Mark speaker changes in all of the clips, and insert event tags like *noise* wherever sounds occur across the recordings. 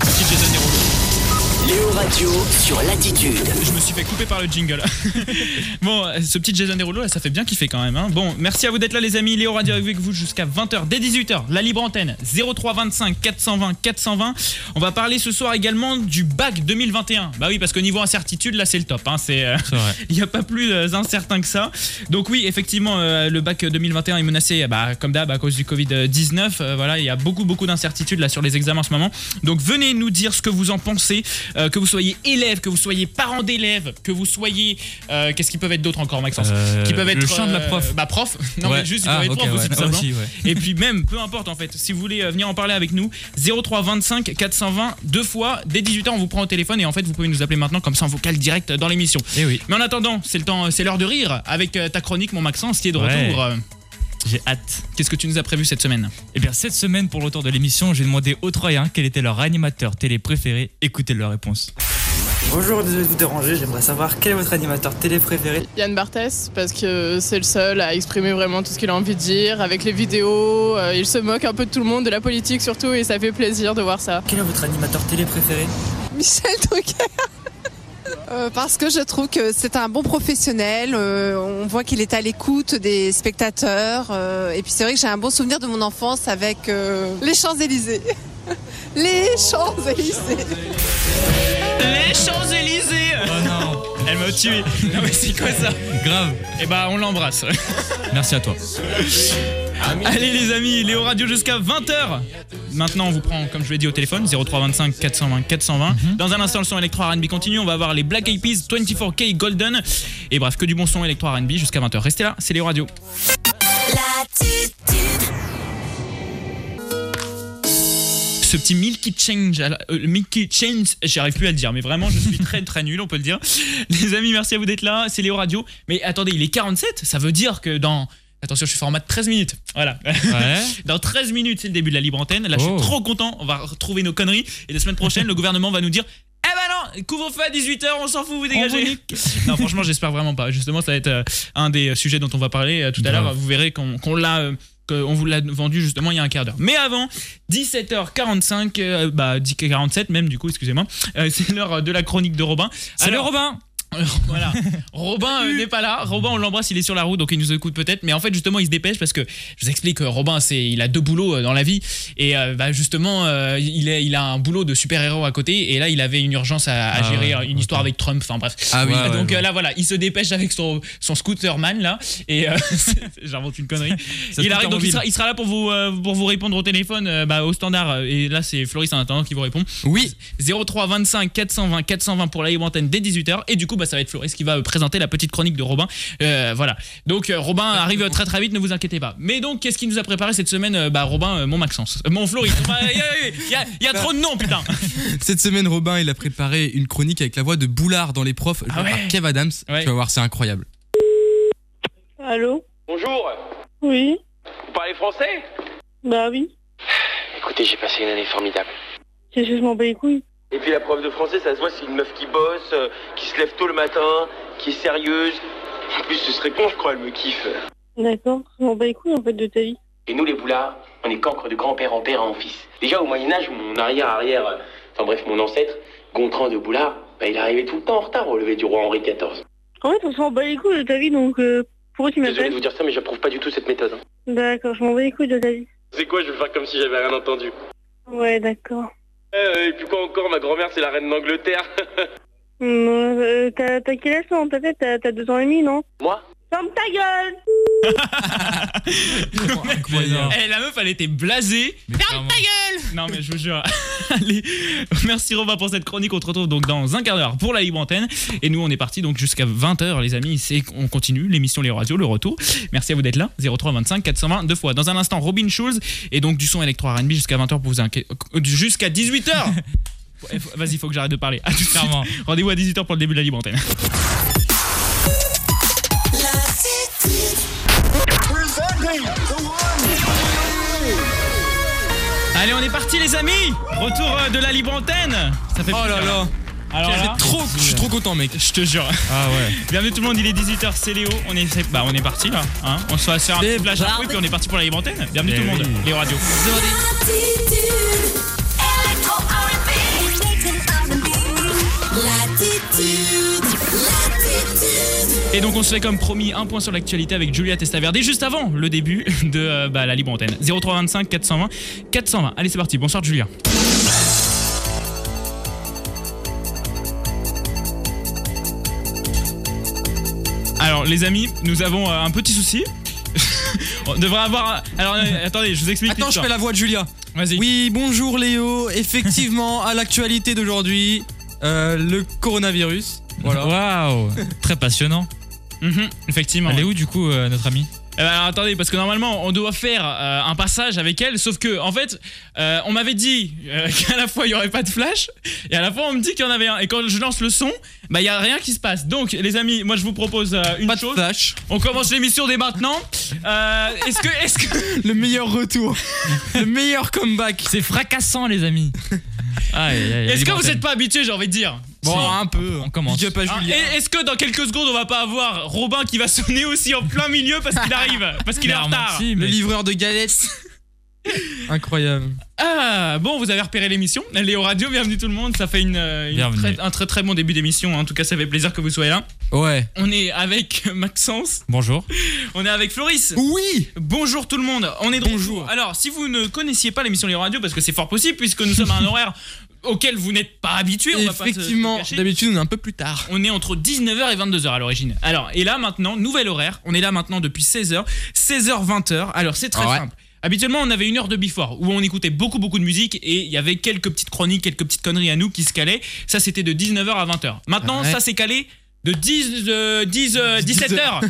Speaker 1: Le petit Jason Derulo.
Speaker 2: Léo Radio sur Latitude.
Speaker 1: Je me suis fait couper par le jingle. *laughs* bon, euh, ce petit Jason Derulo, là, ça fait bien kiffer quand même. hein. Bon, merci à vous d'être là, les amis. Léo Radio avec vous jusqu'à 20h, dès 18h. La libre antenne 03 25 420 420. On va parler ce soir également du bac 2021. Bah oui, parce qu'au niveau incertitude, là, c'est le top. hein. C'est. euh,
Speaker 3: vrai.
Speaker 1: Il n'y a pas plus euh, incertain que ça. Donc oui, effectivement, euh, le bac 2021 est menacé, bah, comme d'hab, à cause du Covid-19. Euh, voilà, il y a beaucoup, beaucoup d'incertitudes là sur les examens en ce moment. Donc venez nous dire ce que vous en pensez, euh, que vous soyez élève, que vous soyez parent d'élève, que vous soyez... euh, Qu'est-ce qui peuvent être d'autres encore, Maxence
Speaker 3: Euh,
Speaker 1: Qui peuvent
Speaker 3: le
Speaker 1: être...
Speaker 3: chien de la
Speaker 1: euh,
Speaker 3: prof.
Speaker 1: bah prof. *laughs* Non,
Speaker 3: Ouais.
Speaker 1: mais juste, ils
Speaker 3: Ah,
Speaker 1: peuvent être
Speaker 3: ok,
Speaker 1: prof aussi,
Speaker 3: ouais.
Speaker 1: tout simplement.
Speaker 3: Aussi, ouais.
Speaker 1: Et puis même, peu importe en fait, si vous voulez euh, venir en parler avec nous, 03 25 420 deux fois, dès 18h on vous prend au téléphone et en fait vous pouvez nous appeler maintenant comme ça en vocal direct euh, dans l'émission.
Speaker 3: Eh oui.
Speaker 1: Mais en attendant, c'est le temps, c'est l'heure de rire avec euh, ta chronique, mon Maxence, qui est de
Speaker 3: Ouais.
Speaker 1: retour. Euh,
Speaker 3: J'ai hâte.
Speaker 1: Qu'est-ce que tu nous as prévu cette semaine
Speaker 3: Eh bien, cette semaine, pour le retour de l'émission, j'ai demandé aux Troyens quel était leur animateur télé préféré. Écoutez leur réponse.
Speaker 4: Bonjour, désolé de vous déranger, j'aimerais savoir quel est votre animateur télé préféré
Speaker 5: Yann Barthès parce que c'est le seul à exprimer vraiment tout ce qu'il a envie de dire avec les vidéos. euh, il se moque un peu de tout le monde, de la politique surtout, et ça fait plaisir de voir ça.
Speaker 4: Quel est votre animateur télé préféré
Speaker 6: Michel Drucker Euh, parce que je trouve que c'est un bon professionnel, euh, on voit qu'il est à l'écoute des spectateurs, euh, et puis c'est vrai que j'ai un bon souvenir de mon enfance avec euh, les Champs-Élysées. *laughs* Les Champs-Élysées.
Speaker 1: Les Champs-Élysées
Speaker 3: Oh non
Speaker 1: Elle m'a tué *laughs* Non mais c'est quoi ça
Speaker 3: Grave
Speaker 1: Eh bah on l'embrasse
Speaker 3: Merci à toi.
Speaker 1: Allez les amis, Léo Radio jusqu'à 20h Maintenant on vous prend, comme je l'ai dit, au téléphone, 03 25 420 420. Dans un instant le son électro RB continue, on va avoir les Black Eyed Peas 24K Golden. Et bref, que du bon son électro RB jusqu'à 20h. Restez là, c'est Léo Radio. ce petit Milky Change, à la- euh, Milky Change, j'arrive plus à le dire, mais vraiment, je suis très très nul, on peut le dire. *laughs* Les amis, merci à vous d'être là, c'est Léo Radio. Mais attendez, il est 47, ça veut dire que dans. Attention, je suis format de 13 minutes. Voilà. *laughs*
Speaker 3: Ouais.
Speaker 1: Dans 13 minutes, c'est le début de la libre antenne. Là, je suis
Speaker 3: Oh.
Speaker 1: trop content. On va retrouver nos conneries. Et la semaine prochaine, le gouvernement va nous dire Eh ben non, couvre-feu à 18h, on s'en fout, vous dégagez. non, franchement, j'espère vraiment pas. Justement, ça va être euh, un des euh, sujets dont on va parler euh, tout à
Speaker 3: Grave.
Speaker 1: l'heure. Vous verrez qu'on qu'on l'a. euh, qu'on vous l'a vendu justement il y a un quart d'heure. Mais avant, 17h45, euh, bah 10h47 même du coup, excusez-moi, euh, c'est l'heure de la chronique de Robin.
Speaker 3: Salut
Speaker 1: Alors-
Speaker 3: Robin
Speaker 1: alors, *laughs* voilà. Robin euh, n'est pas là. Robin, on l'embrasse, il est sur la route, donc il nous écoute peut-être. Mais en fait, justement, il se dépêche parce que je vous explique, euh, Robin, c'est, il a deux boulots euh, dans la vie. Et euh, bah, justement, euh, il, est, il a un boulot de super-héros à côté. Et là, il avait une urgence à, à
Speaker 3: Ah
Speaker 1: gérer
Speaker 3: ouais,
Speaker 1: euh, une
Speaker 3: ok.
Speaker 1: histoire avec Trump. Enfin, bref.
Speaker 3: Ah oui.
Speaker 1: donc
Speaker 3: Ouais, ouais,
Speaker 1: euh, là, voilà, il se dépêche avec son, son scooterman, là. Et euh, *laughs* c'est- j'invente une connerie.
Speaker 3: Ça se
Speaker 1: il
Speaker 3: coûte
Speaker 1: arrive,
Speaker 3: en
Speaker 1: donc il
Speaker 3: mobile.
Speaker 1: sera, il sera là pour vous, euh, pour vous répondre au téléphone, euh, bah, au standard. Et là, c'est Floris en attendant qui vous répond.
Speaker 3: Oui.
Speaker 1: 03 25 420 420 pour la libre antenne dès 18h et du coup bah, ça va être Floris qui va euh, présenter la petite chronique de Robin Euh, voilà donc euh, Robin arrive très très vite ne vous inquiétez pas mais donc qu'est-ce qu'il nous a préparé cette semaine euh, bah Robin euh, mon Maxence Euh, mon Floris Bah, il y a- il y, a-
Speaker 3: *laughs*
Speaker 1: il y a trop de noms putain
Speaker 7: Cette semaine, Robin, il a préparé une chronique avec la voix de Boulard dans Les Profs, jouée
Speaker 1: Ah ouais.
Speaker 7: par Kev Adams.
Speaker 1: Ouais.
Speaker 7: Tu vas voir, c'est incroyable.
Speaker 8: Allô
Speaker 9: Bonjour,
Speaker 8: Oui
Speaker 9: vous parlez français
Speaker 8: Bah oui.
Speaker 9: Écoutez, j'ai passé une année formidable.
Speaker 8: C'est juste mon les couilles.
Speaker 9: Et puis la prof de français, ça se voit, c'est une meuf qui bosse, euh, qui se lève tôt le matin, qui est sérieuse. En plus, ce serait con, je crois, elle me kiffe.
Speaker 8: D'accord. Je m'en bats les couilles en fait de ta vie.
Speaker 9: Et nous, les boulards, on est cancre de grand-père en père en fils. Déjà, au Moyen-Âge, mon arrière-arrière, euh, enfin bref, mon ancêtre, Gontran de Boulard, bah, il arrivait tout le temps en retard au lever du roi Henri XIV.
Speaker 8: En fait, on s'en bat les couilles de ta vie donc euh, pourquoi tu
Speaker 9: Désolé de
Speaker 8: m'appelles
Speaker 9: vous dire ça, mais j'approuve pas du tout cette méthode. hein.
Speaker 8: D'accord, je m'en bats les couilles de ta vie.
Speaker 9: C'est quoi, je vais faire comme si j'avais rien entendu.
Speaker 8: Ouais, d'accord.
Speaker 9: Euh, et puis quoi encore, ma grand-mère, c'est la reine d'Angleterre.
Speaker 8: Hum, euh, t'as t'as quel âge toi, dans ta tête T'as t'as deux ans et demi, non
Speaker 9: Moi
Speaker 8: Ferme ta gueule
Speaker 3: Incroyable.
Speaker 1: Eh, la meuf elle était blasée
Speaker 3: Ferme ta
Speaker 1: non mais je vous jure *laughs* allez merci Robin pour cette chronique on te retrouve donc dans un quart d'heure pour la libre antenne et nous on est parti donc jusqu'à 20h les amis c'est on continue l'émission Les Radios le retour merci à vous d'être là 03 25 420 deux fois dans un instant Robin Schulz et donc du son électro R&B jusqu'à 20h pour vous inquiéter jusqu'à 18h
Speaker 7: *laughs*
Speaker 1: Ouais, faut- vas-y faut que j'arrête de parler À tout de suite.
Speaker 3: Clairement.
Speaker 1: rendez-vous à 18h pour le début de la libre antenne Allez, on est parti, les amis! Retour euh, de la libre antenne! Ça fait
Speaker 7: Oh là
Speaker 1: plaisir.
Speaker 7: là,
Speaker 1: Alors là,
Speaker 7: C'est trop, je suis trop content, mec.
Speaker 1: je te jure.
Speaker 3: Ah ouais.
Speaker 1: Bienvenue tout le monde, il est 18h, c'est Léo. On est, c'est- bah, on est parti là. hein. on se fait faire un
Speaker 7: Bah,
Speaker 1: petit flash info et puis on est parti pour la libre antenne. Bienvenue
Speaker 3: Eh
Speaker 1: tout le monde,
Speaker 3: oui.
Speaker 1: Léo Radio.
Speaker 10: Attitude, électro R&B.
Speaker 1: Et donc on se fait comme promis un point sur l'actualité avec Julia Testaverde juste avant le début *laughs* de euh, bah, la libre antenne. 0325 420 420. Allez c'est parti, bonsoir Julia. Alors les amis, nous avons euh, un petit souci. *laughs* on devrait avoir... Alors euh, attendez, je vous explique.
Speaker 7: Attends, je
Speaker 1: l'histoire.
Speaker 7: fais la voix de Julia.
Speaker 1: Vas-y.
Speaker 7: Oui, bonjour Léo. Effectivement, à l'actualité d'aujourd'hui, euh, le coronavirus. Voilà.
Speaker 3: Waouh Très passionnant.
Speaker 7: Ah
Speaker 1: Mhm, effectivement.
Speaker 3: Elle est où du coup euh, notre amie
Speaker 1: Eh ben, alors, attendez, parce que normalement, on doit faire euh, un passage avec elle, sauf que, en fait, euh, on m'avait dit euh, *laughs* qu'à la fois, il n'y aurait pas de flash, et à la fois, on me dit qu'il y en avait un. Et quand je lance le son, bah, il n'y a rien qui se passe. Donc, les amis, moi, je vous propose euh, une
Speaker 7: Pas de
Speaker 1: chose.
Speaker 7: flash.
Speaker 1: On commence l'émission dès maintenant. Euh, est-ce que, est-ce que,
Speaker 7: Le meilleur retour.
Speaker 3: *laughs*
Speaker 7: le meilleur comeback.
Speaker 3: C'est fracassant les
Speaker 7: *laughs*
Speaker 3: amis. Aïe, aïe,
Speaker 1: est-ce
Speaker 3: aïe,
Speaker 1: que vous
Speaker 3: Libre
Speaker 1: n'êtes pas habitué, j'ai envie de dire
Speaker 3: Bon,
Speaker 1: Si.
Speaker 3: un peu. On commence.
Speaker 7: Big up à
Speaker 1: Hein,
Speaker 7: Julia.
Speaker 1: et- est-ce que dans quelques secondes on va pas avoir Robin qui va sonner aussi en plein milieu parce
Speaker 7: *laughs*
Speaker 1: qu'il arrive, parce qu'il est en
Speaker 3: Merde,
Speaker 1: retard
Speaker 3: merci,
Speaker 7: Le
Speaker 3: mais-
Speaker 7: livreur de
Speaker 3: *laughs*
Speaker 7: galettes. Incroyable.
Speaker 1: Ah bon, vous avez repéré l'émission. Léo Radio, bienvenue tout le monde. Ça fait une, euh, une
Speaker 3: Bienvenue.
Speaker 1: très- un très très bon début d'émission. hein. En tout cas, ça fait plaisir que vous soyez là.
Speaker 7: Ouais.
Speaker 1: On est avec *laughs* Maxence,
Speaker 3: Bonjour.
Speaker 1: on est avec Floris.
Speaker 7: Oui.
Speaker 1: Bonjour tout le monde. On est de
Speaker 7: Bonjour.
Speaker 1: retour. Alors, si vous ne connaissiez pas l'émission Léo Radio, parce que c'est fort possible, puisque nous sommes à un horaire auquel vous n'êtes pas habitué, on va pas se- se
Speaker 7: Effectivement,
Speaker 1: cacher.
Speaker 7: d'habitude on est un peu plus tard.
Speaker 1: On est entre 19h et 22h à l'origine. Alors, et là maintenant, nouvel horaire. On est là maintenant depuis 16h. 16h, 20h. Alors, c'est très
Speaker 7: Ah Ouais.
Speaker 1: simple. Habituellement, on avait une heure de before où on écoutait beaucoup, beaucoup de musique et il y avait quelques petites chroniques, quelques petites conneries à nous qui se calaient. Ça, c'était de 19h à 20h. Maintenant,
Speaker 7: Ah Ouais.
Speaker 1: ça s'est calé de 10, euh, 10, euh,
Speaker 7: *laughs*
Speaker 1: 17h.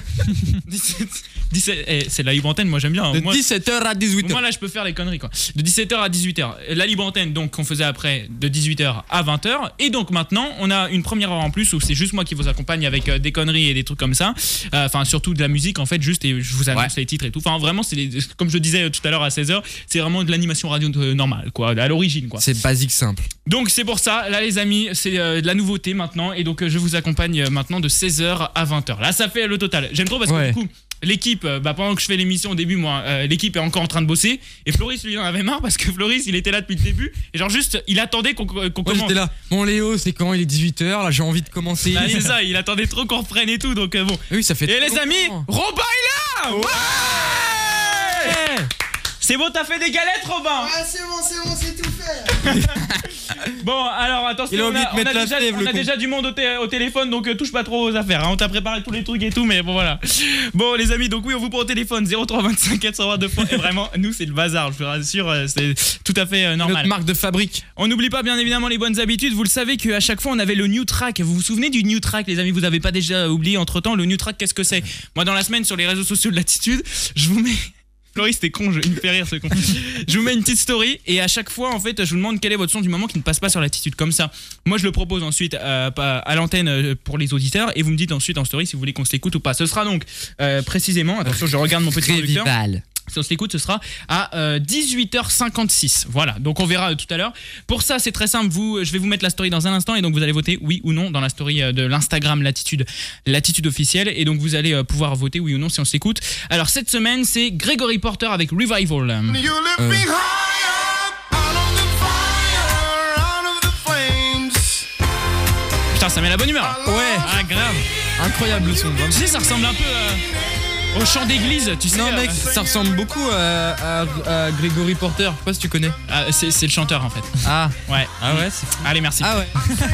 Speaker 1: 17, 17 eh, c'est la libre antenne, moi j'aime bien.
Speaker 7: De
Speaker 1: Moi-
Speaker 7: 17h à 18h.
Speaker 1: moi là je peux faire les conneries quoi. De 17h à 18h. La libre antenne donc qu'on faisait après de 18h à 20h. Et donc maintenant on a une première heure en plus où c'est juste moi qui vous accompagne avec euh, des conneries et des trucs comme ça. Euh, Enfin surtout de la musique en fait juste et je vous annonce les titres et tout. Enfin vraiment c'est des- comme je disais tout à l'heure à 16h c'est vraiment de l'animation radio euh, normale quoi à l'origine quoi.
Speaker 7: C'est basique simple.
Speaker 1: Donc c'est pour ça, là les amis, c'est euh, de la nouveauté maintenant et donc euh, je vous accompagne euh, maintenant de 16h à 20h. Là ça fait le total. J'aime trop parce que
Speaker 7: Ouais.
Speaker 1: du coup l'équipe, euh, bah, pendant que je fais l'émission au début moi, euh, l'équipe est encore en train de bosser et Floris lui en avait marre parce que Floris il était là depuis le début et genre juste il attendait qu'on euh, qu'on
Speaker 7: Moi
Speaker 1: commence.
Speaker 7: j'étais là. Bon Léo, c'est quand Il est 18h, là j'ai envie de commencer.
Speaker 3: Bah,
Speaker 1: Ah, c'est ça, il attendait trop qu'on reprenne et tout donc euh, bon.
Speaker 7: Ah oui, ça fait
Speaker 1: Et
Speaker 7: trop
Speaker 1: les amis,
Speaker 7: longtemps.
Speaker 1: Robin est là Ouais C'est bon, t'as fait des galettes, Robin Ouais, c'est bon, c'est *laughs* bon, c'est tout fait Bon, alors attention,
Speaker 7: Il a
Speaker 1: on
Speaker 7: oublié
Speaker 1: a,
Speaker 7: de mettre
Speaker 1: on a
Speaker 7: la
Speaker 1: déjà,
Speaker 7: fève,
Speaker 1: on
Speaker 7: le
Speaker 1: a
Speaker 7: con.
Speaker 1: déjà du monde au, té- au téléphone, donc euh, touche pas trop aux affaires. hein. On t'a préparé tous les trucs et tout, mais bon, voilà. Bon, les amis, donc oui, on vous prend au téléphone 0325 422 fois. Et vraiment, nous, c'est le bazar, je vous rassure, euh, c'est tout à fait euh, normal.
Speaker 7: Notre marque de fabrique.
Speaker 1: On n'oublie pas bien évidemment les bonnes habitudes. Vous le savez qu'à chaque fois on avait le new track. Vous vous souvenez du new track, les amis Vous avez pas déjà oublié entre temps le new track Qu'est-ce que c'est Moi, dans la semaine sur les réseaux sociaux de l'attitude, je vous mets. Floris, t'es con, je... il me fait rire ce con. Je vous mets une petite story et à chaque fois, en fait, je vous demande quel est votre son du moment qui ne passe pas sur l'attitude comme ça. Moi, je le propose ensuite euh, pas- à l'antenne euh, pour les auditeurs et vous me dites ensuite en story si vous voulez qu'on se l'écoute ou pas. Ce sera donc euh, précisément, attention, je regarde mon petit conducteur.
Speaker 7: Bah,
Speaker 1: Si on se l'écoute, ce sera à euh, 18h56. Voilà, donc on verra euh, tout à l'heure. Pour ça, c'est très simple. Vous, euh, je vais vous mettre la story dans un instant et donc vous allez voter oui ou non dans la story euh, de l'Instagram Latitude, Latitude officielle. Et donc vous allez euh, pouvoir voter oui ou non si on s'écoute. Alors cette semaine, c'est Gregory Porter avec Revival.
Speaker 7: Euh.
Speaker 1: Putain, ça met la bonne humeur. là.
Speaker 7: Ouais,
Speaker 1: Ah grave.
Speaker 7: incroyable le son. vraiment.
Speaker 1: Tu sais, ça ressemble un peu euh, au chant d'église, tu sais.
Speaker 7: Non
Speaker 1: euh,
Speaker 7: mec, ça ressemble beaucoup à, à- à Grégory Porter. Je sais pas si tu connais.
Speaker 1: ah, c'est c'est le chanteur en fait.
Speaker 7: Ah,
Speaker 1: Ouais.
Speaker 3: Ah ouais, c'est
Speaker 1: Allez, merci.
Speaker 7: ah ouais.
Speaker 1: *laughs*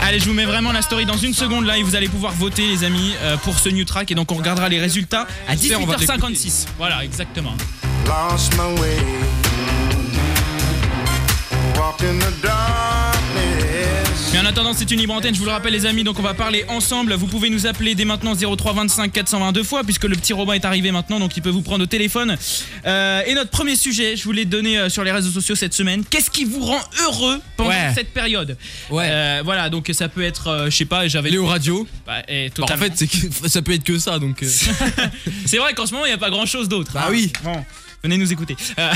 Speaker 1: Allez, je vous mets vraiment la story dans une seconde là et vous allez pouvoir voter les amis euh, pour ce new track et donc on regardera les résultats à
Speaker 7: Tu sais, on va
Speaker 1: 18h56. Voilà, exactement.
Speaker 10: lost my way. Walked in the darkness.
Speaker 1: Mais en attendant, c'est une libre antenne, je vous le rappelle les amis, donc on va parler ensemble. Vous pouvez nous appeler dès maintenant 03 25 422 fois puisque le petit Robin est arrivé maintenant donc il peut vous prendre au téléphone. Euh, et notre premier sujet, je vous l'ai donné euh, sur les réseaux sociaux cette semaine, qu'est-ce qui vous rend heureux pendant
Speaker 7: Ouais.
Speaker 1: cette période
Speaker 7: Ouais.
Speaker 1: Euh, voilà, donc ça peut être euh, je sais pas, j'avais
Speaker 7: Léo Radio.
Speaker 1: Bah, eh,
Speaker 7: Bah, en
Speaker 1: totalement.
Speaker 7: *laughs* fait, c'est que- ça peut être que ça donc. euh,
Speaker 1: C'est vrai qu'en ce moment, il n'y a pas grand chose d'autre. hein.
Speaker 7: Bah oui.
Speaker 1: Bon. Venez nous écouter. Euh,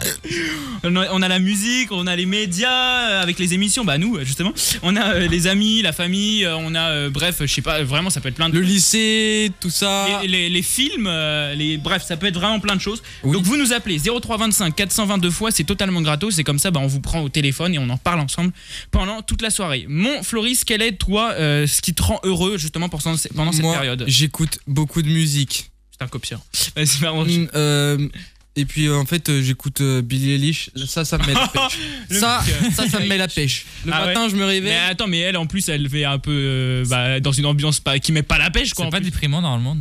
Speaker 1: *laughs* on a- on a la musique, on a les médias euh, avec les émissions, bah nous euh, justement. On a euh, les amis, la famille, euh, on a euh, bref, je sais pas, vraiment ça peut être plein de.
Speaker 7: Le lycée, tout ça.
Speaker 1: Les, les- les films, euh, les, bref, ça peut être vraiment plein de choses. Donc vous nous appelez 0325 422 fois, c'est totalement gratos. C'est comme ça, bah, on vous prend au téléphone et on en parle ensemble pendant toute la soirée. Mon Floris, quel est toi euh, ce qui te rend heureux justement pour- pendant cette
Speaker 7: Moi,
Speaker 1: période
Speaker 7: J'écoute beaucoup de musique.
Speaker 1: C'est un copieur. Vas-y, pardon.
Speaker 7: Mm, euh, et puis euh, en fait, euh, j'écoute euh, Billie Eilish. Ça, ça me met la pêche.
Speaker 1: Le
Speaker 7: ça,
Speaker 1: mec, euh,
Speaker 7: ça, ça me met la pêche. Le
Speaker 1: Ah ouais.
Speaker 7: matin, je me réveille.
Speaker 1: Mais attends, mais elle en plus, elle fait un peu euh, bah, dans une ambiance pas, qui met pas la pêche quoi.
Speaker 3: C'est
Speaker 1: en
Speaker 3: pas
Speaker 1: plus.
Speaker 3: déprimant normalement.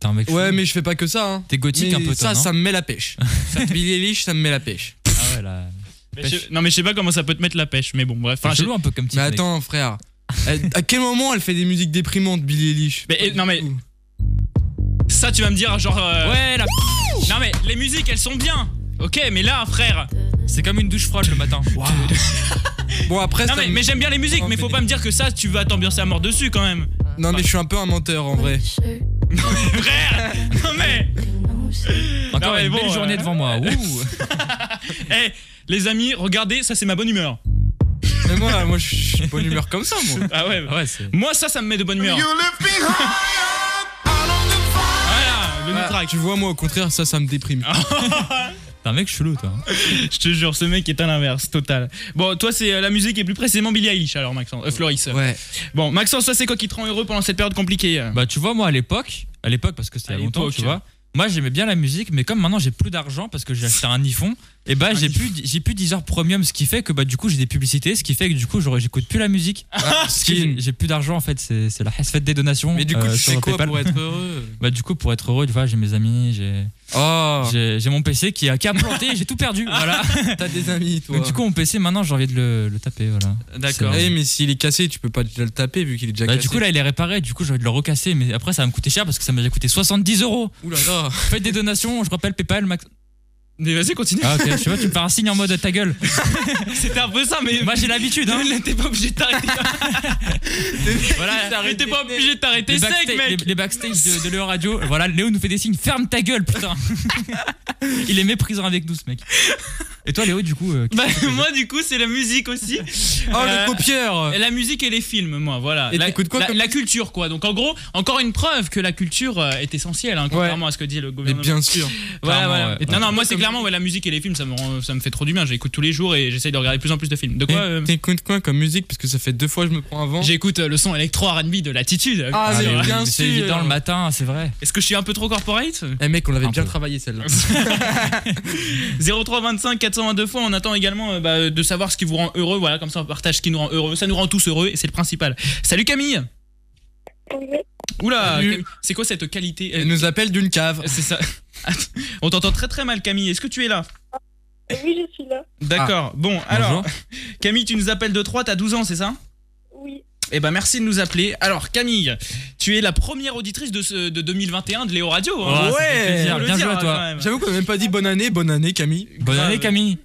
Speaker 3: T'es un mec
Speaker 7: Ouais,
Speaker 3: chelou.
Speaker 7: mais je fais pas que ça. hein.
Speaker 3: T'es gothique
Speaker 7: Mais
Speaker 3: un peu, toi,
Speaker 7: Ça,
Speaker 3: non
Speaker 7: ça me met la pêche. Billie Eilish, ça me met la pêche.
Speaker 3: Ah ouais, là.
Speaker 1: Mais je- non, mais je sais pas comment ça peut te mettre la pêche, mais bon, bref.
Speaker 3: T'es
Speaker 1: Enfin, je-
Speaker 3: chelou un peu comme type,
Speaker 7: Mais
Speaker 3: mec.
Speaker 7: attends, frère. Elle- à quel moment elle fait des musiques déprimantes, Billie Eilish
Speaker 1: Mais,
Speaker 7: Pas
Speaker 1: eh,
Speaker 7: du
Speaker 1: non, mais-
Speaker 7: tout.
Speaker 1: ça, tu vas me dire, genre. euh,
Speaker 3: Ouais, là.
Speaker 1: Non, mais les musiques, elles sont bien. Ok, mais là, frère.
Speaker 3: C'est comme une douche froide le matin.
Speaker 7: Bon, après,
Speaker 1: Non,
Speaker 7: ça
Speaker 1: mais,
Speaker 7: me-
Speaker 1: mais j'aime bien les musiques,
Speaker 7: Non,
Speaker 1: mais
Speaker 7: mais
Speaker 1: faut
Speaker 7: des-
Speaker 1: pas me dire que ça, tu vas t'ambiancer à mort dessus quand même. *laughs*
Speaker 7: non, mais je suis un peu un menteur en vrai.
Speaker 1: Frère Non, mais.
Speaker 3: Encore
Speaker 1: Non, mais
Speaker 3: une belle
Speaker 1: bon,
Speaker 3: journée
Speaker 1: euh,
Speaker 3: devant
Speaker 7: *laughs*
Speaker 3: moi. Ouh.
Speaker 1: Eh, les amis, regardez, ça, c'est ma bonne humeur.
Speaker 7: Mais moi, moi, je suis de bonne humeur comme ça,
Speaker 3: *laughs*
Speaker 7: moi.
Speaker 1: Ah ouais,
Speaker 3: Ouais, c'est.
Speaker 1: Moi, ça, ça me met de bonne humeur.
Speaker 10: You lift me high up out of the fire.
Speaker 1: Voilà, le
Speaker 7: Ah,
Speaker 1: track.
Speaker 7: tu vois, moi, au contraire, ça, ça me déprime.
Speaker 3: Ah T'es un mec chelou, toi.
Speaker 1: Je te jure, ce mec est à l'inverse, total. Bon, toi, c'est euh, la musique et plus précisément Billie Eilish, alors, Maxence. Euh, Floris.
Speaker 7: Ouais.
Speaker 1: Bon, Maxence, toi, c'est quoi qui te rend heureux pendant cette période compliquée euh
Speaker 3: Bah tu vois moi à l'époque, à l'époque parce que c'était
Speaker 1: À
Speaker 3: il y a longtemps,
Speaker 1: l'époque.
Speaker 3: tu vois. Moi j'aimais bien la musique mais comme maintenant j'ai plus d'argent parce que j'ai acheté un iPhone, et bah j'ai plus j'ai plus Deezer Premium ce qui fait que bah du coup j'ai des publicités, ce qui fait que du coup j'aurais- j'écoute plus la musique.
Speaker 7: Ah,
Speaker 3: *laughs* Parce que j'ai-
Speaker 7: skin.
Speaker 3: j'ai plus d'argent en fait, c'est c'est la fête des donations.
Speaker 7: Mais du coup,
Speaker 3: euh,
Speaker 7: tu
Speaker 3: sur
Speaker 7: fais quoi
Speaker 3: PayPal.
Speaker 7: pour être heureux
Speaker 3: *laughs* Bah du coup pour être heureux, tu vois, j'ai mes amis, j'ai
Speaker 7: Oh,
Speaker 3: j'ai- j'ai mon PC qui a qui a planté, j'ai tout perdu. Voilà.
Speaker 7: t'as des amis, Ah. *laughs* toi.
Speaker 3: Donc du coup mon PC maintenant j'ai envie de le, le taper voilà.
Speaker 1: D'accord.
Speaker 3: C'est-
Speaker 7: Eh, mais s'il est cassé, tu peux pas déjà le taper vu qu'il est déjà
Speaker 3: Bah,
Speaker 7: cassé.
Speaker 3: du coup là il est réparé, du coup j'ai envie de le recasser mais après ça va me coûter cher parce que ça m'a déjà coûté 70 euros.
Speaker 7: Ouh là
Speaker 3: *laughs*
Speaker 7: là.
Speaker 3: Faites des donations, je rappelle PayPal Max.
Speaker 1: Mais vas-y, continue.
Speaker 3: Ah ok, je sais pas, tu me fais un signe en mode ta gueule.
Speaker 1: *laughs* C'était un peu ça, mais.
Speaker 3: Moi j'ai l'habitude
Speaker 1: *laughs*
Speaker 3: hein.
Speaker 1: T'es pas obligé de t'arrêter.
Speaker 3: *laughs* Voilà,
Speaker 1: T'es pas obligé de t'arrêter
Speaker 3: les,
Speaker 1: sec,
Speaker 3: backsta-
Speaker 1: mec.
Speaker 3: les- les backstage de, de Léo Radio. Voilà, Léo nous fait des signes, ferme ta gueule *laughs* putain. Il est méprisant avec nous ce mec. Et toi Léo du coup euh,
Speaker 1: *laughs* Bah, moi, du coup, c'est la musique aussi.
Speaker 7: Oh,
Speaker 1: Euh,
Speaker 7: le copieur
Speaker 1: Et La musique et les films, moi, voilà.
Speaker 7: Et
Speaker 1: la,
Speaker 7: t'écoutes quoi
Speaker 1: la,
Speaker 7: comme
Speaker 1: la culture, quoi. Donc, en gros, encore une preuve que la culture euh, est essentielle, hein, contrairement à ce que dit le
Speaker 7: Mais
Speaker 1: gouvernement.
Speaker 7: bien sûr.
Speaker 1: Voilà,
Speaker 3: Clairement,
Speaker 1: voilà.
Speaker 3: ouais.
Speaker 1: Et Non, non, moi, c'est clairement ouais, la musique et les films, ça me, rend- ça me fait trop du bien. J'écoute tous les jours et j'essaye de regarder de plus en plus de films. De quoi
Speaker 7: Et
Speaker 1: euh,
Speaker 7: T'écoutes quoi comme musique Parce que ça fait deux fois que je me prends avant.
Speaker 1: J'écoute euh, le son électro RB de l'attitude.
Speaker 7: Ah, mais
Speaker 1: Alors,
Speaker 3: oui,
Speaker 7: bien
Speaker 3: mais c'est
Speaker 7: sûr.
Speaker 3: évident le matin, c'est vrai.
Speaker 1: Est-ce que je suis un peu trop
Speaker 7: *laughs*
Speaker 1: corporate *laughs*
Speaker 7: Eh mec, on l'avait
Speaker 3: Un
Speaker 7: bien
Speaker 3: peu.
Speaker 7: travaillé celle-là.
Speaker 1: 0325 422 fois, on attend également euh, bah, de savoir ce qui vous rend heureux. Voilà, comme ça on partage ce qui nous rend heureux. Ça nous rend tous heureux et c'est le principal. Salut Camille Oula
Speaker 7: Salut.
Speaker 1: Camille, C'est quoi cette qualité
Speaker 7: Elle
Speaker 1: Euh, *laughs*
Speaker 7: nous appelle d'une cave.
Speaker 1: C'est ça. *laughs* Attends, on t'entend très très mal Camille, est-ce que tu es là
Speaker 8: Oui, je suis là.
Speaker 1: D'accord,
Speaker 7: Ah.
Speaker 1: bon alors *laughs*
Speaker 3: Bonjour.
Speaker 1: Camille tu nous appelles de 3, t'as 12 ans c'est ça
Speaker 8: Oui.
Speaker 1: Eh ben merci de nous appeler. Alors Camille, tu es la première auditrice de, ce, de 2021 de Léo Radio. hein.
Speaker 3: Oh, ça fait
Speaker 7: Ouais.
Speaker 1: Faut
Speaker 3: plaisir.
Speaker 1: le
Speaker 3: Bien
Speaker 1: dire,
Speaker 3: joué
Speaker 1: hein,
Speaker 3: toi.
Speaker 1: quand même.
Speaker 7: J'avoue qu'on a même pas dit bonne année, bonne bah, année Camille.
Speaker 3: Bonne
Speaker 1: Grave.
Speaker 3: année Camille.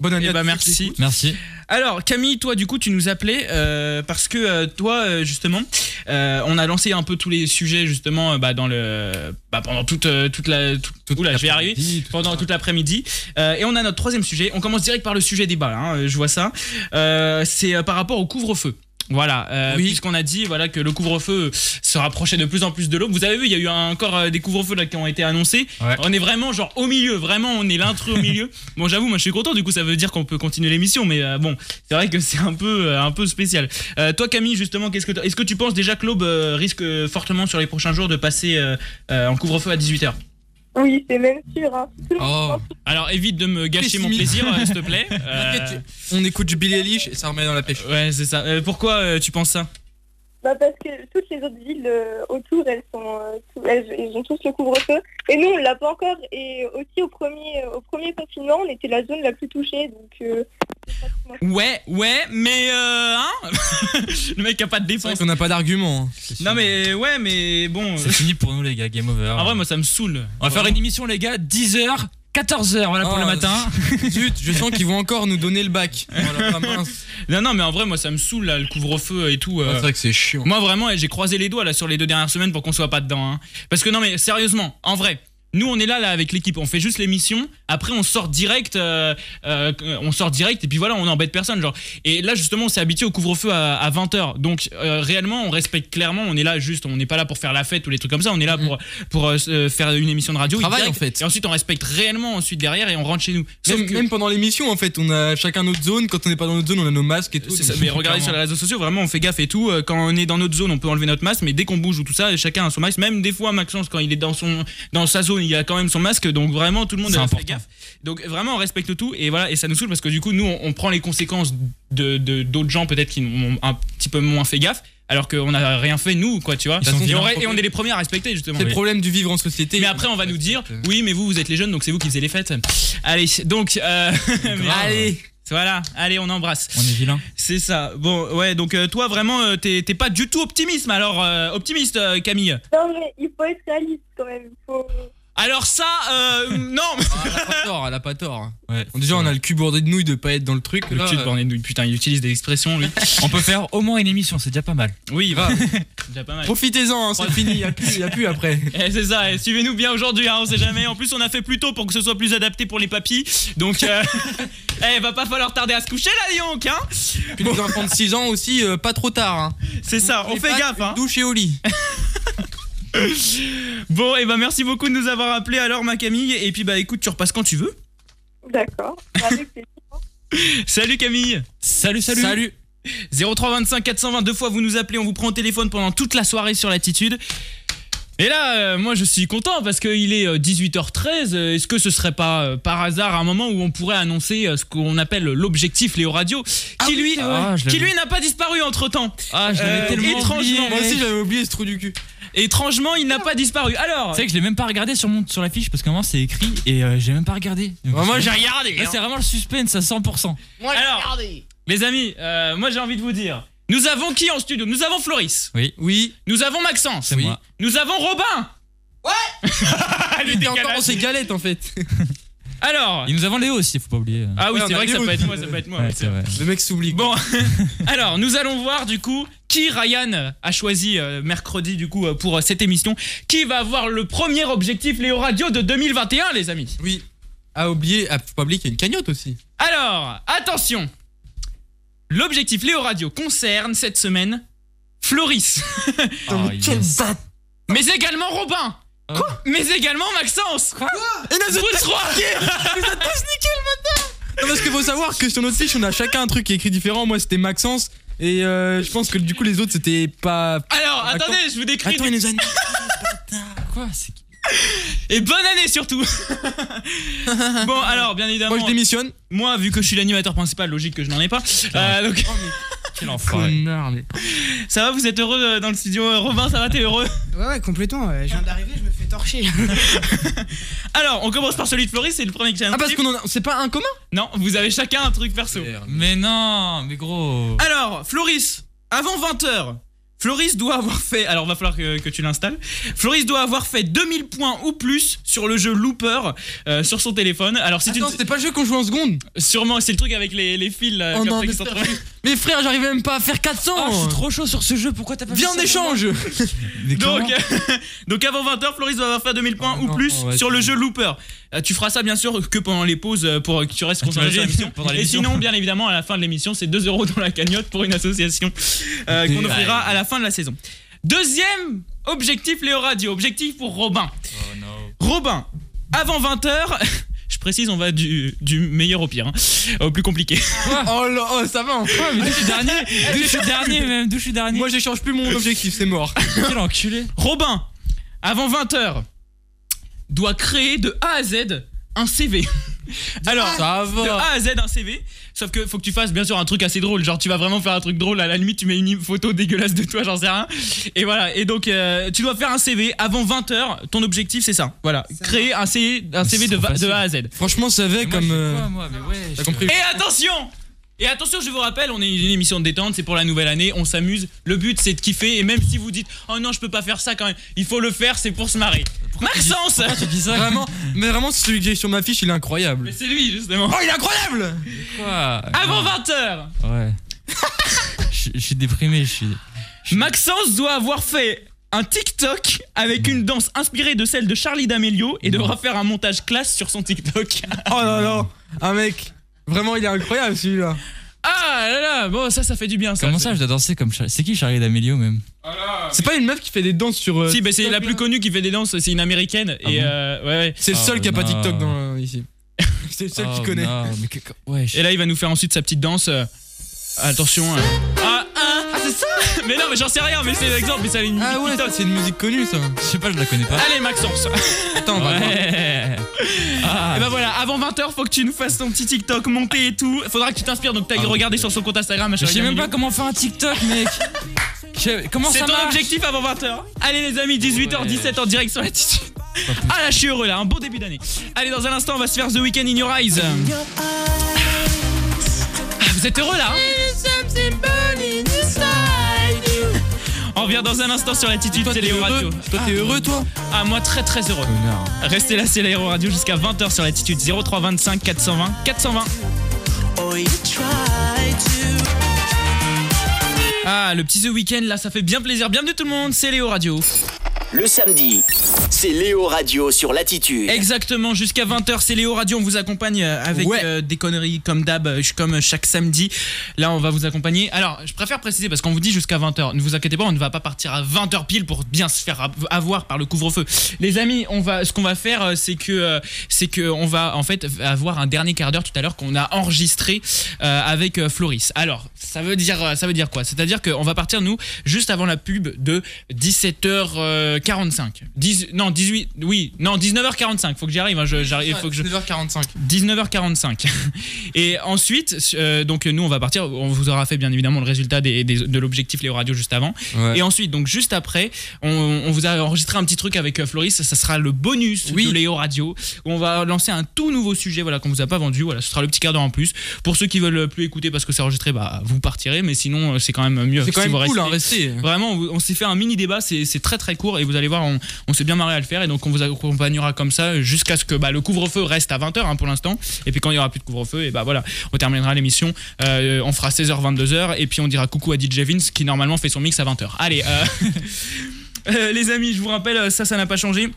Speaker 7: Bonne année.
Speaker 1: Eh
Speaker 7: à
Speaker 1: ben,
Speaker 7: tous ceux
Speaker 1: merci.
Speaker 7: qui écoutent.
Speaker 3: Merci.
Speaker 1: Alors Camille, toi du coup tu nous appelais euh, parce que euh, toi euh, justement euh, on a lancé un peu tous les sujets justement euh, bah, dans le bah, pendant toute euh, toute la toute, oula, je vais y arriver
Speaker 7: Dis, tout-
Speaker 1: pendant toute l'après-midi Euh, et on a notre troisième sujet. On commence direct par le sujet débat. Hein, euh, je vois ça. Euh, C'est euh, par rapport au couvre-feu. Voilà, euh,
Speaker 7: Oui.
Speaker 1: puisqu'on a dit voilà que le couvre-feu se rapprochait de plus en plus de l'aube. Vous avez vu, il y a eu un- encore euh, des couvre-feux là qui ont été annoncés.
Speaker 3: Ouais.
Speaker 1: On est vraiment genre au milieu, vraiment on est l'intrus au milieu. Bon, j'avoue, moi je suis content. Du coup, ça veut dire qu'on peut continuer l'émission, mais euh, bon, c'est vrai que c'est un peu euh, un peu spécial. Euh, toi, Camille, justement, qu'est-ce que t'en- est-ce que tu penses déjà que l'aube euh, risque euh, fortement sur les prochains jours de passer euh, euh, en couvre-feu à 18 h
Speaker 8: Oui, c'est même sûr. Hein.
Speaker 7: Oh.
Speaker 1: Alors évite de me gâcher mon plaisir, euh, s'il te *laughs* plaît. Euh,
Speaker 7: T'inquiète, On écoute du Billy Eilish et ça remet dans la pêche.
Speaker 1: ouais, c'est ça. Euh, pourquoi euh, tu penses ça
Speaker 8: Bah parce que toutes les autres villes euh, autour, elles sont, euh, tout- elles, elles ont tous le couvre-feu. Et nous, on l'a pas encore. Et aussi au premier, euh, au premier confinement, on était la zone la plus touchée. Donc, euh, c'est pratiquement-
Speaker 1: Ouais, ouais, mais euh, hein *laughs* Le mec a pas de
Speaker 7: C'est vrai
Speaker 1: défense.
Speaker 7: qu'on n'a pas d'argument.
Speaker 1: Non mais ouais, mais bon. euh,
Speaker 3: C'est fini pour nous les gars, game over.
Speaker 1: En vrai, moi ça me saoule.
Speaker 3: On va faire une émission les gars, 10h, 14h voilà pour
Speaker 7: Oh,
Speaker 3: le matin.
Speaker 7: *laughs* Zut, je sens qu'ils vont encore nous donner le bac. Voilà, pas mince.
Speaker 1: Non, non, mais en vrai, moi ça me saoule là, le couvre-feu et tout. euh.
Speaker 7: C'est vrai que c'est chiant.
Speaker 1: Moi vraiment, eh, j'ai croisé les doigts là sur les deux dernières semaines pour qu'on soit pas dedans. hein. Parce que non mais sérieusement, en vrai, Nous, on est là, là avec l'équipe. On fait juste l'émission. Après, on sort direct. euh, euh, on sort direct. Et puis voilà, on embête personne. Genre. Et là, justement, on s'est habitué au couvre-feu à, 20h. Donc, euh, réellement, on respecte clairement. On est là juste. On n'est pas là pour faire la fête ou les trucs comme ça. On est là pour, pour euh, se- faire une émission de radio. et
Speaker 7: Mm-hmm. Travail,
Speaker 1: direct.
Speaker 7: en fait.
Speaker 1: Et ensuite, on respecte réellement ensuite derrière et on rentre chez nous. Sauf
Speaker 7: Même,
Speaker 1: que-
Speaker 7: même pendant l'émission, en fait, on a chacun notre zone. Quand on n'est pas dans notre zone, on a nos masques et tout.
Speaker 1: C'est
Speaker 7: donc-
Speaker 1: ça, mais regardez sur les réseaux sociaux, vraiment, on fait gaffe et tout. Euh, Quand on est dans notre zone, on peut enlever notre masque, mais dès qu'on bouge ou tout ça, chacun a son masque. Même des fois, Maxence, quand il est dans son, dans sa zone, il a quand même son masque. Donc vraiment, tout le monde
Speaker 3: C'est
Speaker 1: a fait
Speaker 3: important.
Speaker 1: gaffe. Donc vraiment, on respecte tout et voilà, et ça nous saoule parce que du coup, nous, on, on prend les conséquences de de- d'autres gens peut-être qui ont un petit peu moins fait gaffe, alors qu'on n'a rien fait nous, quoi, tu vois.
Speaker 7: Ils sont
Speaker 1: Et on,
Speaker 7: violents.
Speaker 1: et on est les premiers à respecter justement.
Speaker 7: C'est le
Speaker 1: Oui.
Speaker 7: problème du vivre en société.
Speaker 1: Mais après, on va nous dire, oui, mais vous, vous êtes les jeunes, donc c'est vous qui faisiez les fêtes. Allez, donc, euh, *laughs* mais- allez, voilà, allez, on embrasse.
Speaker 3: On est vilain.
Speaker 1: C'est ça. Bon, ouais, donc euh, toi, vraiment, euh, t'es t'es pas du tout optimisme, alors, euh, optimiste, euh, Camille.
Speaker 8: Non, mais il faut être réaliste quand même. Il faut...
Speaker 1: Alors ça, euh, *laughs* non
Speaker 7: Elle a pas tort, elle a pas tort.
Speaker 3: Ouais.
Speaker 7: Déjà, on a le cul bourré de nouilles de pas être dans le truc.
Speaker 1: Le
Speaker 7: là. euh,
Speaker 1: cul de Bornet Nouille, putain, il utilise des expressions, lui.
Speaker 3: On peut faire au moins une émission, c'est déjà pas mal.
Speaker 1: *laughs* Oui, il va.
Speaker 7: Profitez-en, hein, c'est fini, y a plus, y a plus après.
Speaker 1: Eh, c'est ça, eh, suivez-nous bien aujourd'hui, hein, on sait jamais. En plus, on a fait plus tôt pour que ce soit plus adapté pour les papis. Donc, *laughs* euh, eh, va pas falloir tarder à se coucher là, Yonk, hein
Speaker 7: *laughs* Puis les enfants de 6 ans aussi, euh, pas trop tard. hein.
Speaker 1: C'est ça, on
Speaker 7: Les
Speaker 1: fait
Speaker 7: pâtes,
Speaker 1: gaffe,
Speaker 7: une
Speaker 1: hein
Speaker 7: Douche et
Speaker 1: *laughs*
Speaker 7: au lit.
Speaker 1: Bon, et ben merci beaucoup de nous avoir appelé alors, ma Camille. Et puis, bah écoute, tu repasses quand tu veux.
Speaker 8: D'accord. Avec plaisir.
Speaker 1: Salut, Camille
Speaker 3: Salut, salut.
Speaker 7: Salut.
Speaker 1: 0325 422 fois vous nous appelez, on vous prend au téléphone pendant toute la soirée sur l'attitude. Et là, euh, moi je suis content parce qu'il est euh, 18h13. euh, Est-ce que ce serait pas euh, par hasard un moment où on pourrait annoncer euh, ce qu'on appelle l'objectif Léo Radio, qui lui,
Speaker 3: Ah, je l'avais-
Speaker 1: qui lui n'a pas disparu entre temps.
Speaker 3: Ah, je l'avais
Speaker 1: Euh,
Speaker 3: tellement
Speaker 1: étrangement.
Speaker 3: oublié.
Speaker 7: Moi aussi, j'avais oublié ce trou du cul.
Speaker 1: Étrangement, il n'a pas disparu. Alors,
Speaker 3: C'est vrai que je l'ai même pas regardé sur, mon, sur la fiche parce qu'à un moment c'est écrit et euh, j'ai même pas regardé. Donc,
Speaker 7: Moi,
Speaker 3: c'est-
Speaker 7: j'ai
Speaker 3: Là,
Speaker 7: regardé.
Speaker 3: c'est vraiment le suspense à 100%.
Speaker 1: alors, les amis, euh, moi j'ai envie de vous dire, nous avons qui en studio Nous avons Floris,
Speaker 7: Oui,
Speaker 1: nous avons Maxence,
Speaker 3: C'est
Speaker 7: Oui.
Speaker 3: moi.
Speaker 1: nous avons Robin. *laughs* Ouais.
Speaker 7: il était encore dans ses galettes en fait.
Speaker 1: Alors,
Speaker 3: *laughs* Et nous avons Léo aussi, faut pas oublier.
Speaker 1: Ah oui,
Speaker 7: Ouais,
Speaker 1: c'est
Speaker 7: on a
Speaker 1: vrai que ça
Speaker 7: Léo.
Speaker 1: peut être moi, ça peut être moi.
Speaker 3: Ouais,
Speaker 1: ouais,
Speaker 3: c'est vrai.
Speaker 7: Le mec s'oublie.
Speaker 1: Bon, alors nous allons voir du coup qui Ryan a choisi euh, mercredi du coup euh, pour euh, cette émission. Qui va avoir le premier objectif Léo Radio de 2021, les amis
Speaker 7: Oui. Ah, oublié, ah, faut pas oublier qu'il y a une cagnotte aussi.
Speaker 1: Alors, attention L'objectif Léo Radio concerne cette semaine *laughs* Floris,
Speaker 3: Ah, yes.
Speaker 1: mais également Robin Quoi Mais également Maxence Quoi Vous trois
Speaker 7: Non, parce qu'il faut savoir que sur notre fiche, on a chacun un truc qui est écrit différent. Moi, c'était Maxence. Et euh, je pense que du coup, les autres, c'était pas.
Speaker 1: Alors,
Speaker 7: Attends.
Speaker 1: attendez, je vous décris.
Speaker 7: Attends,
Speaker 1: *laughs*
Speaker 7: il nous a
Speaker 3: Quoi c'est-
Speaker 1: Et bonne année
Speaker 7: *laughs*
Speaker 1: surtout Bon, alors, bien évidemment...
Speaker 7: Moi, je Ah démissionne.
Speaker 1: Moi, vu que je suis l'animateur principal, logique que je n'en ai pas. Euh, donc,
Speaker 3: Quel enfoiré.
Speaker 7: Connard, mais-
Speaker 1: ça va, vous êtes heureux euh, dans le studio euh, Robin, ça va, t'es heureux
Speaker 11: Ouais, ouais, complètement. ouais. Je viens d'arriver, je me fais torcher.
Speaker 1: Alors, on commence par celui de Floris, c'est le premier que j'ai
Speaker 7: Ah, parce
Speaker 1: indiqué.
Speaker 7: qu'on en a. C'est pas un commun
Speaker 1: Non, vous avez chacun un truc perso.
Speaker 3: Mais non, mais gros.
Speaker 1: Alors, Floris, avant 20h, Floris doit avoir fait. Alors, va falloir que, que tu l'installes. Floris doit avoir fait 2000 points ou plus sur le jeu Looper euh, sur son téléphone. Alors, si
Speaker 7: Attends,
Speaker 1: tu.
Speaker 7: c'était pas le jeu qu'on joue en seconde
Speaker 1: Sûrement, c'est le truc avec les, les fils. euh,
Speaker 7: Oh
Speaker 1: comme
Speaker 7: non,
Speaker 1: ça, qui
Speaker 7: mais
Speaker 1: sont
Speaker 7: c'est-
Speaker 1: trouvés.
Speaker 7: Mais frère, j'arrive même pas à faire 400
Speaker 3: Ah, je suis trop chaud sur ce jeu, pourquoi t'as pas
Speaker 7: Viens
Speaker 3: fait
Speaker 7: en
Speaker 3: ça pour moi *laughs*
Speaker 7: échange
Speaker 3: Mais
Speaker 1: Donc, *laughs*
Speaker 3: comment
Speaker 1: donc avant 20h, Floris doit avoir fait 2000 points
Speaker 7: Oh
Speaker 1: ou
Speaker 7: non,
Speaker 1: plus
Speaker 7: ouais,
Speaker 1: sur
Speaker 7: tu-
Speaker 1: le jeu Looper. Euh, tu feras ça bien sûr que pendant les pauses euh, pour que tu restes concentré sur
Speaker 3: Ah, T'imagines
Speaker 1: l'émission.
Speaker 3: Pendant
Speaker 1: Et
Speaker 3: l'émission.
Speaker 1: sinon, bien évidemment, à la fin de l'émission, c'est 2 euros dans la cagnotte pour une association euh, qu'on
Speaker 7: Ouais.
Speaker 1: offrira à la fin de la saison. Deuxième objectif Léo Radio, objectif pour Robin. Robin, avant 20h, *laughs* je précise, on va du, du meilleur au pire, hein, au plus compliqué.
Speaker 7: Oh là, oh, ça va enfin mais-
Speaker 3: D'où je suis
Speaker 7: *laughs*
Speaker 3: dernier, d'où je suis dernier même, d'où je suis dernier.
Speaker 7: Moi, j'échange plus mon objectif,
Speaker 3: *laughs*
Speaker 7: c'est mort.
Speaker 3: quel enculé.
Speaker 1: Robin, avant 20h, doit créer de A à Z un CV. *laughs* Alors,
Speaker 7: Ah, Ça
Speaker 1: de
Speaker 3: Ah.
Speaker 7: va
Speaker 1: A à Z un CV. Sauf que faut que tu fasses bien sûr un truc assez drôle. Genre tu vas vraiment faire un truc drôle. À la limite tu mets une photo dégueulasse de toi, j'en sais rien. Et voilà. Et donc euh, tu dois faire un CV avant 20h. Ton objectif c'est ça. Voilà. Créer un CV, un CV de,
Speaker 3: c'est trop
Speaker 1: va- de
Speaker 3: facile.
Speaker 1: A à Z.
Speaker 7: Franchement, ça
Speaker 3: Moi,
Speaker 7: va
Speaker 3: je
Speaker 7: comme.
Speaker 3: fais
Speaker 7: euh,
Speaker 3: quoi, moi Mais ouais,
Speaker 7: T'as
Speaker 3: je- *laughs*
Speaker 7: compris
Speaker 1: Et attention et attention, je vous rappelle, on est une émission de détente, c'est pour la nouvelle année, on s'amuse. Le but, c'est de kiffer. Et même si vous dites, oh non, je peux pas faire ça quand même, il faut le faire, c'est pour se marrer. Maxence
Speaker 3: Tu dis ça
Speaker 7: Vraiment, mais vraiment, celui que j'ai sur ma fiche, il est
Speaker 1: *laughs*
Speaker 7: incroyable.
Speaker 1: Mais c'est lui, justement.
Speaker 7: Oh, il est incroyable
Speaker 3: Quoi
Speaker 1: Avant 20h,
Speaker 3: Ouais. Je je suis déprimé, je suis.
Speaker 1: Maxence doit avoir fait un TikTok avec une danse inspirée de celle de Charlie D'Amelio et devra faire un montage classe sur son
Speaker 3: *laughs*
Speaker 1: TikTok.
Speaker 7: *laughs* Oh là là, un mec, vraiment il est incroyable celui-là.
Speaker 1: Ah là là, bon ça ça fait du bien ça.
Speaker 3: Comment ça, je dois danser comme Charlie C'est qui Charlie D'Amelio même
Speaker 7: C'est pas une meuf qui fait des danses sur. euh,
Speaker 1: Si, bah, c'est la plus connue qui fait des danses, c'est une américaine.
Speaker 3: Ah
Speaker 1: et euh, ouais, ouais.
Speaker 7: C'est le
Speaker 3: Oh
Speaker 7: seul qui a pas TikTok dans, euh, ici. *laughs* C'est le seul qui connaît.
Speaker 1: Et là, il va nous faire ensuite sa petite danse. euh, Attention. euh. Ah, ah, c'est ça *laughs* Mais non, mais j'en sais rien, mais c'est l'exemple, mais c'est une
Speaker 7: Ah ouais, c'est une musique connue ça.
Speaker 3: Je sais pas, je la connais pas.
Speaker 1: Allez, Maxence
Speaker 7: Attends, on va
Speaker 1: *laughs* Ouais.
Speaker 3: Ah.
Speaker 1: Et ben voilà, avant 20h, faut que tu nous fasses ton petit TikTok monté et tout. Faudra que tu t'inspires, donc t'as
Speaker 3: Ah,
Speaker 1: regardé sur son compte Instagram.
Speaker 3: Je sais même pas comment faire un TikTok,
Speaker 7: *laughs*
Speaker 3: mec. Je- Comment
Speaker 1: C'est
Speaker 3: ça
Speaker 1: ton
Speaker 3: marche
Speaker 1: objectif avant 20h. Allez, les amis, 18h, 17 en direct sur l'attitude. Ah là, je suis heureux là, un bon début d'année. Allez, dans un instant, on va se faire The Weekend in Your Eyes. Ah, Vous êtes heureux là hein On revient dans un instant sur l'attitude, c'est Léo Radio.
Speaker 7: Toi t'es heureux toi
Speaker 1: Ah, moi très très heureux. Restez là, c'est l'Aéro Radio jusqu'à 20h sur l'attitude 0325 420 420. Ah, le petit The Weekend là, ça fait bien plaisir. Bienvenue tout le monde, c'est Léo Radio.
Speaker 2: Le samedi, c'est Léo Radio sur Latitude.
Speaker 1: Exactement, jusqu'à 20h, c'est Léo Radio, on vous accompagne euh, avec
Speaker 7: Ouais.
Speaker 1: euh, des conneries comme d'hab, euh, ch- comme chaque samedi. Là, on va vous accompagner. Alors, je préfère préciser parce qu'on vous dit jusqu'à 20h. Ne vous inquiétez pas, on ne va pas partir à 20h pile pour bien se faire av- avoir par le couvre-feu. Les amis, on va ce qu'on va faire euh, c'est que euh, c'est que on va en fait avoir un dernier quart d'heure tout à l'heure qu'on a enregistré euh, avec euh, Floris. Alors, ça veut dire euh, ça veut dire quoi C'est-à-dire qu'on va partir nous juste avant la pub de 17h45. Dix- non, 18 oui, non, 19h45. Faut que j'y arrive, hein, je- j'arrive, faut que je
Speaker 7: 9h45.
Speaker 1: 19h45. *laughs* Et ensuite, euh, donc nous, on va partir. On vous aura fait bien évidemment le résultat des- des- de l'objectif Léo Radio juste avant.
Speaker 7: Ouais.
Speaker 1: Et ensuite, donc juste après, on, on vous a enregistré un petit truc avec euh, Floris. Ça sera le bonus
Speaker 7: Oui.
Speaker 1: de Léo Radio. Où on va lancer un tout nouveau sujet voilà, qu'on vous a pas vendu. Voilà, ce sera le petit quart d'heure en plus. Pour ceux qui veulent plus écouter parce que c'est enregistré, bah, vous partirez. Mais sinon, euh, c'est quand même mieux.
Speaker 7: C'est quand
Speaker 1: si
Speaker 7: même
Speaker 1: vous
Speaker 7: cool
Speaker 1: restez.
Speaker 7: hein, restez.
Speaker 1: Vraiment, on on s'est fait un mini débat, c'est c'est très très court et vous allez voir, on, on s'est bien marré à le faire et donc on vous accompagnera comme ça jusqu'à ce que bah, le couvre-feu reste à 20h pour l'instant. Et puis quand il y aura plus de couvre-feu, et bah voilà, on terminera l'émission. Euh, on fera 16h, 22h et puis on dira coucou à DJ Vince qui normalement fait son mix à 20h. Allez, euh, *laughs* euh, les amis, je vous rappelle, ça, ça n'a pas changé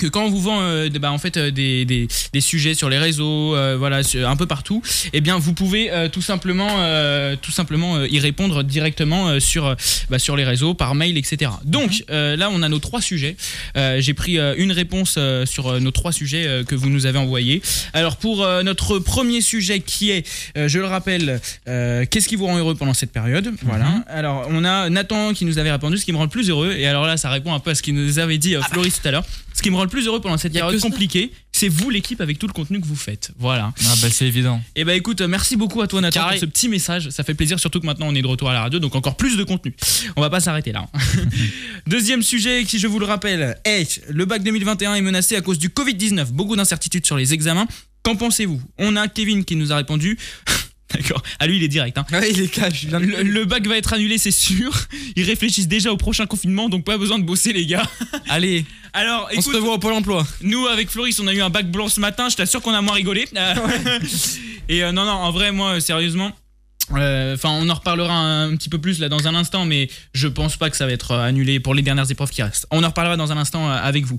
Speaker 1: que quand on vous vend euh, de- bah, en fait euh, des, des- des sujets sur les réseaux euh, voilà sur- un peu partout eh bien vous pouvez euh, tout simplement euh, tout simplement euh, y répondre directement euh, sur euh, bah, sur les réseaux par mail etc
Speaker 7: Mhm.
Speaker 1: donc euh, là on a nos trois sujets Euh, j'ai pris euh, une réponse euh, sur euh, nos trois sujets euh, que vous nous avez envoyés alors pour euh, notre premier sujet qui est euh, je le rappelle euh, qu'est-ce qui vous rend heureux pendant cette période
Speaker 7: Mhm.
Speaker 1: voilà alors on a Nathan qui nous avait répondu ce qui me rend le plus heureux et alors là ça répond un peu à ce qu'il nous avait dit euh, Floris tout à l'heure ce qui me rend le plus heureux pendant cette
Speaker 7: Ah. Y a
Speaker 1: période
Speaker 7: que ça.
Speaker 1: compliquée, c'est vous l'équipe avec tout le contenu que vous faites. Voilà.
Speaker 3: Ah bah c'est évident.
Speaker 1: Et bah écoute, merci beaucoup à toi Nathan
Speaker 7: Carré.
Speaker 1: pour ce petit message. Ça fait plaisir, surtout que maintenant on est de retour à la radio, donc encore plus de contenu. On va pas s'arrêter
Speaker 7: *laughs*
Speaker 1: là. hein. Deuxième sujet qui, je vous le rappelle, est le bac 2021 est menacé à cause du Covid-19. Beaucoup d'incertitudes sur les examens. Qu'en pensez-vous On a Kevin qui nous a répondu. *laughs* D'accord. À lui, il est direct. hein.
Speaker 7: Ouais, il est calme, je viens de
Speaker 1: Le, le bac va être annulé, c'est sûr. Ils réfléchissent déjà au prochain confinement, donc pas besoin de bosser, les gars.
Speaker 7: Allez,
Speaker 1: Alors,
Speaker 7: on se
Speaker 1: écoute,
Speaker 7: revoit au Pôle emploi.
Speaker 1: nous, avec Floris, on a eu un bac blanc ce matin. Je t'assure qu'on a moins rigolé. Euh, *laughs* Et euh, non, non, en vrai, moi, euh, sérieusement. euh, Enfin, on en reparlera un, petit peu plus là dans un instant, mais je pense pas que ça va être euh, annulé pour les dernières épreuves qui restent. On en reparlera dans un instant euh, avec vous.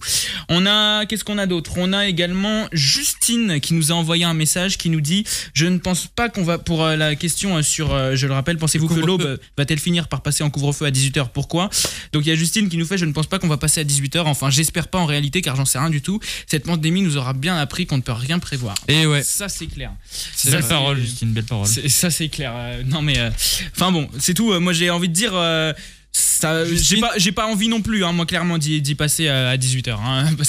Speaker 1: On a, qu'est-ce qu'on a d'autre On a également Justine qui nous a envoyé un message qui nous dit Je ne pense pas qu'on va pour euh, la question euh, sur, euh, je le rappelle, pensez-vous que
Speaker 7: couvre-feu.
Speaker 1: l'aube euh, va-t-elle finir par passer en couvre-feu à 18h Pourquoi donc il y a Justine qui nous fait Je ne pense pas qu'on va passer à 18h. Enfin, j'espère pas en réalité, car j'en sais rien du tout. Cette pandémie nous aura bien appris qu'on ne peut rien prévoir.
Speaker 7: Et Eh ouais,
Speaker 1: Ça, c'est clair.
Speaker 3: C'est belle
Speaker 1: Ça,
Speaker 3: parole, Justine, belle parole.
Speaker 1: c'est- Ça, c'est clair. Euh, non, mais. euh, Enfin bon, c'est tout. Euh, Moi, j'ai envie de dire. euh, ça- j'ai pas j'ai pas envie non plus hein, moi clairement d'y d'y passer euh, à, 18h *laughs* parce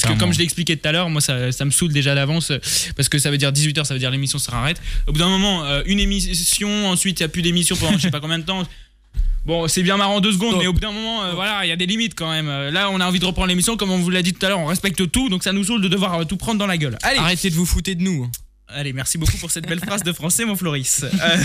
Speaker 1: que
Speaker 3: Clairement.
Speaker 1: comme je l'ai expliqué tout à l'heure moi ça, ça me saoule déjà à l'avance euh, parce que ça veut dire 18h ça veut dire l'émission se arrête au bout d'un moment euh, une émission ensuite il y a plus d'émission pendant je sais pas combien de temps bon c'est bien marrant deux secondes
Speaker 7: Stop.
Speaker 1: mais au bout d'un moment euh, voilà il y a des limites quand même Euh, là on a envie de reprendre l'émission comme on vous l'a dit tout à l'heure on respecte tout donc ça nous saoule de devoir euh, tout prendre dans la gueule allez
Speaker 7: arrêtez de vous foutre de nous.
Speaker 1: Allez, merci beaucoup pour cette belle phrase de français, mon Floris. Euh,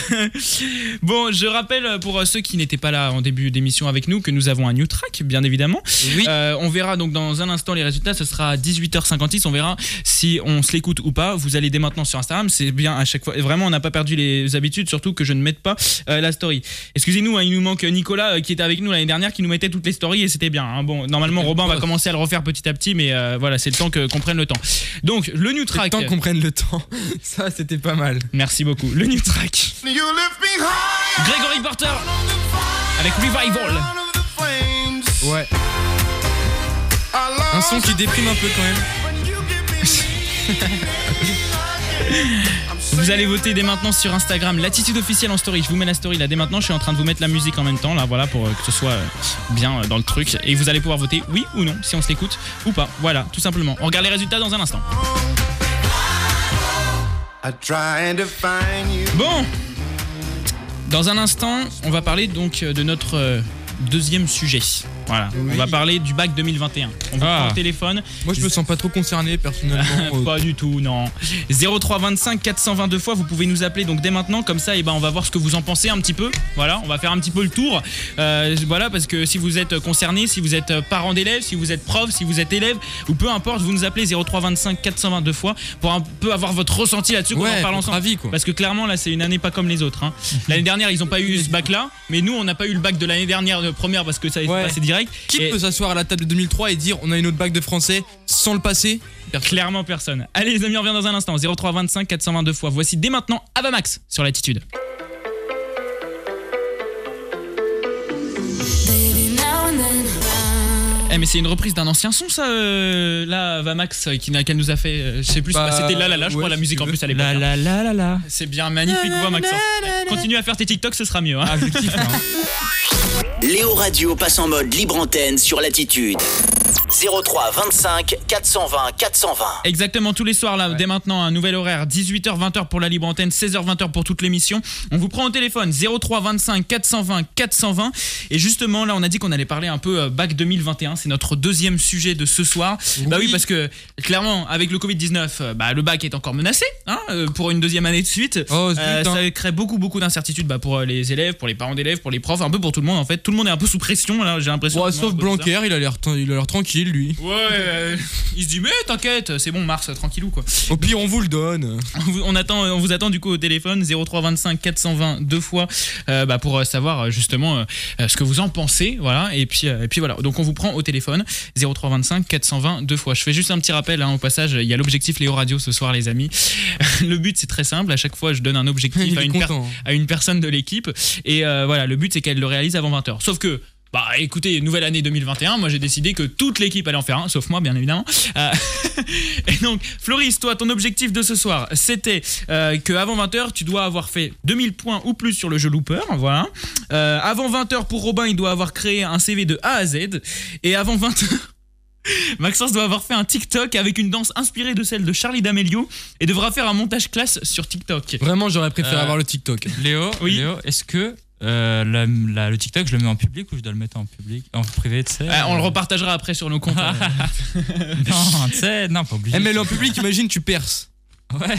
Speaker 1: *laughs* bon, je rappelle euh, pour ceux qui n'étaient pas là en début d'émission avec nous que nous avons un new track, bien évidemment. Euh, on verra donc dans un instant les résultats. Ce sera à 18h56. On verra si on se l'écoute ou pas. Vous allez dès maintenant sur Instagram. C'est bien à chaque fois. Et Vraiment, on n'a pas perdu les habitudes, surtout que je ne mette pas euh, la story. Excusez-nous, hein, il nous manque Nicolas euh, qui était avec nous l'année dernière, qui nous mettait toutes les stories et c'était bien. hein. Bon, normalement, Robin va commencer à le refaire petit à petit, mais euh, voilà, c'est le temps que- qu'on prenne le temps. Donc, le new track.
Speaker 7: Tant qu'on prenne le temps, *laughs* ça c'était pas mal.
Speaker 1: Merci beaucoup. Le new track.
Speaker 10: You lift me high
Speaker 1: Gregory Porter avec Revival.
Speaker 7: Ouais. Un son qui déprime un peu quand même.
Speaker 1: Vous allez voter dès maintenant sur Instagram, l'attitude officielle en story. Je vous mets la story là dès maintenant. Je suis en train de vous mettre la musique en même temps, là voilà, pour euh, que ce soit euh, bien euh, dans le truc. Et vous allez pouvoir voter oui ou non, si on se l'écoute ou pas. Voilà, tout simplement. On regarde les résultats dans un instant. Bon, dans un instant, on va parler donc euh, de notre euh, deuxième sujet. Voilà, on va parler du bac 2021. On vous prend
Speaker 7: Ah.
Speaker 1: le téléphone.
Speaker 7: Moi je me sens pas trop concerné personnellement.
Speaker 1: *laughs*
Speaker 7: euh,
Speaker 1: pas du tout, non. 0325 422 fois, vous pouvez nous appeler donc dès maintenant, comme ça, et ben on va voir ce que vous en pensez un petit peu. Voilà, on va faire un petit peu le tour. Euh, voilà, parce que si vous êtes concerné, si vous êtes parent d'élève, si vous êtes prof, si vous êtes élève, ou peu importe, vous nous appelez 0325 422 fois pour un peu avoir votre ressenti là-dessus qu'on
Speaker 7: euh, Ouais,
Speaker 1: en parle
Speaker 7: votre
Speaker 1: ensemble. Bah,
Speaker 7: avis, quoi.
Speaker 1: Parce que clairement, là, c'est une année pas comme les autres.
Speaker 7: *laughs*
Speaker 1: hein. L'année dernière, ils ont pas eu ce bac-là, mais nous, on n'a pas eu le bac de l'année dernière, de première, parce que ça s'est
Speaker 7: Ouais.
Speaker 1: passé direct.
Speaker 7: Qui
Speaker 1: Et-
Speaker 7: peut s'asseoir à la table de 2003 et dire on a une autre bague de français sans le passer
Speaker 1: Clairement personne. Allez les amis, on revient dans un instant. 0325 422 fois. Voici dès maintenant Avamax sur l'attitude. Eh mais c'est une reprise d'un ancien son ça euh, là Avamax euh, qui qu'elle nous a fait euh, je sais plus
Speaker 7: Bah,
Speaker 1: bah, c'était là là là je
Speaker 7: ouais,
Speaker 1: crois la
Speaker 7: si
Speaker 1: musique
Speaker 7: tu
Speaker 1: en
Speaker 7: veux.
Speaker 1: plus à l'époque.
Speaker 3: La,
Speaker 1: hein.
Speaker 3: la, la, la, la.
Speaker 1: C'est bien magnifique voix Maxence. Continue à faire tes TikTok ce sera
Speaker 7: Ah,
Speaker 1: mieux. hein.
Speaker 2: Léo Radio passe en mode libre antenne sur l'attitude. 03 25 420 420.
Speaker 1: Exactement, tous les soirs, là, dès maintenant, un nouvel horaire 18h, 20h pour la libre antenne, 16h, 20h pour toute l'émission. On vous prend au téléphone 03 25 420 420. Et justement, là, on a dit qu'on allait parler un peu euh, bac 2021. C'est notre deuxième sujet de ce soir. Bah oui, parce que clairement, avec le Covid-19, euh, bah, le bac est encore menacé hein, euh, pour une deuxième année de suite. Euh,
Speaker 7: Oh, zut, hein.
Speaker 1: ça crée beaucoup, beaucoup d'incertitudes bah, pour euh, les élèves, pour les parents d'élèves, pour les profs, un peu pour tout le monde en fait. Tout le monde est un peu sous pression, là, j'ai l'impression.
Speaker 7: *laughs* Ouais,
Speaker 1: Tout le
Speaker 7: sauf
Speaker 1: monde est un peu
Speaker 7: Blanquer, il a l'air tra- il a l'air tranquille lui.
Speaker 1: Ouais, euh, il se dit mais t'inquiète, c'est bon Mars, tranquillou quoi.
Speaker 7: Au pire on vous le donne.
Speaker 1: On vous- On, attend, on vous attend du coup au téléphone 0325 420 deux fois euh, bah, pour euh, savoir euh, justement euh, euh, ce que vous en pensez. Voilà, et puis, euh, et puis voilà. Donc on vous prend au téléphone 0325 420 deux fois. Je fais juste un petit rappel hein, au passage. Il y a l'objectif Léo Radio ce soir, les amis. *laughs* Le but c'est très simple. À chaque fois, je donne un objectif
Speaker 7: *laughs* Il
Speaker 1: à
Speaker 7: est
Speaker 1: une, per-
Speaker 7: content.
Speaker 1: à une personne de l'équipe. Et euh, voilà, le but c'est qu'elle le réalise avant 20h. Sauf que. Bah écoutez, nouvelle année 2021, moi j'ai décidé que toute l'équipe allait en faire un, sauf moi bien évidemment. Euh, *laughs* et donc, Floris, toi, ton objectif de ce soir, c'était euh, que avant 20h, tu dois avoir fait 2000 points ou plus sur le jeu Looper. Voilà. Euh, avant 20h, pour Robin, il doit avoir créé un CV de A à Z. Et avant 20h. *laughs* Maxence doit avoir fait un TikTok avec une danse inspirée de celle de Charlie D'Amelio et devra faire un montage classe sur TikTok.
Speaker 7: Vraiment j'aurais préféré
Speaker 3: Euh,
Speaker 7: avoir le TikTok.
Speaker 3: Léo,
Speaker 1: Oui.
Speaker 3: Léo est-ce que euh, la- la- le TikTok, je le mets en public ou je dois le mettre en public En privé, tu sais
Speaker 1: Euh, on le repartagera après sur nos comptes. *laughs* euh,
Speaker 3: Non, tu sais, non, pas obligé.
Speaker 7: Eh mais le public imagine tu perces.
Speaker 3: Ouais,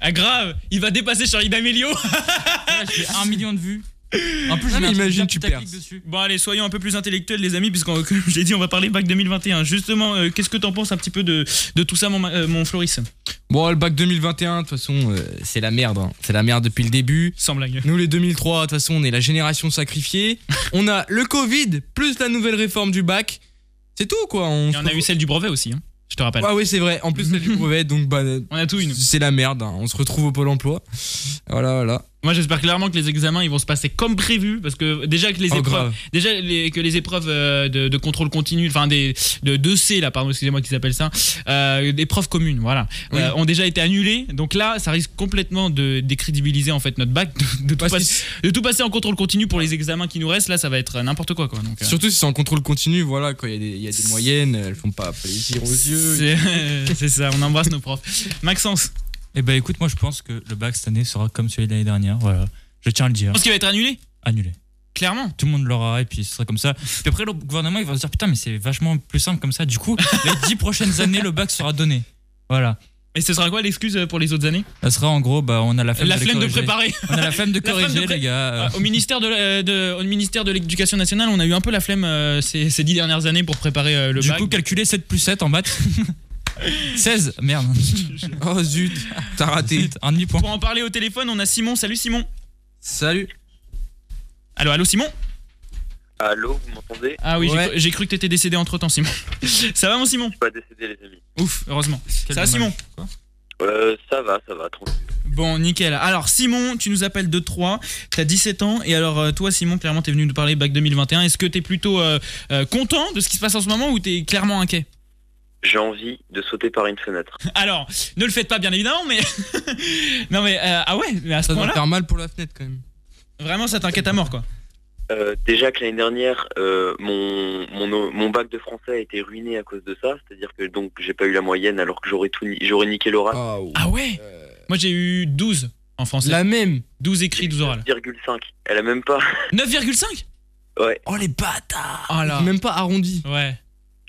Speaker 1: ah, grave, il va dépasser Charlie D'Amelio.
Speaker 3: là, je fais un million de vues. En plus, je
Speaker 7: Non, mais
Speaker 3: mets un truc
Speaker 7: imagine,
Speaker 3: bien
Speaker 7: tu
Speaker 3: putaclic
Speaker 7: perds.
Speaker 3: dessus.
Speaker 1: *laughs* Bon allez, soyons un peu plus intellectuels les amis, puisqu'on comme je l'ai dit, on va parler bac 2021. Justement, euh, qu'est-ce que t'en penses un petit peu de, de tout ça, mon, ma- euh, mon Floris
Speaker 7: Bon le bac 2021 de toute façon euh, c'est la merde. hein. C'est la merde depuis le début.
Speaker 1: Sans blague.
Speaker 7: Nous les 2003 de toute façon on est la génération sacrifiée. on a le Covid plus la nouvelle réforme du bac. C'est tout quoi. On,
Speaker 1: Et on a eu celle du brevet aussi, hein, je te rappelle.
Speaker 7: Ah oui c'est vrai. En plus *laughs* celle du brevet donc bah,
Speaker 1: On a tout une.
Speaker 7: c'est la merde. hein. On se retrouve au pôle emploi. Voilà voilà.
Speaker 1: Moi j'espère clairement que les examens ils vont se passer comme prévu parce que déjà que les
Speaker 7: Oh,
Speaker 1: épreuves
Speaker 7: grave.
Speaker 1: déjà les- que les épreuves euh, de, de contrôle continu enfin des de 2C là pardon excusez-moi qu'ils appellent ça euh, des preuves communes voilà
Speaker 7: Oui.
Speaker 1: euh, ont déjà été annulées donc là ça risque complètement de décrédibiliser en fait notre bac de, de tout,
Speaker 7: Parce que
Speaker 1: passer, de tout passer en contrôle continu pour les examens qui nous restent là ça va être n'importe quoi quoi donc euh,
Speaker 7: Surtout si c'est en contrôle continu, voilà, quand il y, a des- il y a des moyennes, elles font pas plaisir aux yeux.
Speaker 1: c'est c'est *laughs* ça on embrasse nos profs Maxence
Speaker 3: Eh ben écoute, moi je pense que le bac cette année sera comme celui de l'année dernière. Voilà, je tiens à le dire.
Speaker 1: je pense qu'il va être annulé
Speaker 3: Annulé.
Speaker 1: clairement
Speaker 3: Tout le monde l'aura et puis ce sera comme ça. Puis après, le gouvernement il va se dire putain, mais c'est vachement plus simple comme ça. Du coup, les dix prochaines années, le bac sera donné. Voilà.
Speaker 1: Et ce sera quoi l'excuse euh, pour les autres années
Speaker 3: Ça sera en gros, bah, on a la flemme
Speaker 1: La
Speaker 3: de les
Speaker 1: flemme de
Speaker 3: corriger.
Speaker 1: préparer.
Speaker 3: On a la flemme de
Speaker 1: La flemme
Speaker 3: corriger,
Speaker 1: de pré-
Speaker 3: les gars.
Speaker 1: Ah, *laughs* Au ministère de, la- de- au ministère de l'Éducation nationale, on a eu un peu la flemme euh, ces, ces dix dernières années pour préparer euh, le
Speaker 3: Du
Speaker 1: bac.
Speaker 3: coup, calculer 7 plus 7 en maths. 16, merde.
Speaker 7: oh zut, t'as raté.
Speaker 3: Un demi-point.
Speaker 1: Pour en parler au téléphone, on a Simon. Salut Simon.
Speaker 7: Salut.
Speaker 1: Allô, allô Simon
Speaker 12: Allô, vous m'entendez
Speaker 1: Ah oui, j'ai
Speaker 12: Ouais.
Speaker 1: cru- j'ai cru que t'étais décédé entre temps, Simon. *laughs* Ça va mon Simon
Speaker 12: Je suis pas décédé, les amis.
Speaker 1: Ouf, heureusement.
Speaker 12: Quel
Speaker 1: Ça va
Speaker 12: dommage.
Speaker 1: Simon
Speaker 12: Euh, ça va, ça va, tranquille.
Speaker 1: Bon, nickel. Alors, Simon, tu nous appelles de 3, t'as 17 ans, et alors, euh, toi, Simon, clairement, t'es venu nous parler bac 2021. Est-ce que t'es plutôt euh, euh, content de ce qui se passe en ce moment ou t'es clairement inquiet
Speaker 12: J'ai envie de sauter par une fenêtre.
Speaker 1: *laughs* Alors, ne le faites pas, bien évidemment, mais. *laughs* non, mais. euh, ah ouais, mais à ce
Speaker 12: Ça doit
Speaker 1: point-là.
Speaker 12: faire
Speaker 7: mal pour la fenêtre quand même.
Speaker 1: Vraiment, ça t'inquiète à mort, quoi.
Speaker 12: Euh, déjà que l'année dernière, euh, mon, mon, mon bac de français a été ruiné à cause de ça, c'est-à-dire que donc j'ai pas eu la moyenne alors que j'aurais tout ni- j'aurais niqué l'oral.
Speaker 1: Ah ouais Moi, j'ai eu 12 en français.
Speaker 12: La
Speaker 7: Euh, même
Speaker 1: 12 écrits, 12 orales.
Speaker 12: 9,5. Elle a même pas. *laughs*
Speaker 1: 9,5
Speaker 12: Ouais.
Speaker 1: Oh les bâtards Même
Speaker 7: pas arrondi.
Speaker 1: Ouais.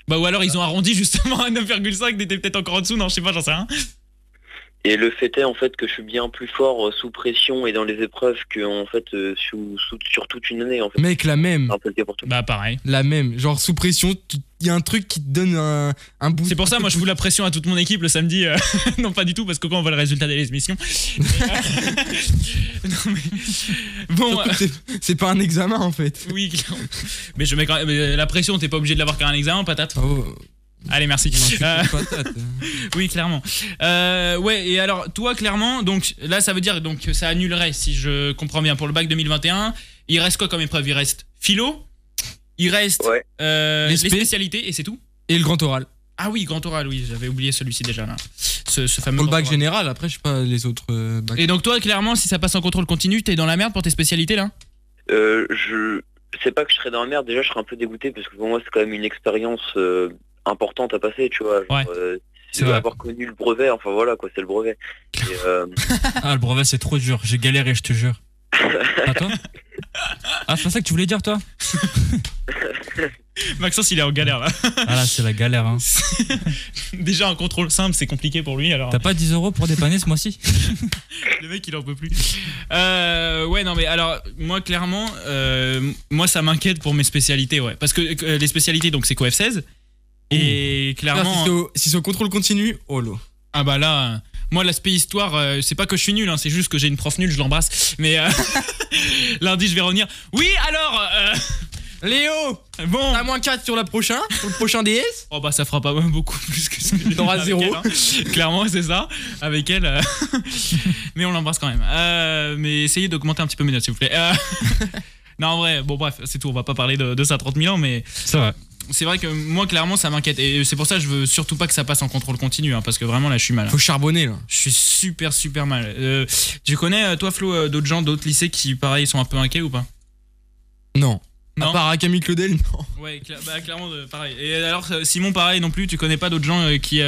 Speaker 1: Bah, ou alors, ils ont arrondi justement à 9,5, t'étais peut-être encore en dessous, non, je sais pas, j'en sais rien.
Speaker 12: Et le fait est en fait que je suis bien plus fort euh, sous pression et dans les épreuves que en fait euh, sous, sous- sur toute une année en fait.
Speaker 7: Mec, la même.
Speaker 12: C'est un peu le cas pour tout.
Speaker 1: Bah, pareil.
Speaker 7: La même. Genre sous pression, il y a un truc qui te donne un, un bout.
Speaker 1: C'est pour ça, moi, je fous la pression à toute mon équipe le samedi. euh, *laughs* non, pas du tout, parce que quand on voit le résultat des émissions. *laughs* Mais, euh, non, mais- Bon.
Speaker 7: Surtout que c'est- C'est pas un examen en fait.
Speaker 1: euh, Oui, clairement. Mais je mets quand même. mais euh, La pression, t'es pas obligé de l'avoir qu'à un examen, patate. Allez, merci. Ah Euh, oui, clairement. Euh, ouais, et alors, toi, clairement, donc là, ça veut dire donc, que ça annulerait, si je comprends bien, pour le bac 2021. Il reste quoi comme épreuve Il reste philo, il reste euh, les
Speaker 7: Les spé-
Speaker 1: spécialités, et c'est tout
Speaker 7: Et le grand oral.
Speaker 1: Ah oui, grand oral, oui, j'avais oublié celui-ci déjà là. Ce, ce fameux
Speaker 7: Pour le
Speaker 1: grand
Speaker 7: bac
Speaker 1: oral.
Speaker 7: général, après, je sais pas les autres euh, bacs.
Speaker 1: Et donc toi, clairement, si ça passe en contrôle continu, t'es dans la merde pour tes spécialités là
Speaker 12: Euh, je sais pas que je serais dans la merde, déjà je serais un peu dégoûté parce que pour moi c'est quand même une expérience euh, importante à passer, tu vois. Genre, euh,
Speaker 3: C'est vrai.
Speaker 12: avoir connu le brevet, enfin voilà quoi, c'est le brevet. Et, euh,
Speaker 3: Ah, le brevet, c'est trop dur. J'ai galéré, je te jure. Pas toi Ah, c'est pas ça que tu voulais dire, toi
Speaker 1: Maxence, il est en galère là.
Speaker 3: Ah là, c'est la galère. Hein.
Speaker 1: *laughs* déjà un contrôle simple, c'est compliqué pour lui alors.
Speaker 3: T'as pas 10 euros pour dépanner ce mois-ci
Speaker 1: *laughs* Le mec, il en peut plus. Euh, ouais, non, mais alors, moi, clairement, euh, moi, ça m'inquiète pour mes spécialités, ouais. Parce que euh, les spécialités, donc, c'est quoi F16 Et
Speaker 7: Ah, si
Speaker 1: clairement. hein.
Speaker 7: c'est au- si c'est au contrôle continu, oh l'eau.
Speaker 1: Ah bah là, euh, moi l'aspect histoire, euh, c'est pas que je suis nul, hein, c'est juste que j'ai une prof nulle, je l'embrasse. Mais euh, *laughs* lundi je vais revenir. Oui alors euh,
Speaker 7: Léo
Speaker 1: *laughs* Bon
Speaker 7: T'as moins 4 sur la prochaine, sur le prochain DS
Speaker 1: Oh bah ça fera pas *laughs* beaucoup plus que ce que j'ai
Speaker 7: T'auras
Speaker 1: fait avec
Speaker 7: zéro.
Speaker 1: elle, hein. Clairement c'est ça, avec elle. euh, *laughs* mais on l'embrasse quand même. Euh, mais essayez d'augmenter un petit peu mes notes s'il vous plaît. Euh, *laughs* non en vrai, bon bref, c'est tout, on va pas parler de, de ça 30 000 ans, mais...
Speaker 3: Ça va.
Speaker 1: C'est vrai que moi clairement ça m'inquiète et c'est pour ça que je veux surtout pas que ça passe en contrôle continu hein, parce que vraiment là je suis mal.
Speaker 7: *laughs* Faut charbonner là.
Speaker 1: Je suis super super mal. Euh, tu connais euh, toi Flo euh, d'autres gens d'autres lycées qui pareil sont un peu inquiets ou pas
Speaker 7: Non.
Speaker 1: Non.
Speaker 7: À part à Camille Claudel, non.
Speaker 1: Ouais bah, clairement euh, pareil. Et alors Simon pareil non plus tu connais pas d'autres gens euh, qui,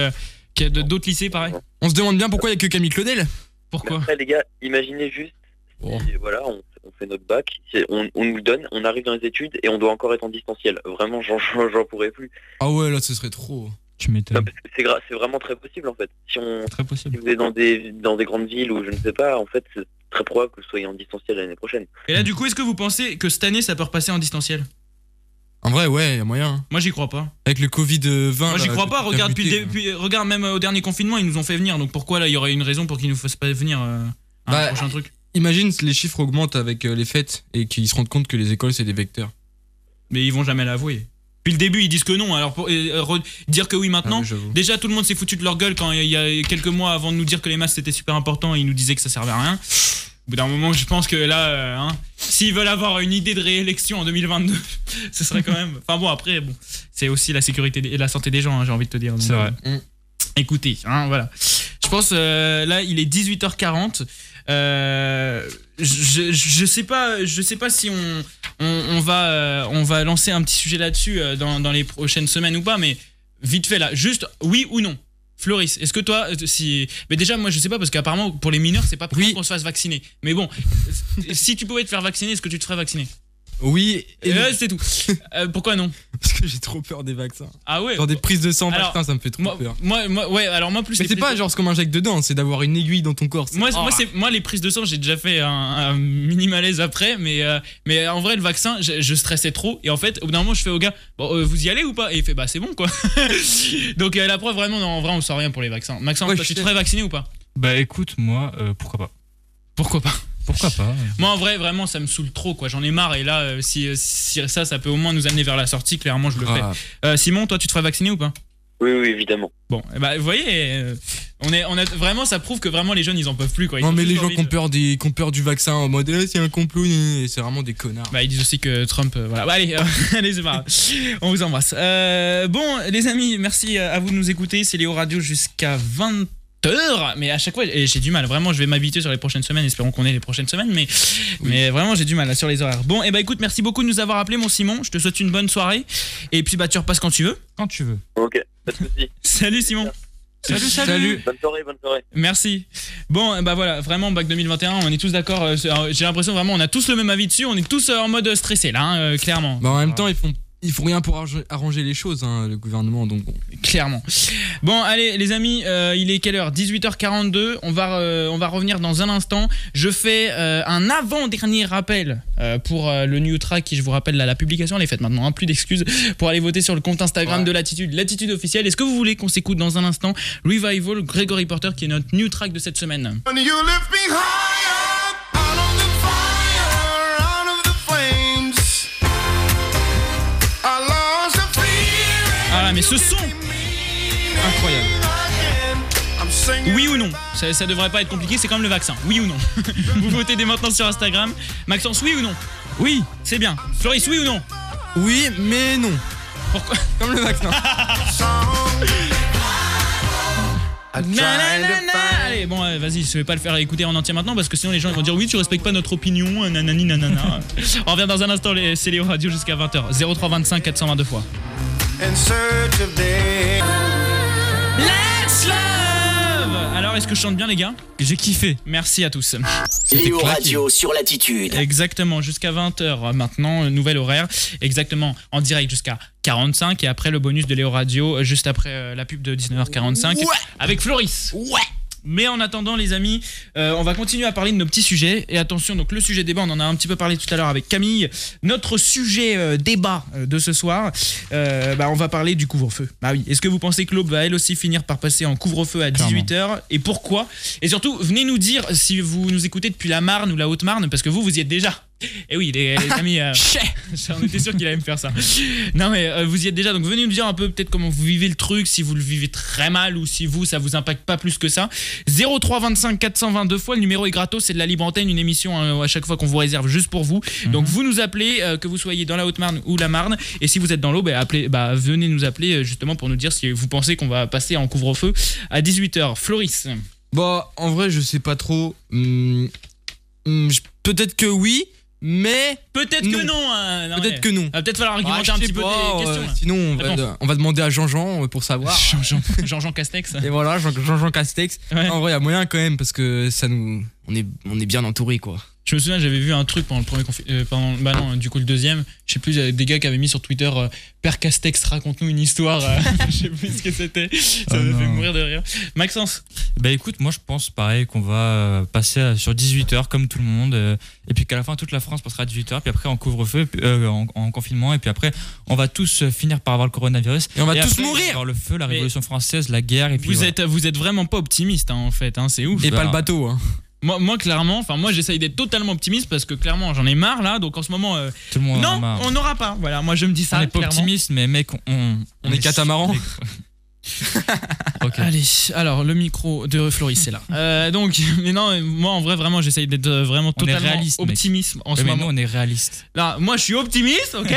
Speaker 1: d'autres lycées pareil
Speaker 7: On se demande bien pourquoi il y a que Camille Claudel.
Speaker 1: Pourquoi
Speaker 12: Après les gars, imaginez juste, si, voilà, on, on fait notre bac, c'est- on, on nous le donne, on arrive dans les études et on doit encore être en distanciel. Vraiment, j'en- j'en j'en pourrais plus.
Speaker 7: Ah ouais, là, ce serait trop.
Speaker 3: Tu m'étonnes.
Speaker 12: C'est gra- c'est vraiment très possible en fait. Si on
Speaker 3: Très possible.
Speaker 12: si vous êtes dans des dans des grandes villes ou je ne sais pas, en fait, c'est très probable que vous soyez en distanciel l'année prochaine.
Speaker 1: Et là du coup est-ce que vous pensez que cette année ça peut repasser en distanciel
Speaker 7: En vrai, ouais, y a moyen.
Speaker 1: Moi, j'y crois pas.
Speaker 7: Avec le Covid-20.
Speaker 1: Moi j'y
Speaker 7: là,
Speaker 1: crois
Speaker 7: Ah bah, tout hein.
Speaker 1: pas
Speaker 7: a
Speaker 1: regarde depuis
Speaker 7: buté,
Speaker 1: le
Speaker 7: là.
Speaker 1: début- regarde même euh, au dernier confinement ils nous ont fait venir donc pourquoi là il y aurait une raison pour qu'ils nous fassent pas venir euh, un
Speaker 7: Bah,
Speaker 1: prochain truc
Speaker 7: Imagine les chiffres augmentent avec euh, les fêtes et qu'ils se rendent compte que les écoles c'est des vecteurs.
Speaker 1: mais ils vont jamais l'avouer. Depuis le début, ils disent que non. Alors, pour, et, euh, re- dire que oui
Speaker 7: Ah
Speaker 1: maintenant,
Speaker 3: Mm.
Speaker 1: déjà tout le monde s'est foutu de leur gueule quand il y a quelques mois avant de nous dire que les masques c'était super important, ils nous disaient que ça servait à rien. Au bout d'un moment, je pense que là, euh, hein, s'ils veulent avoir une idée de réélection en 2022, *laughs* ce serait quand même. Enfin bon, après, bon, c'est aussi la sécurité des- et la santé des gens, hein, j'ai envie de te dire. donc,
Speaker 3: C'est vrai.
Speaker 1: euh, Écoutez, hein, voilà. Je pense, euh, là, il est 18h40. Euh, je, je- je sais pas, je sais pas si on, on, on va, euh, on va lancer un petit sujet là-dessus euh, dans, dans les prochaines semaines ou pas, mais vite fait là, juste oui ou non. Floris, est-ce que toi, euh, si, mais déjà moi je sais pas parce qu'apparemment *laughs* pour les mineurs c'est pas prévu qu'on se fasse vacciner. Mais bon, si tu pouvais te faire vacciner, est-ce que tu te ferais vacciner
Speaker 7: Oui.
Speaker 1: Et là, c'est tout. Euh, pourquoi non
Speaker 7: *laughs* Parce que j'ai trop peur des vaccins.
Speaker 1: Ah ouais
Speaker 7: Genre des prises de sang,
Speaker 1: Alors,
Speaker 7: putain, ça me fait trop
Speaker 1: moi-
Speaker 7: peur.
Speaker 1: Moi, moi, ouais, alors moi plus.
Speaker 7: Mais
Speaker 1: les
Speaker 7: c'est
Speaker 1: prises
Speaker 7: pas
Speaker 1: de-
Speaker 7: genre ce qu'on m'injecte dedans, c'est d'avoir une aiguille dans ton corps.
Speaker 1: Moi, c'est- moi,
Speaker 7: Ah.
Speaker 1: c'est- moi, les prises de sang, j'ai déjà fait un, un mini malaise après, mais, euh, mais en vrai, le vaccin, je, je stressais trop. Et en fait, au bout d'un moment, je fais au gars, bon, euh, vous y allez ou pas Et il fait, bah, c'est bon, quoi. *laughs* Donc, euh, la preuve, vraiment, non, en vrai, on sent rien pour les vaccins. Maxence,
Speaker 3: Ouais,
Speaker 1: toi,
Speaker 3: je
Speaker 1: tu te
Speaker 3: sais.
Speaker 1: ferais vacciner ou pas
Speaker 3: Bah écoute, moi, euh, pourquoi pas
Speaker 1: Pourquoi pas
Speaker 3: Pourquoi pas
Speaker 7: hein.
Speaker 1: Moi, en vrai, vraiment, ça me saoule trop, quoi. J'en ai marre. Et là, euh, si, si ça, ça peut au moins nous amener vers la sortie, clairement,
Speaker 7: Ah.
Speaker 1: je le fais.
Speaker 13: Grave.
Speaker 1: Euh, Simon, toi, tu te ferais vacciner ou pas
Speaker 13: Oui, oui, évidemment.
Speaker 1: Bon, eh ben, vous voyez, euh, on est, on a, vraiment, ça prouve que vraiment les jeunes, ils en peuvent plus, quoi. Ils
Speaker 7: Non,
Speaker 1: ont
Speaker 7: mais
Speaker 1: juste
Speaker 7: les gens
Speaker 1: envie
Speaker 7: qui ont peur, des, qui ont peur du vaccin en mode eh, c'est un complot, et c'est vraiment des connards.
Speaker 1: Bah, ils disent aussi que Trump. euh, voilà. Bah, allez, *laughs* euh, allez, c'est pas grave. On vous embrasse. Euh, bon, les amis, merci euh, à vous de nous écouter. C'est Léo Radio jusqu'à 20 h mais à chaque fois et j'ai du mal vraiment je vais m'habituer sur les prochaines semaines espérons qu'on ait les prochaines semaines mais mais vraiment j'ai du mal là, sur les horaires bon et bah écoute merci beaucoup de nous avoir appelé mon Simon je te souhaite une bonne soirée et puis bah tu repasses quand tu veux *laughs*
Speaker 3: quand tu veux
Speaker 13: Ok, pas de soucis.
Speaker 1: salut Simon salut salut,
Speaker 13: Bonne soirée, bonne soirée.
Speaker 1: Merci. Bon, bah voilà, vraiment, bac 2021, on est tous d'accord. euh, c'est- euh, J'ai l'impression vraiment, on a tous le même avis dessus. On est tous euh, en mode stressé là, hein, euh, clairement.
Speaker 7: Bah, en même temps, ils font, ils font rien pour arranger, arranger les choses, hein, le gouvernement, donc bon.
Speaker 1: Clairement. Bon, allez, les amis, euh, il est quelle heure 18h42. On va, euh, on va revenir dans un instant. Je fais euh, un avant-dernier rappel euh, pour euh, le New Track qui, je vous rappelle, là, la publication, elle est faite maintenant. hein, plus d'excuses pour aller voter sur le compte Instagram de Latitude, Latitude officielle. Est-ce que vous voulez qu'on s'écoute dans un instant Revival, Gregory Porter, qui est notre New Track de cette semaine
Speaker 10: And you lift me higher out of the fire, out of the flames. I lost the fear
Speaker 1: Ah là, mais ce son Incroyable.
Speaker 10: again. I'm singing.
Speaker 1: Oui ou non ça, ça devrait pas être compliqué, c'est comme le vaccin. Oui ou non *laughs* Vous votez dès maintenant sur Instagram. Maxence, oui ou non Oui C'est bien. Floris, oui ou non
Speaker 7: Oui, mais non.
Speaker 1: Pourquoi
Speaker 7: *laughs* Comme le vaccin.
Speaker 1: Nanana. Allez, bon, euh, vas-y, je vais pas le faire écouter en entier maintenant parce que sinon les gens ils vont dire oui, tu respectes pas notre opinion, euh,
Speaker 10: *laughs*
Speaker 1: nanani nanana. On revient dans un instant, les- c'est Léo Radio jusqu'à 20h. 0325 422 fois.
Speaker 10: In search of day.
Speaker 1: Let's love Alors, est-ce que je chante bien, les gars J'ai kiffé. Merci à tous.
Speaker 2: Léo Radio sur Latitude.
Speaker 1: Exactement, jusqu'à 20h maintenant, euh, nouvel horaire. Exactement, en direct jusqu'à 45 et après le bonus de Léo Radio, euh, juste après euh, la pub de 19h45
Speaker 2: Ouais.
Speaker 1: avec Floris. Ouais mais en attendant, les amis, euh, on va continuer à parler de nos petits sujets. Et attention, donc le sujet débat, on en a un petit peu parlé tout à l'heure avec Camille. Notre sujet euh, débat euh, de ce soir, euh, bah, on va parler du couvre-feu. Bah oui. Est-ce que vous pensez que l'aube va elle aussi finir par passer en couvre-feu à
Speaker 3: Clairement.
Speaker 1: 18h Et pourquoi Et surtout, venez nous dire si vous nous écoutez depuis la Marne ou la Haute-Marne, parce que vous, vous y êtes déjà. Et oui, les, les amis, euh, *laughs* j'en étais sûr qu'il allait me faire ça. Non, mais euh, vous y êtes déjà, donc venez nous dire un peu peut-être comment vous vivez le truc, si vous le vivez très mal ou si vous, ça vous impacte pas plus que ça. 03 25 422 fois, le numéro est gratos, c'est de la libre antenne, une émission hein, à chaque fois qu'on vous réserve juste pour vous. Donc vous nous appelez, euh, que vous soyez dans la Haute-Marne ou la Marne, et si vous êtes dans l'eau, bah, appelez, bah, venez nous appeler euh, justement pour nous dire si vous pensez qu'on va passer en couvre-feu à 18h. Floris.
Speaker 7: Bah, en vrai, je sais pas trop. Hmm, hmm, je- Peut-être que oui, mais.
Speaker 1: Peut-être que non, hein. Non,
Speaker 7: Peut-être
Speaker 1: mais-
Speaker 7: que non.
Speaker 1: Va peut-être falloir
Speaker 7: Ah,
Speaker 1: argumenter
Speaker 7: je
Speaker 1: un
Speaker 7: sais
Speaker 1: petit peu
Speaker 7: pas,
Speaker 1: des
Speaker 7: euh,
Speaker 1: questions. là.
Speaker 7: sinon, on va,
Speaker 1: Réponse.
Speaker 7: on va demander à Jean-Jean euh, pour savoir.
Speaker 1: Jean-Jean Jean-Jean Castex.
Speaker 7: Et voilà, Jean- Jean-Jean Castex. En vrai, il y a moyen quand même parce que ça nous. On est, on est bien entouré quoi.
Speaker 1: Je me souviens, j'avais vu un truc pendant le premier confi- euh, pendant, bah non, du coup le deuxième, je sais plus, il y avait des gars qui avaient mis sur Twitter euh, Père Castex raconte-nous une histoire, euh, *laughs* je sais plus ce que *laughs* c'était. Ça me fait mourir de rire. Maxence.
Speaker 3: Bah écoute, moi je pense pareil qu'on va euh, passer à- sur 18h comme tout le monde, euh, et puis qu'à la fin toute la France passera à 18h, puis après en couvre-feu, puis, euh, en, en confinement, et puis après on va tous euh, finir par avoir le coronavirus.
Speaker 7: Et on va tous
Speaker 3: après,
Speaker 7: mourir.
Speaker 3: il va y avoir le feu, la révolution française, la guerre, et puis.
Speaker 1: Vous
Speaker 3: voilà.
Speaker 1: êtes vous êtes vraiment pas optimiste hein, en fait, hein, c'est ouf.
Speaker 7: Et pas le bateau. Hein.
Speaker 1: Moi, moi, clairement, enfin moi j'essaye d'être totalement optimiste parce que clairement j'en ai marre là, donc en ce moment euh,
Speaker 3: Tout le monde en a
Speaker 1: non,
Speaker 3: marre.
Speaker 1: on n'aura pas. Voilà, moi je me dis ça.
Speaker 3: on est pas
Speaker 1: clairement.
Speaker 3: optimiste, mais mec, on, on,
Speaker 7: On est catamaran.
Speaker 1: *laughs* Allez, alors le micro de Floris c'est là. Euh, donc, *laughs* mais non, moi en vrai vraiment j'essaye d'être euh, vraiment
Speaker 3: On est
Speaker 1: totalement
Speaker 3: réaliste, mec.
Speaker 1: optimiste en ce
Speaker 3: mais
Speaker 1: moment.
Speaker 3: nous, on est réaliste.
Speaker 1: Là, moi, je suis optimiste,
Speaker 7: *laughs*
Speaker 1: ok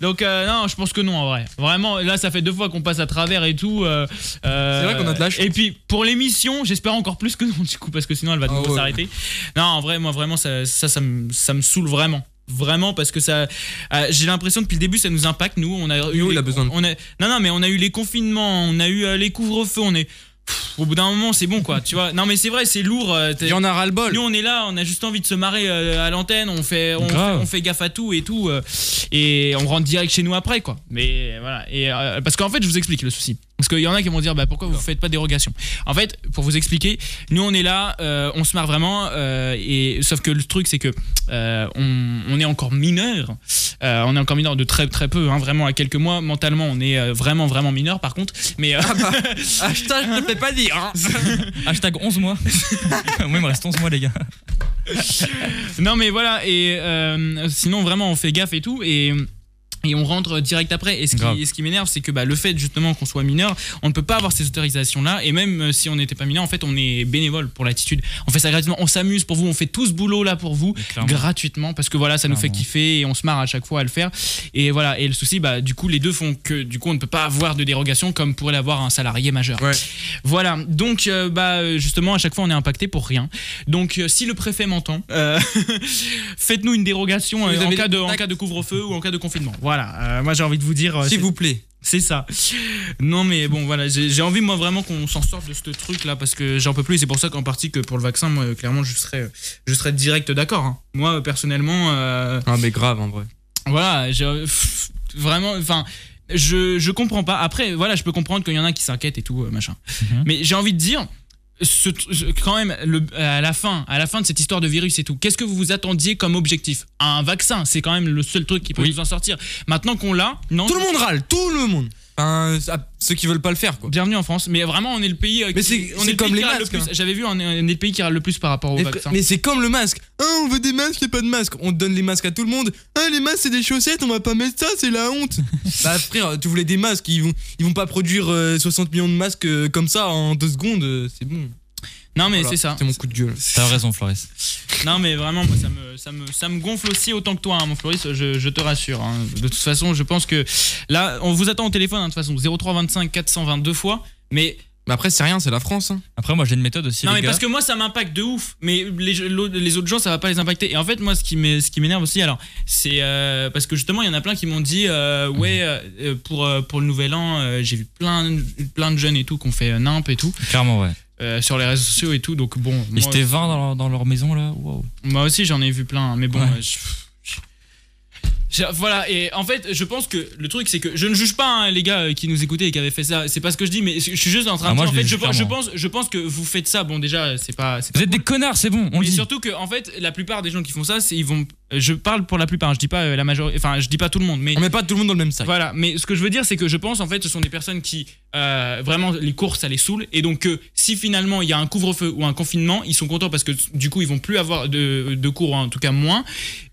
Speaker 1: Donc, euh, non, je pense que non, en vrai. Vraiment, là, ça fait deux fois qu'on passe à travers et tout. euh,
Speaker 7: C'est vrai qu'on a de la chance.
Speaker 1: Et puis, pour l'émission, j'espère encore plus que non, du coup, parce que sinon, elle va de
Speaker 7: Ah
Speaker 1: nouveau
Speaker 7: ouais.
Speaker 1: s'arrêter. Non, en vrai, moi, vraiment, ça, ça, ça, me, ça me saoule vraiment. Vraiment, parce que ça. euh, J'ai l'impression depuis le début, ça nous impacte, nous. On a eu.
Speaker 7: il
Speaker 1: les-
Speaker 7: a besoin de-
Speaker 1: on a, Non, non, mais on a eu les confinements, on a eu euh, les couvre-feux, on est. pff, au bout d'un moment, c'est bon, quoi. Tu vois Non, mais c'est vrai, c'est lourd. euh, Il y en a ras-le-bol. Nous, on est là, on a juste envie de se marrer euh, à l'antenne. On fait, on, fait,
Speaker 3: Grave.
Speaker 1: on fait gaffe à tout et tout. euh, et on rentre direct chez nous après, quoi. Mais voilà. Et, euh, parce qu'en fait, je vous explique le souci. Parce qu'il y en a qui vont dire, bah, pourquoi vous faites pas dérogation En fait, pour vous expliquer, nous, on est là, euh, on se marre vraiment. euh, et, sauf que le truc, c'est que euh, on, on est encore mineur. Euh, on est encore mineur de très, très peu, hein, vraiment à quelques mois. Mentalement, on est euh, vraiment, vraiment mineur, par contre. Mais. euh,
Speaker 7: Hashtag, Ah, je te fais pas dire. hein.
Speaker 3: Hashtag 11 *laughs* mois. Moi, il me reste 11 mois, les gars.
Speaker 1: non mais voilà et euh, sinon vraiment on fait gaffe et tout et et on rentre direct après. Et ce
Speaker 3: Grave.
Speaker 1: qui, et ce qui m'énerve, c'est que bah, le fait justement qu'on soit mineur, on ne peut pas avoir ces autorisations-là. Et même euh, si on n'était pas mineur, en fait, on est bénévole pour l'attitude. On fait ça gratuitement, on s'amuse pour vous, on fait tout ce boulot-là pour vous gratuitement parce que voilà, ça nous fait kiffer et on se marre à chaque fois à le faire. Et voilà. Et le souci, bah, du coup, les deux font que du coup, on ne peut pas avoir de dérogation comme pourrait l'avoir un salarié majeur. Voilà. Donc, euh, bah, euh, justement, à chaque fois, on est impacté pour rien. Donc, euh, si le préfet m'entend, euh, *laughs* faites-nous une dérogation euh,
Speaker 7: Vous
Speaker 1: en,
Speaker 7: avez
Speaker 1: cas
Speaker 7: des
Speaker 1: de, en cas de couvre-feu ou en cas de confinement. Voilà, euh, moi j'ai envie de vous dire. S'il vous
Speaker 7: plaît.
Speaker 1: C'est ça. Non mais bon voilà, j'ai j'ai envie moi vraiment qu'on s'en sorte de ce truc là parce que j'en peux plus. Et C'est pour ça qu'en partie que pour le vaccin, moi clairement je serais, je serais direct d'accord. hein. Moi personnellement. euh,
Speaker 7: Ah, mais grave en vrai.
Speaker 1: voilà, je- pff, vraiment, enfin, je, je comprends pas. Après, voilà, je peux comprendre qu'il y en a qui s'inquiètent et tout, euh, machin. Mais j'ai envie de dire. ce- ce- quand même le, à la fin à la fin de cette histoire de virus et tout qu'est-ce que vous vous attendiez comme objectif un vaccin c'est quand même le seul truc qui peut nous en sortir maintenant qu'on l'a non
Speaker 7: Tout le monde râle, tout le monde. Enfin, à ceux qui veulent pas le faire, quoi.
Speaker 1: Bienvenue en France. Mais vraiment, on est le pays. euh,
Speaker 7: Mais
Speaker 1: qui-
Speaker 7: c'est-
Speaker 1: on
Speaker 7: c'est
Speaker 1: est le
Speaker 7: comme
Speaker 1: pays
Speaker 7: les
Speaker 1: qui râle le
Speaker 7: masques,
Speaker 1: plus.
Speaker 7: hein.
Speaker 1: J'avais vu, on est, on est le pays qui râle le plus par rapport au
Speaker 7: Mais,
Speaker 1: vaccin.
Speaker 7: mais c'est comme le masque. Hein, on veut des masques, et pas de masque. On te donne les masques à tout le monde. Hein, les masques, c'est des chaussettes, on va pas mettre ça, c'est
Speaker 1: *laughs*
Speaker 7: la honte. bah, frère, tu voulais des masques, ils vont, ils vont pas produire euh, 60 millions de masques euh, comme ça en deux secondes, euh, c'est bon.
Speaker 1: Non, mais
Speaker 7: Voilà,
Speaker 1: c'est ça.
Speaker 7: C'est mon coup de gueule.
Speaker 3: T'as raison, Floris.
Speaker 1: Non, mais vraiment, moi, ça me, ça me, ça me gonfle aussi autant que toi, hein, mon Floris. Je, je te rassure. hein. De toute façon, je pense que là, on vous attend au téléphone, hein, de toute façon, 03 25 422 fois. Mais
Speaker 7: Mais après, c'est rien, c'est la France. hein.
Speaker 3: Après, moi, j'ai une méthode aussi.
Speaker 1: non,
Speaker 3: les
Speaker 1: mais
Speaker 3: gars.
Speaker 1: parce que moi, ça m'impacte de ouf. Mais les, l'autre- les autres gens, ça va pas les impacter. Et en fait, moi, ce qui m'est- ce qui m'énerve aussi, alors, c'est euh, parce que justement, il y en a plein qui m'ont dit, euh, ouais, euh, pour, euh, pour le nouvel an, euh, j'ai vu plein, de- plein de jeunes et tout qu'on fait euh, nimp et tout.
Speaker 3: Clairement, ouais.
Speaker 1: euh, sur les réseaux sociaux et tout. Donc bon,
Speaker 3: Ils
Speaker 1: moi,
Speaker 3: étaient 20 dans leur, dans leur maison, là. Waouh.
Speaker 1: moi aussi j'en ai vu plein, hein, mais bon.
Speaker 3: Ouais.
Speaker 1: euh, je- je- Voilà, et en fait, je pense que le truc, c'est que je ne juge pas hein, les gars euh, qui nous écoutaient et qui avaient fait ça. C'est pas ce que je dis, mais je suis juste en train
Speaker 3: Ah,
Speaker 1: de
Speaker 3: moi,
Speaker 1: dire. En
Speaker 3: je les
Speaker 1: fait, je,
Speaker 3: juge
Speaker 1: pense- je
Speaker 3: clairement.
Speaker 1: pense, je pense que vous faites ça. Bon, déjà, c'est pas. c'est
Speaker 3: Vous
Speaker 1: pas
Speaker 3: êtes des connards, c'est bon, on le
Speaker 1: mais
Speaker 3: dit.
Speaker 1: surtout que en fait la plupart des gens qui font ça c'est ils vont euh, je parle pour la plupart je dis pas euh, la majorité enfin je dis pas tout le monde mais
Speaker 3: Ah,
Speaker 7: On met Ah, pas tout le monde dans le même sac.
Speaker 1: voilà mais ce que je veux dire c'est que je pense en fait ce sont des personnes qui euh, vraiment les courses ça les saoule et donc euh, si finalement il y a un couvre-feu ou un confinement ils sont contents parce que du coup ils vont plus avoir de, de cours hein, en tout cas moins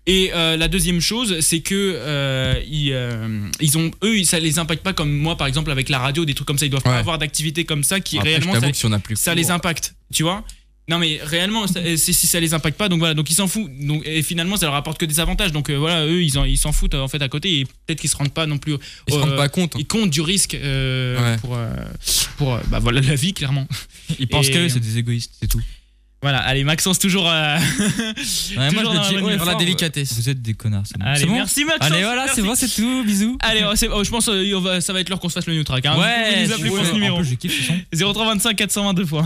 Speaker 1: et euh, la deuxième chose c'est que euh, ils, euh, ils ont eux ça les impacte pas comme moi par exemple avec la radio des trucs comme ça ils doivent
Speaker 7: Ouais.
Speaker 1: pas avoir d'activité comme ça qui
Speaker 7: Après, je
Speaker 1: réellement
Speaker 7: t'avoue
Speaker 1: ça-
Speaker 7: que si on a plus
Speaker 1: ça
Speaker 7: cours-
Speaker 1: les impacte tu vois non mais réellement ça- euh, c'est si ça les impacte pas donc voilà donc ils s'en foutent donc et finalement ça leur apporte que des avantages donc euh, voilà eux ils en- ils s'en foutent euh, en fait à côté et peut-être qu'ils se rendent pas non plus
Speaker 7: Ils se rendent pas compte, hein.
Speaker 1: ils comptent du risque euh,
Speaker 7: Ouais.
Speaker 1: pour euh, pour euh, bah voilà la vie clairement
Speaker 3: Ils pensent
Speaker 1: Et-
Speaker 3: qu'eux, c'est des égoïstes, c'est tout.
Speaker 1: voilà allez Maxence toujours euh, *laughs*
Speaker 3: Ouais,
Speaker 1: toujours
Speaker 3: moi, je
Speaker 1: dans
Speaker 3: le dis
Speaker 1: bonne
Speaker 3: haut et
Speaker 1: humeur.
Speaker 3: fort, Vous êtes des connards, c'est bon.
Speaker 1: Allez,
Speaker 3: C'est bon
Speaker 1: merci Maxence.
Speaker 3: Allez, voilà,
Speaker 1: merci.
Speaker 3: c'est bon, c'est tout. Bisous.
Speaker 1: Allez, oh, c'est- oh, je pense euh, on va- ça va être l'heure qu'on se fasse le new track. Hein.
Speaker 3: Ouais,
Speaker 1: vous nous appelez
Speaker 3: ouais.
Speaker 1: pour ce
Speaker 3: En
Speaker 1: numéro.
Speaker 3: plus, je kiffe ce son.
Speaker 1: 0325 422 fois.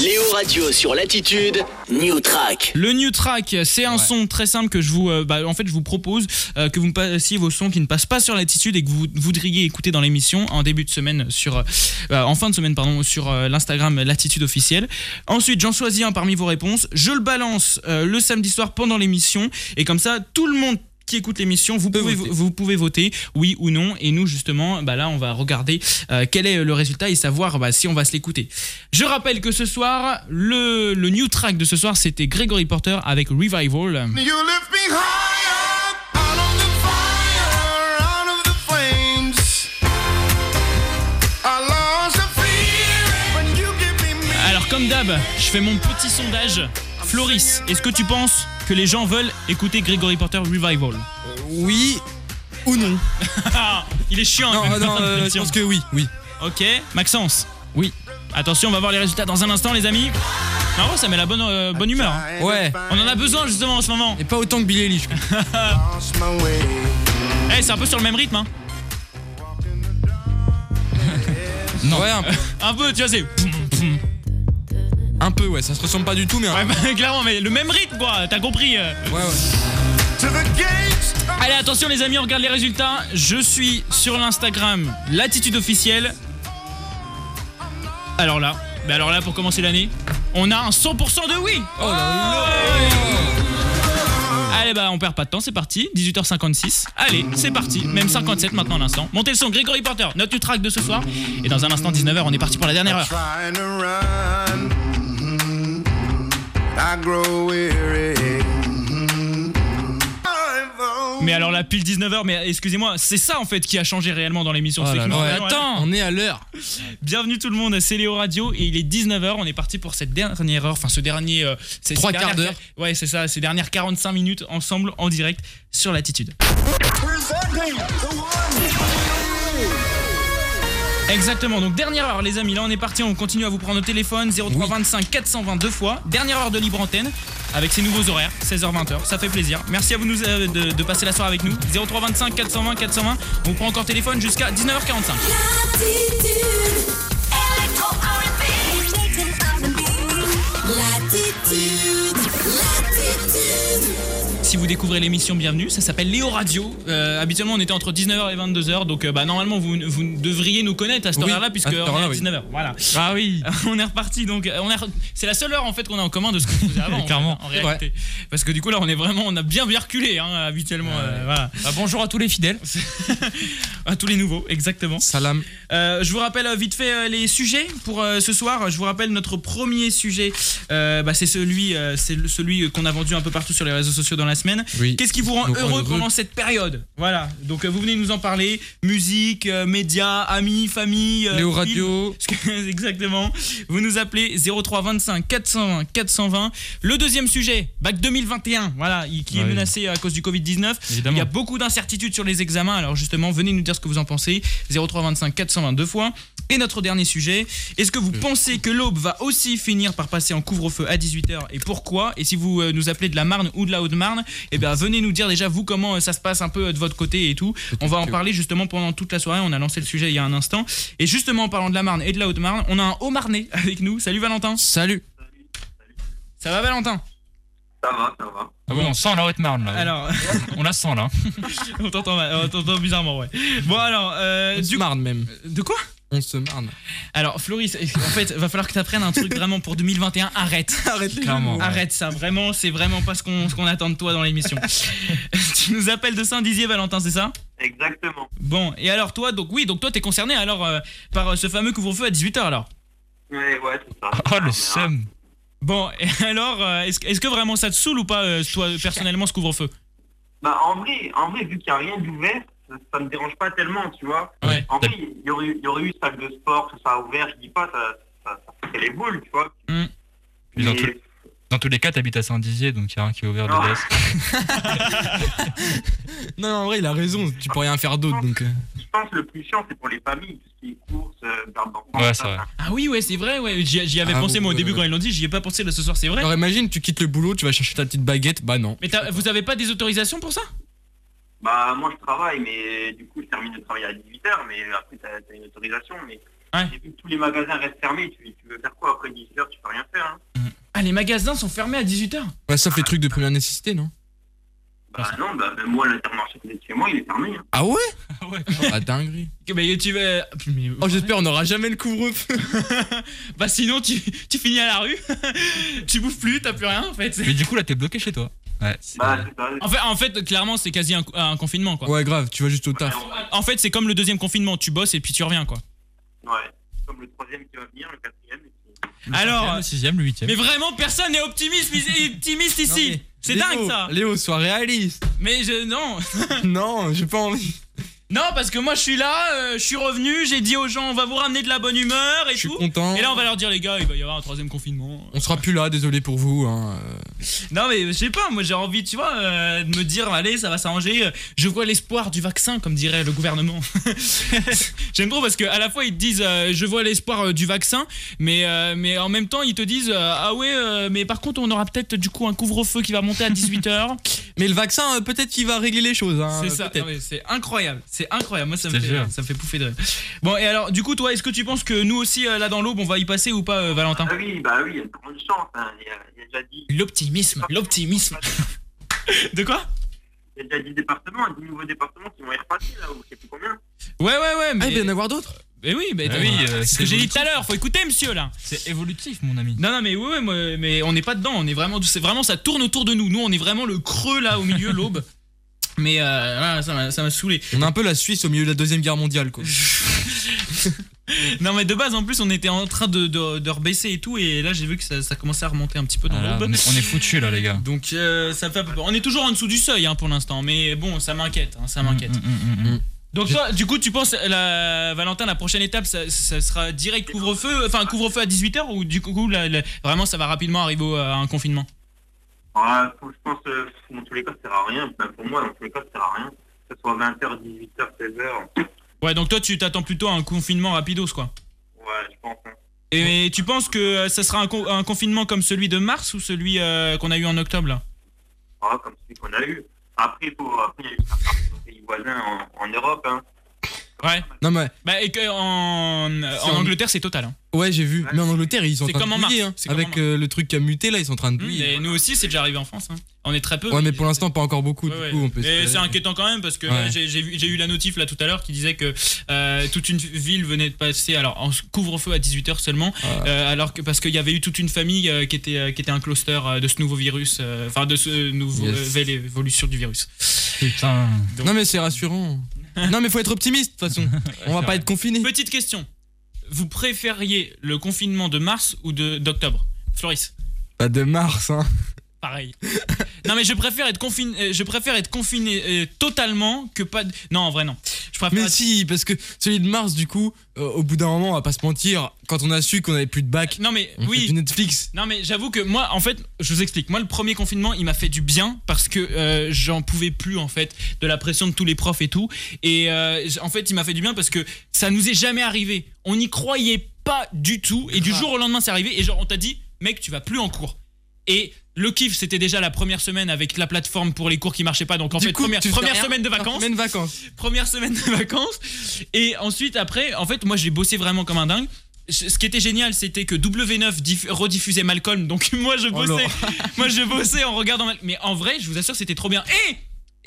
Speaker 2: Léo Radio sur Latitude, New Track.
Speaker 1: Le new track, c'est un son très simple que je vous, euh, bah, en fait, je vous propose euh, que vous me passiez vos sons qui ne passent pas sur l'attitude et que vous voudriez écouter dans l'émission en début de semaine sur, euh, euh, en fin de semaine pardon, sur euh, l'Instagram l'attitude officielle. Ensuite, j'en choisis un parmi vos réponses, je le balance euh, le samedi soir pendant l'émission et comme ça, tout le monde qui écoute l'émission, vous pouvez, vous, pouvez voter oui ou non. Et nous, justement, bah là, on va regarder euh, quel est le résultat et savoir bah, si on va se l'écouter. Je rappelle que ce soir, le, le new track de ce soir, c'était Gregory Porter avec Revival.
Speaker 10: You lift me high up out of the fire, out of the flames. I lost the fear when you give me me.
Speaker 1: Alors, comme d'hab, je fais mon petit sondage. Floris, est-ce que tu penses que les gens veulent écouter Gregory Porter Revival *laughs*
Speaker 7: Oui ou non
Speaker 1: Il est chiant.
Speaker 7: Non,
Speaker 1: hein,
Speaker 7: *laughs* non,
Speaker 1: cette
Speaker 7: euh, je
Speaker 1: émission.
Speaker 7: pense que oui, oui.
Speaker 1: Ok, Maxence. Oui. Attention, on va voir les résultats dans un instant, les amis. Marot, ça met la bonne, euh, bonne humeur. hein.
Speaker 7: Ouais.
Speaker 1: On en a besoin justement en ce moment.
Speaker 7: Et pas autant que Billy Eilish.
Speaker 1: Eh, c'est un peu sur le même rythme. Hein.
Speaker 7: non. Ouais, un peu.
Speaker 1: Un peu, tu vois, c'est. *laughs*
Speaker 7: Un peu, ouais, ça se ressemble pas du tout, mais. Ouais,
Speaker 1: bah, clairement, mais le même rythme, quoi, t'as compris. euh. Allez, attention, les amis, on regarde les résultats. Je suis sur l'Instagram, l'attitude officielle. Alors là, bah alors là, pour commencer l'année, on a un 100% de oui. Oh Allez, bah, on perd pas de temps, c'est parti. 18h56. Allez, c'est parti. Même 57 maintenant à l'instant. Montez le son, Grégory Porter, note du track de ce soir. Et dans un instant, 19h, on est parti pour la dernière heure.
Speaker 10: Trying to run. Mhm. I grow weary.
Speaker 1: Mais alors la pile 19h, mais excusez-moi, c'est ça en fait qui a changé réellement dans l'émission.
Speaker 7: Oh
Speaker 1: C'est
Speaker 7: là
Speaker 1: que
Speaker 7: là,
Speaker 1: nous-
Speaker 7: ouais.
Speaker 1: Attends,
Speaker 7: on est à l'heure.
Speaker 1: Bienvenue tout le monde, c'est Léo Radio et il est 19h, on est parti pour cette dernière heure, enfin ce dernier... euh, ces-
Speaker 7: Trois
Speaker 1: ces
Speaker 7: quarts
Speaker 1: dernières- Ouais c'est ça, ces dernières 45 minutes ensemble en direct sur l'attitude. Exactement, donc dernière heure les amis, là on est parti, on continue à vous prendre au téléphone 0325 422 fois, dernière heure de libre antenne avec ses nouveaux horaires, 16h20h, ça fait plaisir. Merci à vous nous, euh, de, de passer la soirée avec nous, 0325 420 420, on vous prend encore téléphone jusqu'à 19h45. Si vous découvrez l'émission, bienvenue. Ça s'appelle Léo Radio. Euh, habituellement, on était entre 19h et 22h. Donc, euh, bah, normalement, vous, vous devriez nous connaître à cette
Speaker 7: Oui,
Speaker 1: heure-là, puisque
Speaker 7: à cette
Speaker 1: on est
Speaker 7: heure-là,
Speaker 1: à
Speaker 7: oui.
Speaker 1: 19h. Voilà. *laughs*
Speaker 3: Ah oui.
Speaker 1: on est reparti. Donc, euh, on est re- c'est la seule heure, en fait, qu'on a en commun de ce qu'on faisait
Speaker 3: *laughs*
Speaker 1: avant. en fait,
Speaker 3: Clairement.
Speaker 1: en réalité. Parce que du coup, là, on est vraiment, on a bien bien reculé, hein, habituellement. euh, voilà.
Speaker 7: bah,
Speaker 3: bonjour à tous les fidèles.
Speaker 1: *laughs* à tous les nouveaux, exactement.
Speaker 7: Salam.
Speaker 1: Euh, je vous rappelle euh, vite fait euh, les sujets pour euh, ce soir. Je vous rappelle notre premier sujet, euh, bah, c'est celui, euh, c'est le- celui qu'on a vendu un peu partout sur les réseaux sociaux dans la semaine.
Speaker 7: Oui.
Speaker 1: Qu'est-ce qui vous rend
Speaker 7: Nous rend
Speaker 1: heureux
Speaker 7: heureux.
Speaker 1: pendant cette période Voilà. Donc euh, vous venez nous en parler. Musique, euh, médias, amis, famille. euh,
Speaker 7: Léo
Speaker 1: films.
Speaker 7: Radio.
Speaker 1: *laughs* Exactement. Vous nous appelez 03 25 420 420. Le deuxième sujet, bac 2021. Voilà, il- qui est
Speaker 3: Ouais.
Speaker 1: menacé à cause du Covid 19.
Speaker 3: Évidemment. Ah
Speaker 1: Il y a beaucoup d'incertitudes sur les examens, alors justement, venez nous dire ce que vous en pensez. 0325 422 fois. Et notre dernier sujet, est-ce que vous
Speaker 7: Hmm.
Speaker 1: pensez que l'aube va aussi finir par passer en couvre-feu à 18h et pourquoi Et si vous euh, nous appelez de la Marne ou de la Haute-Marne, eh bien venez nous dire déjà vous comment euh, ça se passe un peu euh, de votre côté et tout. On va en parler justement pendant toute la soirée, on a lancé le sujet il y a un instant. Et justement en parlant de la Marne et de la Haute-Marne, on a un Haut-Marnais *laughs* avec nous. Salut Valentin.
Speaker 7: Salut.
Speaker 1: Ça va Valentin
Speaker 13: Ça va, ça va.
Speaker 3: Ah bon, on sent la Haute-Marne là.
Speaker 1: Alors, *laughs*
Speaker 3: On la sent là.
Speaker 1: on t'entend mal- on t'entend bizarrement, ouais. Bon alors, euh,
Speaker 7: On se
Speaker 1: du
Speaker 7: marre même.
Speaker 1: De quoi
Speaker 7: On se marne.
Speaker 1: Alors Floris, en fait, va falloir que tu apprennes un truc vraiment pour 2021. Arrête.
Speaker 7: Arrête
Speaker 3: Clairement, ouais.
Speaker 1: Arrête ça, vraiment, c'est vraiment pas ce qu'on ce qu'on attend de toi dans l'émission. *laughs* tu nous appelles de Saint-Dizier Valentin, c'est ça
Speaker 13: Exactement.
Speaker 1: Bon, et alors toi, donc oui, donc toi t'es concerné alors euh, par euh, ce fameux couvre-feu à 18h alors.
Speaker 13: Ouais, ouais, hein. c'est ça.
Speaker 3: Oh le seum.
Speaker 1: Bon, et *laughs* alors euh, est-ce que- est-ce que vraiment ça te saoule ou pas euh, toi personnellement ce couvre-feu
Speaker 13: Bah, en vrai, en vrai vu qu'il n'y a rien d'ouvert, ça, ça me dérange pas tellement, tu vois.
Speaker 1: Ouais.
Speaker 13: En vrai, il y aurait, il y aurait eu salle de sport, tout ça ouvert, je dis pas, ça, ça, ça ferait les boules, tu vois.
Speaker 7: Mm.
Speaker 3: Puis Dans, tous- dans tous les cas, t'habites à Saint-Dizier, donc il y a un qui est ouvert de l'Est.
Speaker 7: Non, non, en vrai, il a raison. Tu peux rien faire d'autre donc. euh.
Speaker 13: Je pense que le plus chiant, c'est pour les familles, tout ce qui est courses, euh, garde d'enfants. ça,
Speaker 7: Ouais, c'est vrai.
Speaker 13: ça.
Speaker 1: Ah oui, ouais, c'est vrai, ouais, j'y j'y avais
Speaker 7: Ah,
Speaker 1: pensé
Speaker 7: bon,
Speaker 1: moi au
Speaker 7: ouais,
Speaker 1: début
Speaker 7: ouais.
Speaker 1: quand ils l'ont dit, j'y ai pas pensé là ce soir, c'est vrai.
Speaker 7: Alors imagine, tu quittes le boulot, tu vas chercher ta petite baguette. Bah non.
Speaker 1: Mais t'as- vous avez pas des autorisations pour ça
Speaker 13: Bah, moi, je travaille, mais du coup, je termine de travailler à 18h, mais après, t'as as une autorisation. Mais Et vu que tous les magasins restent fermés, tu, tu veux faire quoi après 18h Tu peux rien faire, hein.
Speaker 1: Ah, les magasins sont fermés à 18h
Speaker 7: Ouais, sauf les trucs de première nécessité, non
Speaker 13: Bah, non, bah, même moi, l'intermarché qui est chez moi, il est fermé. hein.
Speaker 7: Ah ouais
Speaker 1: Ah ouais.
Speaker 7: Ah dinguerie.
Speaker 1: *laughs* Mais tu vas. mais-
Speaker 7: Oh, j'espère on n'aura jamais le couvre-feu.
Speaker 1: *laughs* Bah sinon tu, tu finis à la rue, *laughs* tu bouffes plus, t'as plus rien en fait.
Speaker 3: Mais du coup, là, t'es bloqué chez toi. Ouais. c'est-
Speaker 13: Bah,
Speaker 1: En fait, en fait clairement c'est quasi un, un confinement quoi.
Speaker 7: Ouais, grave, tu vas juste au taf.
Speaker 1: En fait c'est comme le deuxième confinement, tu bosses et puis tu reviens quoi.
Speaker 13: Ouais. Comme le troisième qui va venir, le quatrième.
Speaker 3: Le
Speaker 1: Alors,
Speaker 3: cinquième, le sixième, le huitième.
Speaker 1: Mais vraiment personne n'est optimiste, optimiste ici.
Speaker 7: Non, mais
Speaker 1: c'est
Speaker 7: Léo,
Speaker 1: dingue ça.
Speaker 7: Léo,
Speaker 1: *laughs*
Speaker 7: sois réaliste.
Speaker 1: Mais je non.
Speaker 7: non, j'ai pas envie.
Speaker 1: Non parce que moi je suis là, euh, je suis revenu, j'ai dit aux gens on va vous ramener de la bonne humeur et
Speaker 7: Je suis
Speaker 1: tout.
Speaker 7: content.
Speaker 1: Et là on va leur dire les gars il va y avoir un troisième confinement.
Speaker 7: On sera plus là, désolé pour vous. hein. Euh,
Speaker 1: Non mais je sais pas, moi j'ai envie tu vois euh, de me dire allez ça va s'arranger. euh, Je vois l'espoir du vaccin comme dirait le gouvernement. *laughs* J'aime trop parce que à la fois ils te disent euh, je vois l'espoir euh, du vaccin, mais euh, mais en
Speaker 7: *laughs*
Speaker 1: même temps ils te disent euh, ah ouais euh, mais par contre on aura peut-être du coup un couvre-feu qui va monter à 18 h
Speaker 7: Mais le vaccin, euh, peut-être qu'il va régler les choses. hein,
Speaker 1: C'est ça, Ah
Speaker 7: peut-être.
Speaker 1: non, mais c'est incroyable, c'est incroyable. Moi, ça
Speaker 7: Je
Speaker 1: me,
Speaker 7: te
Speaker 1: fait,
Speaker 7: jure.
Speaker 1: ça me fait pouffer de rire. Bon, et alors, du coup, toi, est-ce que tu penses que nous aussi, euh, là dans l'aube, on va y passer ou pas, euh, Valentin
Speaker 13: Ah oui, bah oui, il y a de grandes chances. hein. Il y a- il y a déjà dit
Speaker 1: L'optimisme, l'optimisme. De quoi
Speaker 13: Il y a déjà 10 départements, 10 nouveaux départements qui vont y repasser là, ou je sais plus combien.
Speaker 1: Ouais, ouais, ouais,
Speaker 7: Ah,
Speaker 1: mais.
Speaker 13: il va y en
Speaker 7: avoir d'autres
Speaker 1: Mais oui, mais
Speaker 13: Ah
Speaker 1: oui,
Speaker 13: oui,
Speaker 3: euh,
Speaker 1: c'est ce
Speaker 3: c'est
Speaker 1: que j'ai dit tout à l'heure, faut écouter, monsieur, là.
Speaker 3: C'est évolutif, mon ami.
Speaker 1: Non, non, mais oui, oui, mais, mais on n'est pas dedans, on est vraiment, c'est vraiment, ça tourne autour de nous. Nous, on est vraiment le creux, là, au milieu, l'aube. *laughs* Mais euh, voilà, ça m'a- ça m'a saoulé.
Speaker 7: On a un peu la Suisse au milieu de la Deuxième Guerre mondiale, quoi.
Speaker 1: Non mais de base en plus on était en train de, de, de rebaisser et tout et là j'ai vu que ça, ça commençait à remonter un petit peu dans
Speaker 3: Ah là,
Speaker 1: l'aube.
Speaker 3: on est- on est foutus, là, les gars.
Speaker 1: Donc euh, ça fait un peu peur. On est toujours en dessous du seuil hein, pour l'instant mais bon ça m'inquiète, hein, ça m'inquiète.
Speaker 3: Mm,
Speaker 7: Mm.
Speaker 1: Donc toi du coup tu penses la Valentin la prochaine étape ça, ça sera direct couvre-feu enfin couvre-feu à 18h ou du coup la- la- vraiment ça va rapidement arriver au- à un confinement.
Speaker 13: Ah, faut- je pense que dans tous les cas, ça sert à rien. Enfin, pour moi, dans tous les cas, ça sert à rien. Que ce soit 20h, 18h, 16h.
Speaker 1: Ouais donc toi tu t'attends plutôt à un confinement rapidos quoi.
Speaker 13: Ouais, je pense. hein.
Speaker 1: Et tu penses que euh, ça sera un, con- un confinement comme celui de mars ou celui euh, qu'on a eu en octobre là
Speaker 13: Ah, comme celui qu'on a eu. Après, pour, après, il y a eu certains pays voisins en, en Europe. Hein.
Speaker 1: Ouais.
Speaker 7: Non, mais.
Speaker 1: Bah, et que en, euh, en
Speaker 7: en-
Speaker 1: Angleterre, c'est total. hein.
Speaker 7: Ouais, j'ai vu. Mais en Angleterre, ils sont en
Speaker 1: C'est
Speaker 7: train
Speaker 1: comme en
Speaker 7: de plier,
Speaker 1: mars, Hmm,
Speaker 7: hein.
Speaker 1: c'est comme en
Speaker 7: Avec euh, le truc qui a muté, là, ils sont en train de plier.
Speaker 1: Et nous aussi, c'est déjà arrivé en France. hein. On est très peu.
Speaker 7: Ouais, mais pour l'instant, pas encore beaucoup.
Speaker 1: Ouais, ouais.
Speaker 7: Du coup, on peut
Speaker 1: Et
Speaker 7: espérer.
Speaker 1: c'est inquiétant quand même parce que
Speaker 7: Ouais.
Speaker 1: là, j'ai j'ai vu- j'ai eu la notif là tout à l'heure qui disait que euh, toute une ville venait de passer alors en couvre-feu à 18h seulement
Speaker 7: Ah.
Speaker 1: euh, alors que parce qu'il y avait eu toute une famille euh, qui était euh, qui était un cluster euh, de ce nouveau virus euh, enfin de ce nouveau
Speaker 7: Yes.
Speaker 1: euh, nouvelle évolution du virus.
Speaker 3: Putain.
Speaker 7: Non, mais
Speaker 1: *laughs*
Speaker 7: c'est rassurant. non, mais faut être optimiste, de toute façon. on va pas être confiné.
Speaker 1: Petite question. Vous préfériez le confinement de mars ou de d'octobre Floris.
Speaker 7: Pas de mars, hein. *laughs*
Speaker 1: Pareil. non mais je préfère être confiné, euh, je préfère être confiné euh, totalement que pas. de- Non en vrai non. Je préfère.
Speaker 7: Mais si, parce que celui de mars, du coup, euh, au bout d'un moment, on va pas se mentir, quand on a su qu'on avait plus de bac,
Speaker 1: Non mais
Speaker 7: on fait
Speaker 1: oui.
Speaker 7: du Netflix.
Speaker 1: Non mais j'avoue que moi en fait je vous explique moi le premier confinement il m'a fait du bien parce que euh, j'en pouvais plus en fait de la pression de tous les profs et tout et euh, j- en fait il m'a fait du bien parce que ça nous est jamais arrivé on n'y croyait pas du tout et du
Speaker 7: Ah.
Speaker 1: jour au lendemain c'est arrivé et genre on t'a dit mec tu vas plus en cours et le kiff c'était déjà la première semaine avec la plateforme pour les cours qui marchait pas donc en
Speaker 7: Du
Speaker 1: fait
Speaker 7: coup,
Speaker 1: première,
Speaker 7: tu fais
Speaker 1: première
Speaker 7: rien.
Speaker 1: semaine de vacances
Speaker 7: Semaine vacances.
Speaker 1: première semaine de vacances. Et ensuite, après, en fait, moi, j'ai bossé vraiment comme un dingue. Je- Ce qui était génial, c'était que W9 diff- rediffusait Malcolm. Donc, *laughs* moi, je
Speaker 7: Oh
Speaker 1: bossais.
Speaker 7: là.
Speaker 1: moi, je bossais en regardant. Mal- Mais en vrai, je vous assure, c'était trop bien. Et.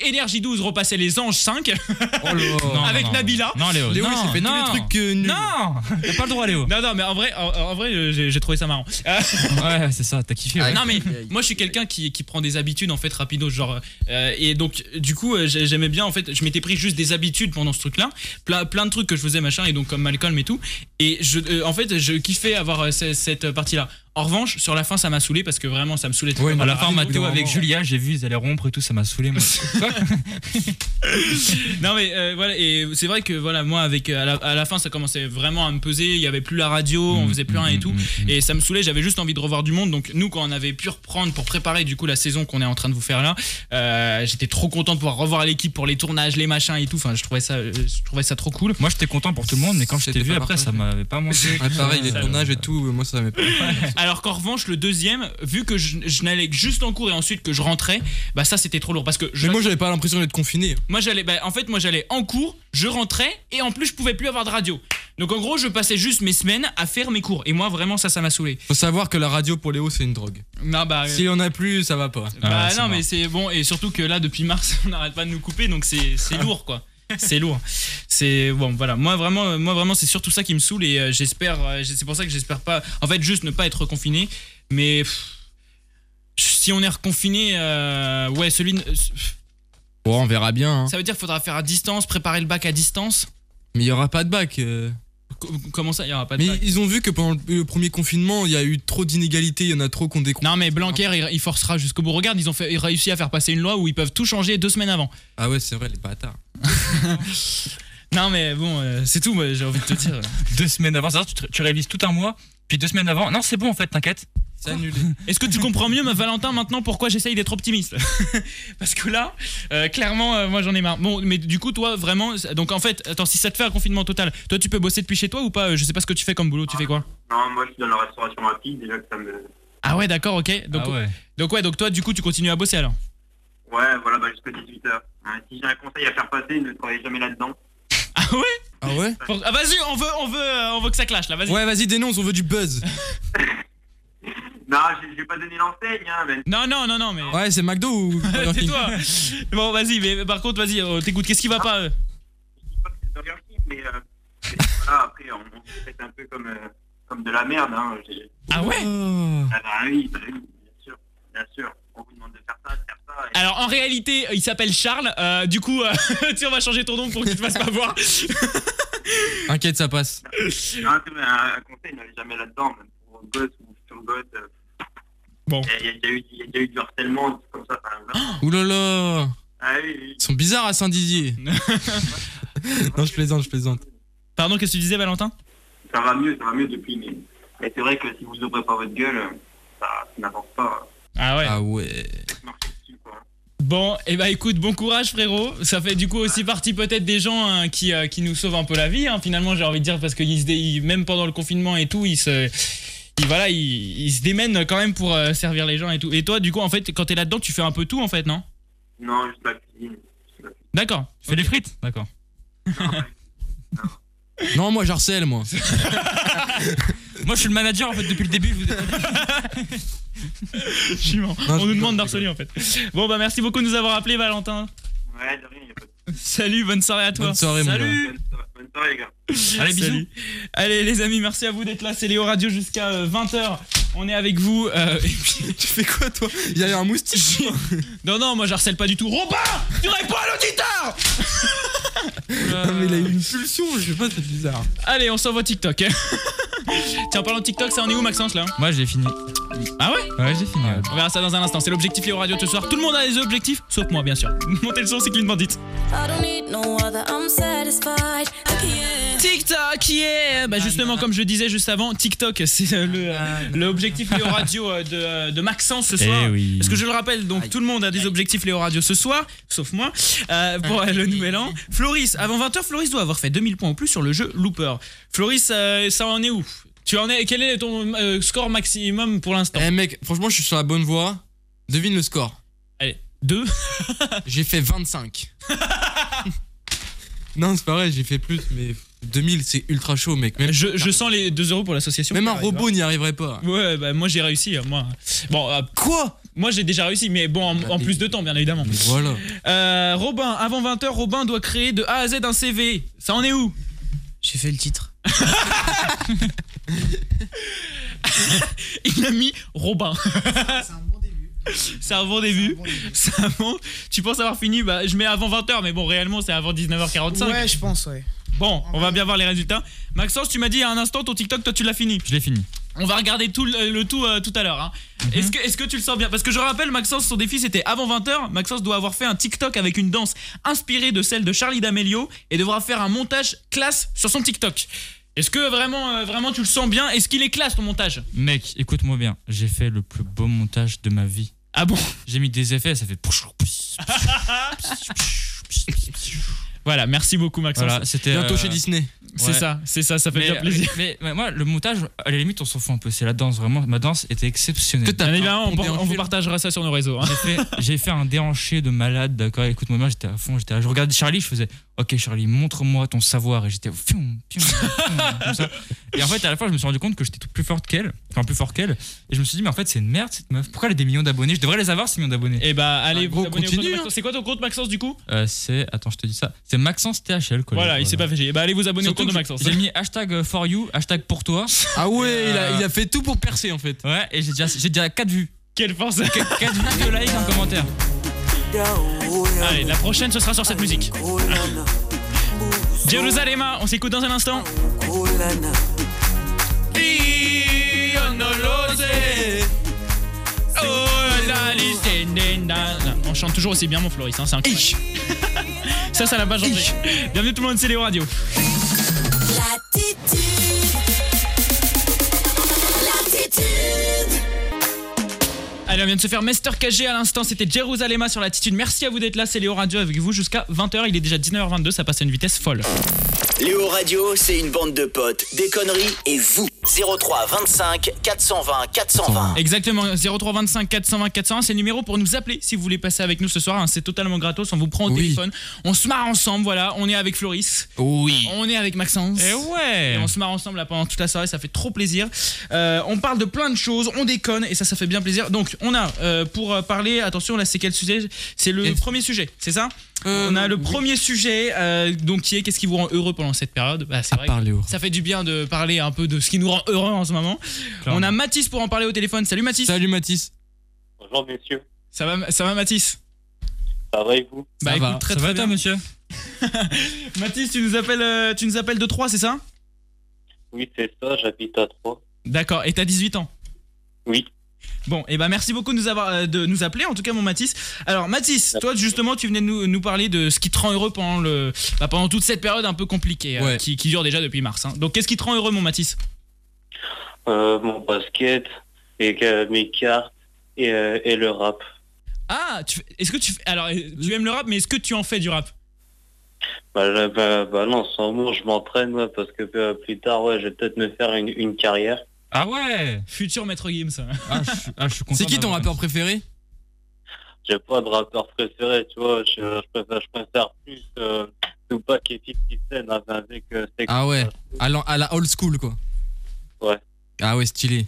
Speaker 1: Energy 12 repassait les anges 5
Speaker 7: Oh,
Speaker 3: Non,
Speaker 1: avec
Speaker 3: non, non.
Speaker 1: Nabila.
Speaker 3: Non, Léo, Léo, il s'est fait tous les trucs,
Speaker 7: euh,
Speaker 1: Non,
Speaker 3: T'as pas le droit, Léo.
Speaker 1: Non, non, mais en vrai, en, en vrai, euh, j'ai j'ai trouvé ça marrant. Euh,
Speaker 3: Ouais, c'est ça, t'as
Speaker 7: Ah,
Speaker 3: kiffé. ouais.
Speaker 1: non mais moi je suis quelqu'un qui, qui prend des habitudes en fait rapido genre euh, et donc du coup euh, j'ai- j'aimais bien en fait je m'étais pris juste des habitudes pendant ce truc là plein, plein de trucs que je faisais machin et donc comme Malcolm et tout et je euh, en fait je kiffais avoir euh, ce- cette partie là en revanche sur la fin ça m'a saoulé parce que vraiment ça me saoulait tout
Speaker 3: à la fin, Mathéo avec Julia, j'ai vu, ils allaient rompre et tout, ça m'a saoulé,
Speaker 7: *laughs*
Speaker 3: moi.
Speaker 1: non mais euh, voilà et c'est vrai que voilà moi avec euh, à la, à la fin ça commençait vraiment à me peser il y avait plus la radio on
Speaker 3: Mm.
Speaker 1: faisait plus rien et tout et ça me saoulait j'avais juste envie de revoir du monde donc nous quand on avait pu reprendre pour préparer du coup la saison qu'on est en train de vous faire là euh, j'étais trop content de pouvoir revoir l'équipe pour les tournages les machins et tout enfin je trouvais ça euh, je trouvais ça trop
Speaker 7: *laughs*
Speaker 1: cool
Speaker 3: moi j'étais content pour tout le monde mais quand je t'ai vu après, ça m'avait pas manqué.
Speaker 7: Ouais, pareil, les
Speaker 3: Ça-
Speaker 7: tournages et tout, moi, ça m'avait pas.
Speaker 1: Alors qu'en revanche, le deuxième, vu que je, je n'allais que juste en cours et ensuite que je rentrais, bah ça c'était trop lourd parce que je,
Speaker 7: Mais moi, j'avais pas l'impression d'être confiné.
Speaker 1: Moi j'allais, bah, en fait moi j'allais en cours, je rentrais et en plus je pouvais plus avoir de radio. Donc en gros je passais juste mes semaines à faire mes cours et moi vraiment ça ça m'a saoulé.
Speaker 7: Faut savoir que la radio pour Léo, c'est une drogue.
Speaker 1: Non bah, euh,
Speaker 7: Si on a plus, ça va pas.
Speaker 1: bah, non mais c'est bon et surtout que là depuis mars *laughs* on n'arrête pas de nous couper donc c'est c'est lourd quoi. C'est lourd. C'est bon, voilà. Moi vraiment, euh, moi vraiment, c'est surtout ça qui me saoule et euh, j'espère. euh, c'est pour ça que j'espère pas. En fait, juste ne pas être confiné. Mais pff, si on est reconfiné, euh, ouais, celui.
Speaker 7: Bon, on verra bien. hein.
Speaker 1: Ça veut dire qu'il faudra faire à distance, préparer le bac à distance.
Speaker 7: Mais il y aura pas de bac. euh.
Speaker 1: Co- Comment ça, il y aura pas de
Speaker 7: Mais
Speaker 1: bac
Speaker 7: ils ont vu que pendant le- le premier confinement, il y a eu trop d'inégalités, il y en a trop qu'on découvre.
Speaker 1: Non mais Blanquer, il, il forcera jusqu'au bout. Regarde, ils ont fait, ils ont réussi à faire passer une loi où ils peuvent tout changer deux semaines avant.
Speaker 7: Ah ouais, c'est vrai, les bâtards.
Speaker 1: Non mais bon, euh, c'est tout, moi, j'ai envie de te dire.
Speaker 3: deux semaines avant, ça, tu, te- tu réalises tout un mois, puis deux semaines avant. Non, c'est bon en fait, t'inquiète.
Speaker 7: C'est annulé.
Speaker 1: Est-ce que tu comprends mieux, ma Valentin, maintenant pourquoi j'essaye d'être optimiste *laughs* Parce que là, euh, clairement, euh, moi j'en ai marre. Bon, mais du coup, toi, vraiment, donc en fait, attends, si ça te fait un confinement total, toi, tu peux bosser depuis chez toi ou pas euh, Je sais pas ce que tu fais comme boulot, tu fais quoi
Speaker 13: Non, moi, je suis dans la restauration rapide, déjà que ça me...
Speaker 1: Ah ouais, d'accord, ok. Donc,
Speaker 3: Ah ouais.
Speaker 1: donc ouais, donc toi, du coup, tu continues à bosser alors
Speaker 13: Ouais, voilà, bah, jusqu'à 18h. si j'ai un conseil à faire passer, ne travaillez jamais là-dedans.
Speaker 7: Ah ouais
Speaker 1: Pour- Ah, vas-y, on veut, on veut, euh, on veut que ça clash là, vas-y.
Speaker 7: Ouais, vas-y, dénonce, on veut
Speaker 1: *laughs*
Speaker 7: du buzz.
Speaker 13: Non, je, je vais pas donner l'enseigne, hein, mais...
Speaker 1: Non, non, non, non, mais.
Speaker 7: Ouais, c'est McDo
Speaker 1: *laughs*
Speaker 7: ou. Burger King
Speaker 1: Tais-toi. bon, vas-y, mais par contre, vas-y, on t'écoute. Qu'est-ce qui va pas euh
Speaker 13: mais, euh, mais *laughs* voilà, après, on, on se traite un peu comme, euh, comme de la merde. Hein. J'ai-
Speaker 1: Ah ouais
Speaker 7: Oh,
Speaker 13: Ah bah oui, bah oui, bien sûr, bien sûr. On vous demande de faire ça, de faire ça. et-
Speaker 1: Alors, en réalité, il s'appelle Charles. euh, du coup, euh, *laughs* tiens, on va changer ton nom pour qu'il te fasse pas voir.
Speaker 7: Inquiète, ça passe.
Speaker 13: Non, c'est vrai, un, un conseil, n'allez jamais là-dedans, même pour un gosse ou futur gosse. euh,
Speaker 1: Bon.
Speaker 13: Il y, a- il y a eu- il y a déjà eu du harcèlement, des trucs comme ça. Par exemple.
Speaker 7: Ouh là là
Speaker 13: Ah oui,
Speaker 7: Ils sont bizarres à Saint-Didier. non, je plaisante, je plaisante.
Speaker 1: Pardon, qu'est-ce que tu disais, Valentin
Speaker 13: oui, ça va mieux, ça va mieux depuis, mais, mais c'est vrai que si vous ouvrez pas votre gueule, euh, ça, ça n'avance pas.
Speaker 1: Ah ouais.
Speaker 7: Ah ouais.
Speaker 1: Bon, et bah écoute, bon courage frérot. Ça fait du coup aussi partie peut-être des gens hein, qui, euh, qui nous sauvent un peu la vie. hein. Finalement, j'ai envie de dire parce que ils se dé- ils- même pendant le confinement et tout, ils se ils- voilà, ils, ils se démènent quand même pour euh, servir les gens et tout. Et toi, du coup, en fait, quand t'es là-dedans, tu fais un peu tout en fait, non
Speaker 13: Non, juste la cuisine.
Speaker 1: D'accord. Tu fais des frites D'accord.
Speaker 7: Non, moi, j'harcèle, moi.
Speaker 3: Moi, je suis le manager en fait depuis le début. Je vous ai
Speaker 1: *laughs* Chiant. On nous demande d'harceler en fait. Bon bah merci beaucoup de nous avoir appelé Valentin.
Speaker 13: Ouais, de rien, il y a pas de
Speaker 1: Salut, bonne soirée à toi.
Speaker 13: Bonne soirée, mon
Speaker 1: Salut.
Speaker 13: gars. Bonne soirée, les gars.
Speaker 1: Allez, bisous. Allez, les amis, merci à vous d'être là. C'est Léo Radio jusqu'à 20h. On est avec vous. tu fais quoi, toi Il y a un moustique. non, non, moi, je harcèle pas du tout. Robin Tu réponds à l'auditeur
Speaker 7: Non, hein, mais il a eu une pulsion, je sais pas, c'est bizarre.
Speaker 1: Euh, Allez, on s'envoie TikTok. hein. *laughs* Tiens, parlant de TikTok, ça en est où, Maxence, là Moi, j'ai fini. Ah ouais
Speaker 3: Ouais, j'ai fini.
Speaker 1: On verra ça dans un instant. C'est l'objectif Léo Radio de ce soir. Tout le monde a des objectifs, sauf moi, bien sûr. *laughs* Montez le son, c'est Clean Bandit.
Speaker 14: I don't need no other, I'm satisfied. I can't.
Speaker 1: TikTok, yeah Bah justement, comme je disais juste avant, TikTok, c'est euh, le,
Speaker 7: Ah,
Speaker 1: euh, l'objectif Léo Radio euh, de, euh, de Maxence ce
Speaker 3: Eh
Speaker 1: soir.
Speaker 3: oui.
Speaker 1: Parce que je le rappelle, donc tout le monde a des objectifs Léo Radio ce soir, sauf moi, euh,
Speaker 7: Ah.
Speaker 1: pour euh, le nouvel an. Floris, avant 20h, Floris doit avoir fait 2000 points en plus sur le jeu Looper. Floris, euh, ça en est où tu en es, quel est ton euh, score maximum pour l'instant
Speaker 7: Eh mec, franchement, je suis sur la bonne voie. Devine le score.
Speaker 1: Allez,
Speaker 3: Eh.
Speaker 1: 2.
Speaker 7: j'ai fait *laughs* 25. non, c'est pas vrai, j'ai fait plus, mais 2000, c'est ultra chaud, mec. Même
Speaker 1: je, je sens les 2 euros pour l'association.
Speaker 7: Même un
Speaker 1: T'arrives,
Speaker 7: robot
Speaker 1: hein.
Speaker 7: n'y arriverait pas.
Speaker 1: Ouais, bah moi j'ai réussi, euh, moi. Bon, quoi Moi j'ai déjà réussi, mais bon,
Speaker 7: Bah,
Speaker 1: en, en plus de temps, bien évidemment.
Speaker 7: Voilà.
Speaker 1: Euh, Robin, avant 20h, Robin doit créer de A à Z un CV. Ça en est où
Speaker 11: J'ai fait le titre.
Speaker 1: Il a mis Robin. C'est un bon début. C'est *laughs* un bon Tu penses avoir fini bah, Je mets avant 20h, mais bon, réellement, c'est avant 19h45.
Speaker 11: Ouais, je pense, ouais.
Speaker 1: Bon, on va bien voir les résultats. Maxence, tu m'as dit il y a un instant, ton TikTok, toi, tu l'as fini.
Speaker 3: Je l'ai fini. Mhm.
Speaker 1: On va regarder tout le, le tout euh, tout à l'heure. hein. Est-ce que, est que tu le sens bien Parce que je rappelle, Maxence, son défi c'était avant 20h. Maxence doit avoir fait un TikTok avec une danse inspirée de celle de Charlie D'Amelio et devra faire un montage classe sur son TikTok. Est-ce que vraiment, euh, vraiment tu le sens bien Est-ce qu'il est classe ton montage
Speaker 3: Mec, écoute-moi bien. J'ai fait le plus beau montage de ma vie.
Speaker 1: Ah bon
Speaker 3: J'ai mis des effets, ça fait.
Speaker 1: Voilà, merci beaucoup Maxence.
Speaker 3: Voilà, c'était
Speaker 1: Bientôt
Speaker 3: euh,
Speaker 1: chez Disney. C'est ça, c'est ça, ça fait
Speaker 3: mais,
Speaker 1: bien plaisir.
Speaker 3: Mais, mais moi, le montage, à la limite, on s'en fout un peu. C'est la danse, vraiment. Ma danse était exceptionnelle.
Speaker 1: Bien évidemment, on, on vous partagera ça sur nos réseaux. hein.
Speaker 3: J'ai fait- J'ai fait un déhanché de malade, d'accord Écoute-moi bien, j'étais à fond, j'étais là. Je regardais Charlie, je faisais Ok, Charlie, montre-moi ton savoir. Et j'étais fium, fium, fium, comme ça. Et en fait, à la fin, je me suis rendu compte que j'étais tout plus forte qu'elle, enfin plus fort qu'elle. Et je me suis dit, mais en fait, c'est une merde cette meuf. Pourquoi elle a des millions d'abonnés Je devrais les avoir, ces millions d'abonnés.
Speaker 1: Et bah, allez,
Speaker 3: vous
Speaker 1: abonnez au compte de Maxence. C'est quoi ton compte Maxence du coup
Speaker 3: c'est. Attends, je te dis ça. C'est Maxence THL, quoi.
Speaker 1: Voilà, il s'est pas fait chier. Bah, allez vous abonner au
Speaker 3: Surtout
Speaker 1: compte de
Speaker 3: que
Speaker 1: Maxence.
Speaker 3: J'ai mis hashtag euh, for you, hashtag pour toi.
Speaker 7: Ah ouais,
Speaker 3: Et,
Speaker 7: il, a,
Speaker 3: euh,
Speaker 7: il a fait tout pour percer en fait.
Speaker 3: Ouais, et j'ai déjà, j'ai déjà 4 vues.
Speaker 1: *laughs* Quelle force
Speaker 3: 4 vues, 2 likes, un commentaire.
Speaker 1: Allez, la prochaine, ce sera sur cette musique. Jérusalem, on s'écoute dans un instant. Oh, On chante toujours aussi bien, mon Floris, hein, c'est incroyable. *laughs* ça, ça n'a pas changé. Bienvenue tout le monde, c'est Léo Radio. Allez, on vient de se faire Master KG à l'instant, c'était Jérusalem sur l'attitude. Merci à vous d'être là, c'est Léo Radio avec vous jusqu'à 20h. Il est déjà 19h22, ça passe à une vitesse folle.
Speaker 2: Léo Radio, c'est une bande de potes, des conneries et vous. 03 25 420 420.
Speaker 1: Exactement, 0325 420 401, c'est le numéro pour nous appeler si vous voulez passer avec nous ce soir. hein. C'est totalement gratos, on vous prend au téléphone. On se marre ensemble, voilà. On est avec Floris.
Speaker 7: Oui.
Speaker 1: On est avec Maxence. Et
Speaker 3: Eh ouais.
Speaker 1: on se marre ensemble là, pendant toute la soirée, ça fait trop plaisir. Euh, on parle de plein de choses, on déconne et ça, ça fait bien plaisir. Donc, on a euh, pour euh, parler, attention, là, c'est quel sujet C'est le premier sujet, c'est ça
Speaker 3: Euh,
Speaker 1: on
Speaker 7: Euh,
Speaker 1: a le premier sujet, euh, donc qui est qu'est-ce qui vous rend heureux pendant cette période Bah, c'est vrai que
Speaker 3: parler heureux.
Speaker 1: Ça fait du bien de parler un peu de ce qui nous rend heureux en ce moment.
Speaker 3: Clairement.
Speaker 1: On a Mathis pour en parler au téléphone. Salut Mathis.
Speaker 7: Salut Mathis.
Speaker 15: Bonjour messieurs.
Speaker 1: Ça va, ça va Mathis
Speaker 15: Ça va et vous
Speaker 1: Bah
Speaker 3: Ça
Speaker 1: écoute,
Speaker 3: va.
Speaker 1: très
Speaker 3: Ça
Speaker 1: très
Speaker 3: va, toi,
Speaker 1: bien.
Speaker 3: monsieur
Speaker 1: *laughs* Mathis, tu nous appelles, euh, tu nous appelles de 3, c'est ça
Speaker 15: Oui, c'est ça, j'habite à Troyes.
Speaker 1: D'accord. Et t'as 18 ans
Speaker 15: Oui.
Speaker 1: Bon, et ben merci beaucoup de nous avoir euh, de nous appeler, en tout cas mon Mathis. Alors Mathis, toi justement, tu venais de nous, nous parler de ce qui te rend heureux pendant le, bah, pendant toute cette période un peu compliquée, hein,
Speaker 15: Ouais.
Speaker 1: qui, qui dure déjà depuis mars. hein. Donc qu'est-ce qui te rend heureux, mon Mathis
Speaker 15: Euh, mon basket, et, euh, mes cartes et, euh, et le rap.
Speaker 1: Ah, tu fais- est-ce que tu fais- alors euh, tu aimes le rap, mais est-ce que tu en fais du rap
Speaker 15: Bah, là, bah, bah non, sans mot, je m'entraîne ouais, parce que euh, plus tard, ouais, je vais peut-être me faire une, une carrière.
Speaker 3: Ah ouais
Speaker 1: Futur maître Gims.
Speaker 3: Ah, je suis
Speaker 7: C'est qui ton rappeur préféré
Speaker 15: J'ai pas de rappeur préféré, tu vois. Je, je préfère, je préfère plus euh, Tupac et 50 Cent hein, avec euh, Sex
Speaker 7: Ah ouais, à la, à la old school quoi.
Speaker 15: Ouais.
Speaker 7: Ah ouais, stylé.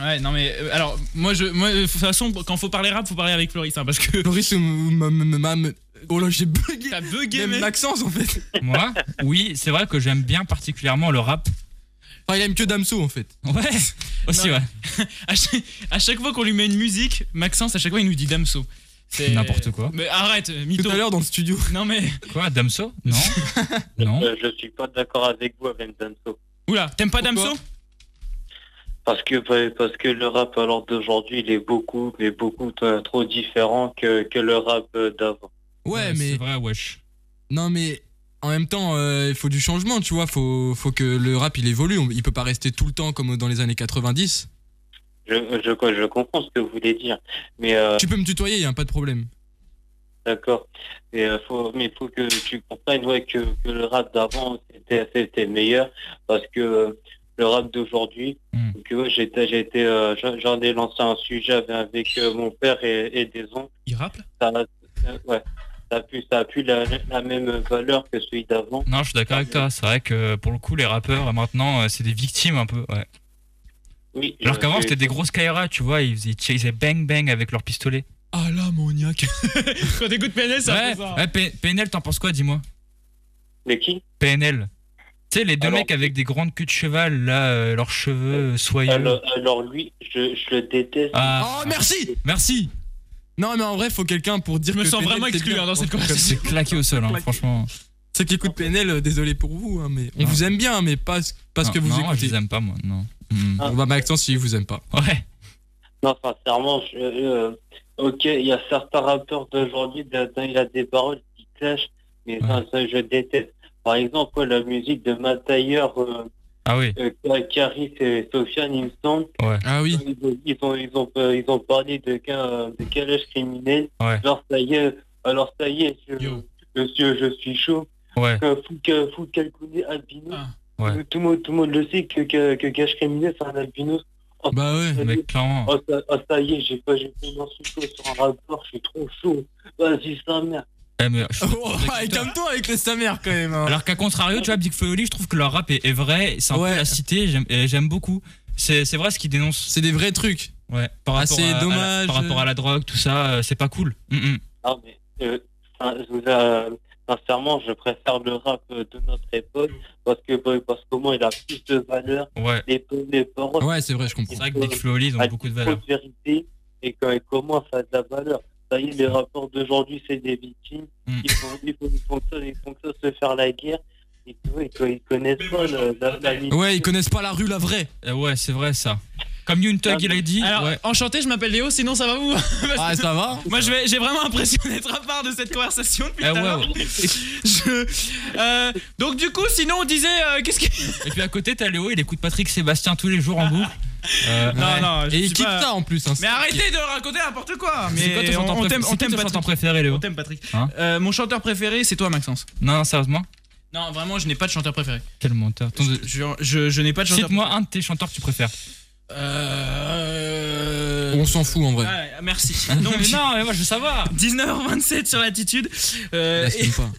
Speaker 1: Ouais, non mais euh, alors moi je moi euh, de toute façon quand faut parler rap, faut parler avec Floris hein, parce que *laughs*
Speaker 7: Floris ou ma- ma- ma- ma- Oh là, j'ai bugué.
Speaker 1: T'as bugué,
Speaker 7: Même
Speaker 1: mec.
Speaker 7: Maxence en fait.
Speaker 3: Moi Oui, c'est vrai que j'aime bien particulièrement le rap.
Speaker 7: Enfin, il aime que Damso en fait.
Speaker 3: Ouais, *laughs* aussi,
Speaker 1: Non.
Speaker 3: ouais.
Speaker 1: à, chaque, à chaque fois qu'on lui met une musique, Maxence à chaque fois il nous dit Damso. C'est
Speaker 3: N'importe quoi.
Speaker 1: Mais arrête, mytho.
Speaker 3: Tout à l'heure,
Speaker 7: dans le studio.
Speaker 1: Non mais
Speaker 3: Quoi, Damso Non. non.
Speaker 15: Euh, je suis pas d'accord avec vous, avec Damso.
Speaker 1: oula, t'aimes pas Damso
Speaker 15: Parce que, bah, parce que le rap à l'heure d'aujourd'hui, il est beaucoup, mais beaucoup euh, trop différent que, que le rap euh, d'avant.
Speaker 7: Ouais, mais. C'est
Speaker 3: vrai, wesh.
Speaker 7: Non, mais en même temps, euh, il faut du changement, tu vois. Faut, faut que le rap il évolue. On- Il peut pas rester tout le temps comme dans les années 90.
Speaker 15: Je, je, je comprends ce que vous voulez dire, mais euh,
Speaker 7: Tu peux me tutoyer, y a pas de problème.
Speaker 15: d'accord. Mais euh, faut, mais faut que tu comprennes ouais, que, que le rap d'avant c'était c'était meilleur parce que euh, le rap d'aujourd'hui, que ouais, j'étais j'étais euh, j'en- j'en ai lancé un sujet avec, avec, euh, mon père et, et des oncles.
Speaker 1: Il rappe
Speaker 15: Ça, euh, ouais, ça a plus ça a plus la, la même valeur que celui d'avant.
Speaker 3: Non, je suis d'accord avec toi. C'est vrai que pour le coup, les rappeurs, maintenant, euh, c'est des victimes un peu. Ouais.
Speaker 15: Oui.
Speaker 3: Alors qu'avant,
Speaker 15: euh,
Speaker 3: c'était des grosses Kaira, tu vois. Ils faisaient, ils faisaient bang bang avec leurs pistolets.
Speaker 7: Ah l'ammoniac.
Speaker 1: *laughs* Quand t'écoutes PNL, c'est un
Speaker 3: Ouais,
Speaker 1: peu ça.
Speaker 3: ouais P- PNL, t'en penses quoi, dis-moi
Speaker 15: Mais qui
Speaker 3: PNL. Tu sais, les deux
Speaker 15: Alors-
Speaker 3: mecs avec des grandes culs de cheval, là, euh, leurs cheveux soyeux.
Speaker 15: Alors, alors lui, je, je le déteste.
Speaker 3: Ah.
Speaker 7: Oh merci Merci Non mais en vrai faut quelqu'un pour dire
Speaker 3: Je me
Speaker 7: que
Speaker 3: sens
Speaker 7: PNL,
Speaker 3: vraiment
Speaker 7: c'est
Speaker 3: exclu,
Speaker 7: bien.
Speaker 3: hein, dans cette
Speaker 7: En tout cas,
Speaker 3: conversation.
Speaker 7: c'est
Speaker 3: claqué au sol, hein, franchement.
Speaker 7: Ceux qui écoutent PNL, euh, désolé pour vous, hein, mais on vous aime bien, mais pas, pas ce
Speaker 3: Non,
Speaker 7: que vous
Speaker 3: non,
Speaker 7: écoutez.
Speaker 3: je les aime pas, moi, non. Mm.
Speaker 7: Bon, bah Maxence, il vous aime pas.
Speaker 3: Ouais.
Speaker 15: Non, sincèrement, je- euh, ok, il y a certains rappeurs d'aujourd'hui, d'un- d'un, il a des paroles qui clashent, mais ça, ça, je déteste. Par exemple, ouais, la musique de Matailleur, euh,
Speaker 3: Ah oui.
Speaker 15: euh, Caris et Sofiane, il me semble.
Speaker 3: Ouais.
Speaker 7: Ah oui.
Speaker 15: Ils ont, ils ont, ils ont, euh, ils ont parlé de, ca- de calage criminel.
Speaker 3: Ouais.
Speaker 15: Alors ça y est, alors ça y est, je, monsieur, je suis chaud.
Speaker 3: Ouais.
Speaker 15: Euh, Fou que- fou calculé albino.
Speaker 3: Ouais.
Speaker 15: Euh, Tout, le monde, tout le monde le sait que, que, que Cache Criminel, c'est un albino.
Speaker 7: bah
Speaker 1: *laughs*
Speaker 7: ouais,
Speaker 3: mec, clairement.
Speaker 15: Oh ça, oh, ça y est, j'ai pas, j'ai fait une insulte sur un rapport, je suis trop chaud. Vas-y, sa mère.
Speaker 3: Eh, mais je-
Speaker 7: Oh, ouais, calme-toi avec les sa mère quand même. hein.
Speaker 3: Alors qu'à contrario, tu vois, Big Flo et Oli, je trouve que leur rap est, est vrai, c'est un peu la cité, j'aime- et j'aime beaucoup. C'est c'est vrai ce qu'ils dénoncent.
Speaker 7: C'est des vrais trucs.
Speaker 3: Ouais, par rapport,
Speaker 7: Ah, c'est
Speaker 3: à, à la-
Speaker 7: dommage.
Speaker 3: par rapport à la drogue, tout ça, euh, c'est pas cool. Mm, mm.
Speaker 15: Non, mais euh, hein, je vous, euh, sincèrement, je préfère le rap euh, de notre époque parce que bah, parce qu'au moins il a plus de valeur.
Speaker 3: Ouais.
Speaker 15: Les, les paroles.
Speaker 7: Ouais, c'est vrai, je comprends.
Speaker 3: C'est vrai que Big Flo et Oli, ils ont beaucoup de
Speaker 15: Trop
Speaker 3: valeur.
Speaker 15: de vérité et quand il commence à de la valeur. Ça y est, les rapports d'aujourd'hui, c'est des victimes.
Speaker 3: Mm.
Speaker 15: Ils, font, ils, font, ils font ça, ils font ça se faire la guerre. Ils, ils, ils connaissent pas le- la, la limite.
Speaker 7: Ouais, ils connaissent pas la rue,
Speaker 1: *laughs*
Speaker 7: la vraie.
Speaker 3: Euh, ouais, c'est vrai ça. Comme Yoon Thug, il a dit.
Speaker 1: Alors,
Speaker 3: ouais.
Speaker 1: enchanté, je m'appelle Léo, sinon ça va
Speaker 3: *laughs*
Speaker 1: vous
Speaker 7: Ah, ça va
Speaker 1: Moi, je vais- j'ai vraiment l'impression d'être à part de cette conversation depuis
Speaker 3: Ah
Speaker 1: tout à
Speaker 3: ouais,
Speaker 1: l'heure.
Speaker 3: ouais.
Speaker 1: Je- euh, donc, du coup, sinon, on disait euh, qu'est-ce que.
Speaker 3: Et puis à côté, t'as Léo, il écoute Patrick Sébastien tous les jours en boucle. Euh,
Speaker 1: Non, *laughs*
Speaker 3: ouais.
Speaker 1: non, je
Speaker 3: Et
Speaker 1: suis
Speaker 3: il kiffe
Speaker 1: pas-
Speaker 3: ça en
Speaker 7: hein.
Speaker 3: plus.
Speaker 1: Mais arrêtez de raconter n'importe quoi!
Speaker 3: C'est
Speaker 1: Mais
Speaker 3: quoi ton chanteur Hein
Speaker 1: on, on
Speaker 3: préf-
Speaker 1: t'aime,
Speaker 3: c'est
Speaker 1: on
Speaker 3: quoi
Speaker 1: t'aime
Speaker 3: ton
Speaker 1: Patrick.
Speaker 3: chanteur préféré, Léo
Speaker 1: On t'aime Patrick. Euh, mon chanteur préféré, c'est toi, Maxence.
Speaker 3: Non, non, sérieusement
Speaker 1: Non, vraiment, je n'ai pas de chanteur préféré.
Speaker 3: Quel menteur. Ton-
Speaker 1: Je, je- je n'ai pas de chanteur
Speaker 3: Cite-moi un de tes chanteurs que tu préfères.
Speaker 1: Euh...
Speaker 3: On s'en fout, en vrai.
Speaker 1: Ouais, merci. *laughs*
Speaker 3: Non, mais non, mais moi, je veux savoir.
Speaker 1: 19h27 sur l'attitude. Euh,
Speaker 3: Là, c'est
Speaker 1: et-
Speaker 3: pas.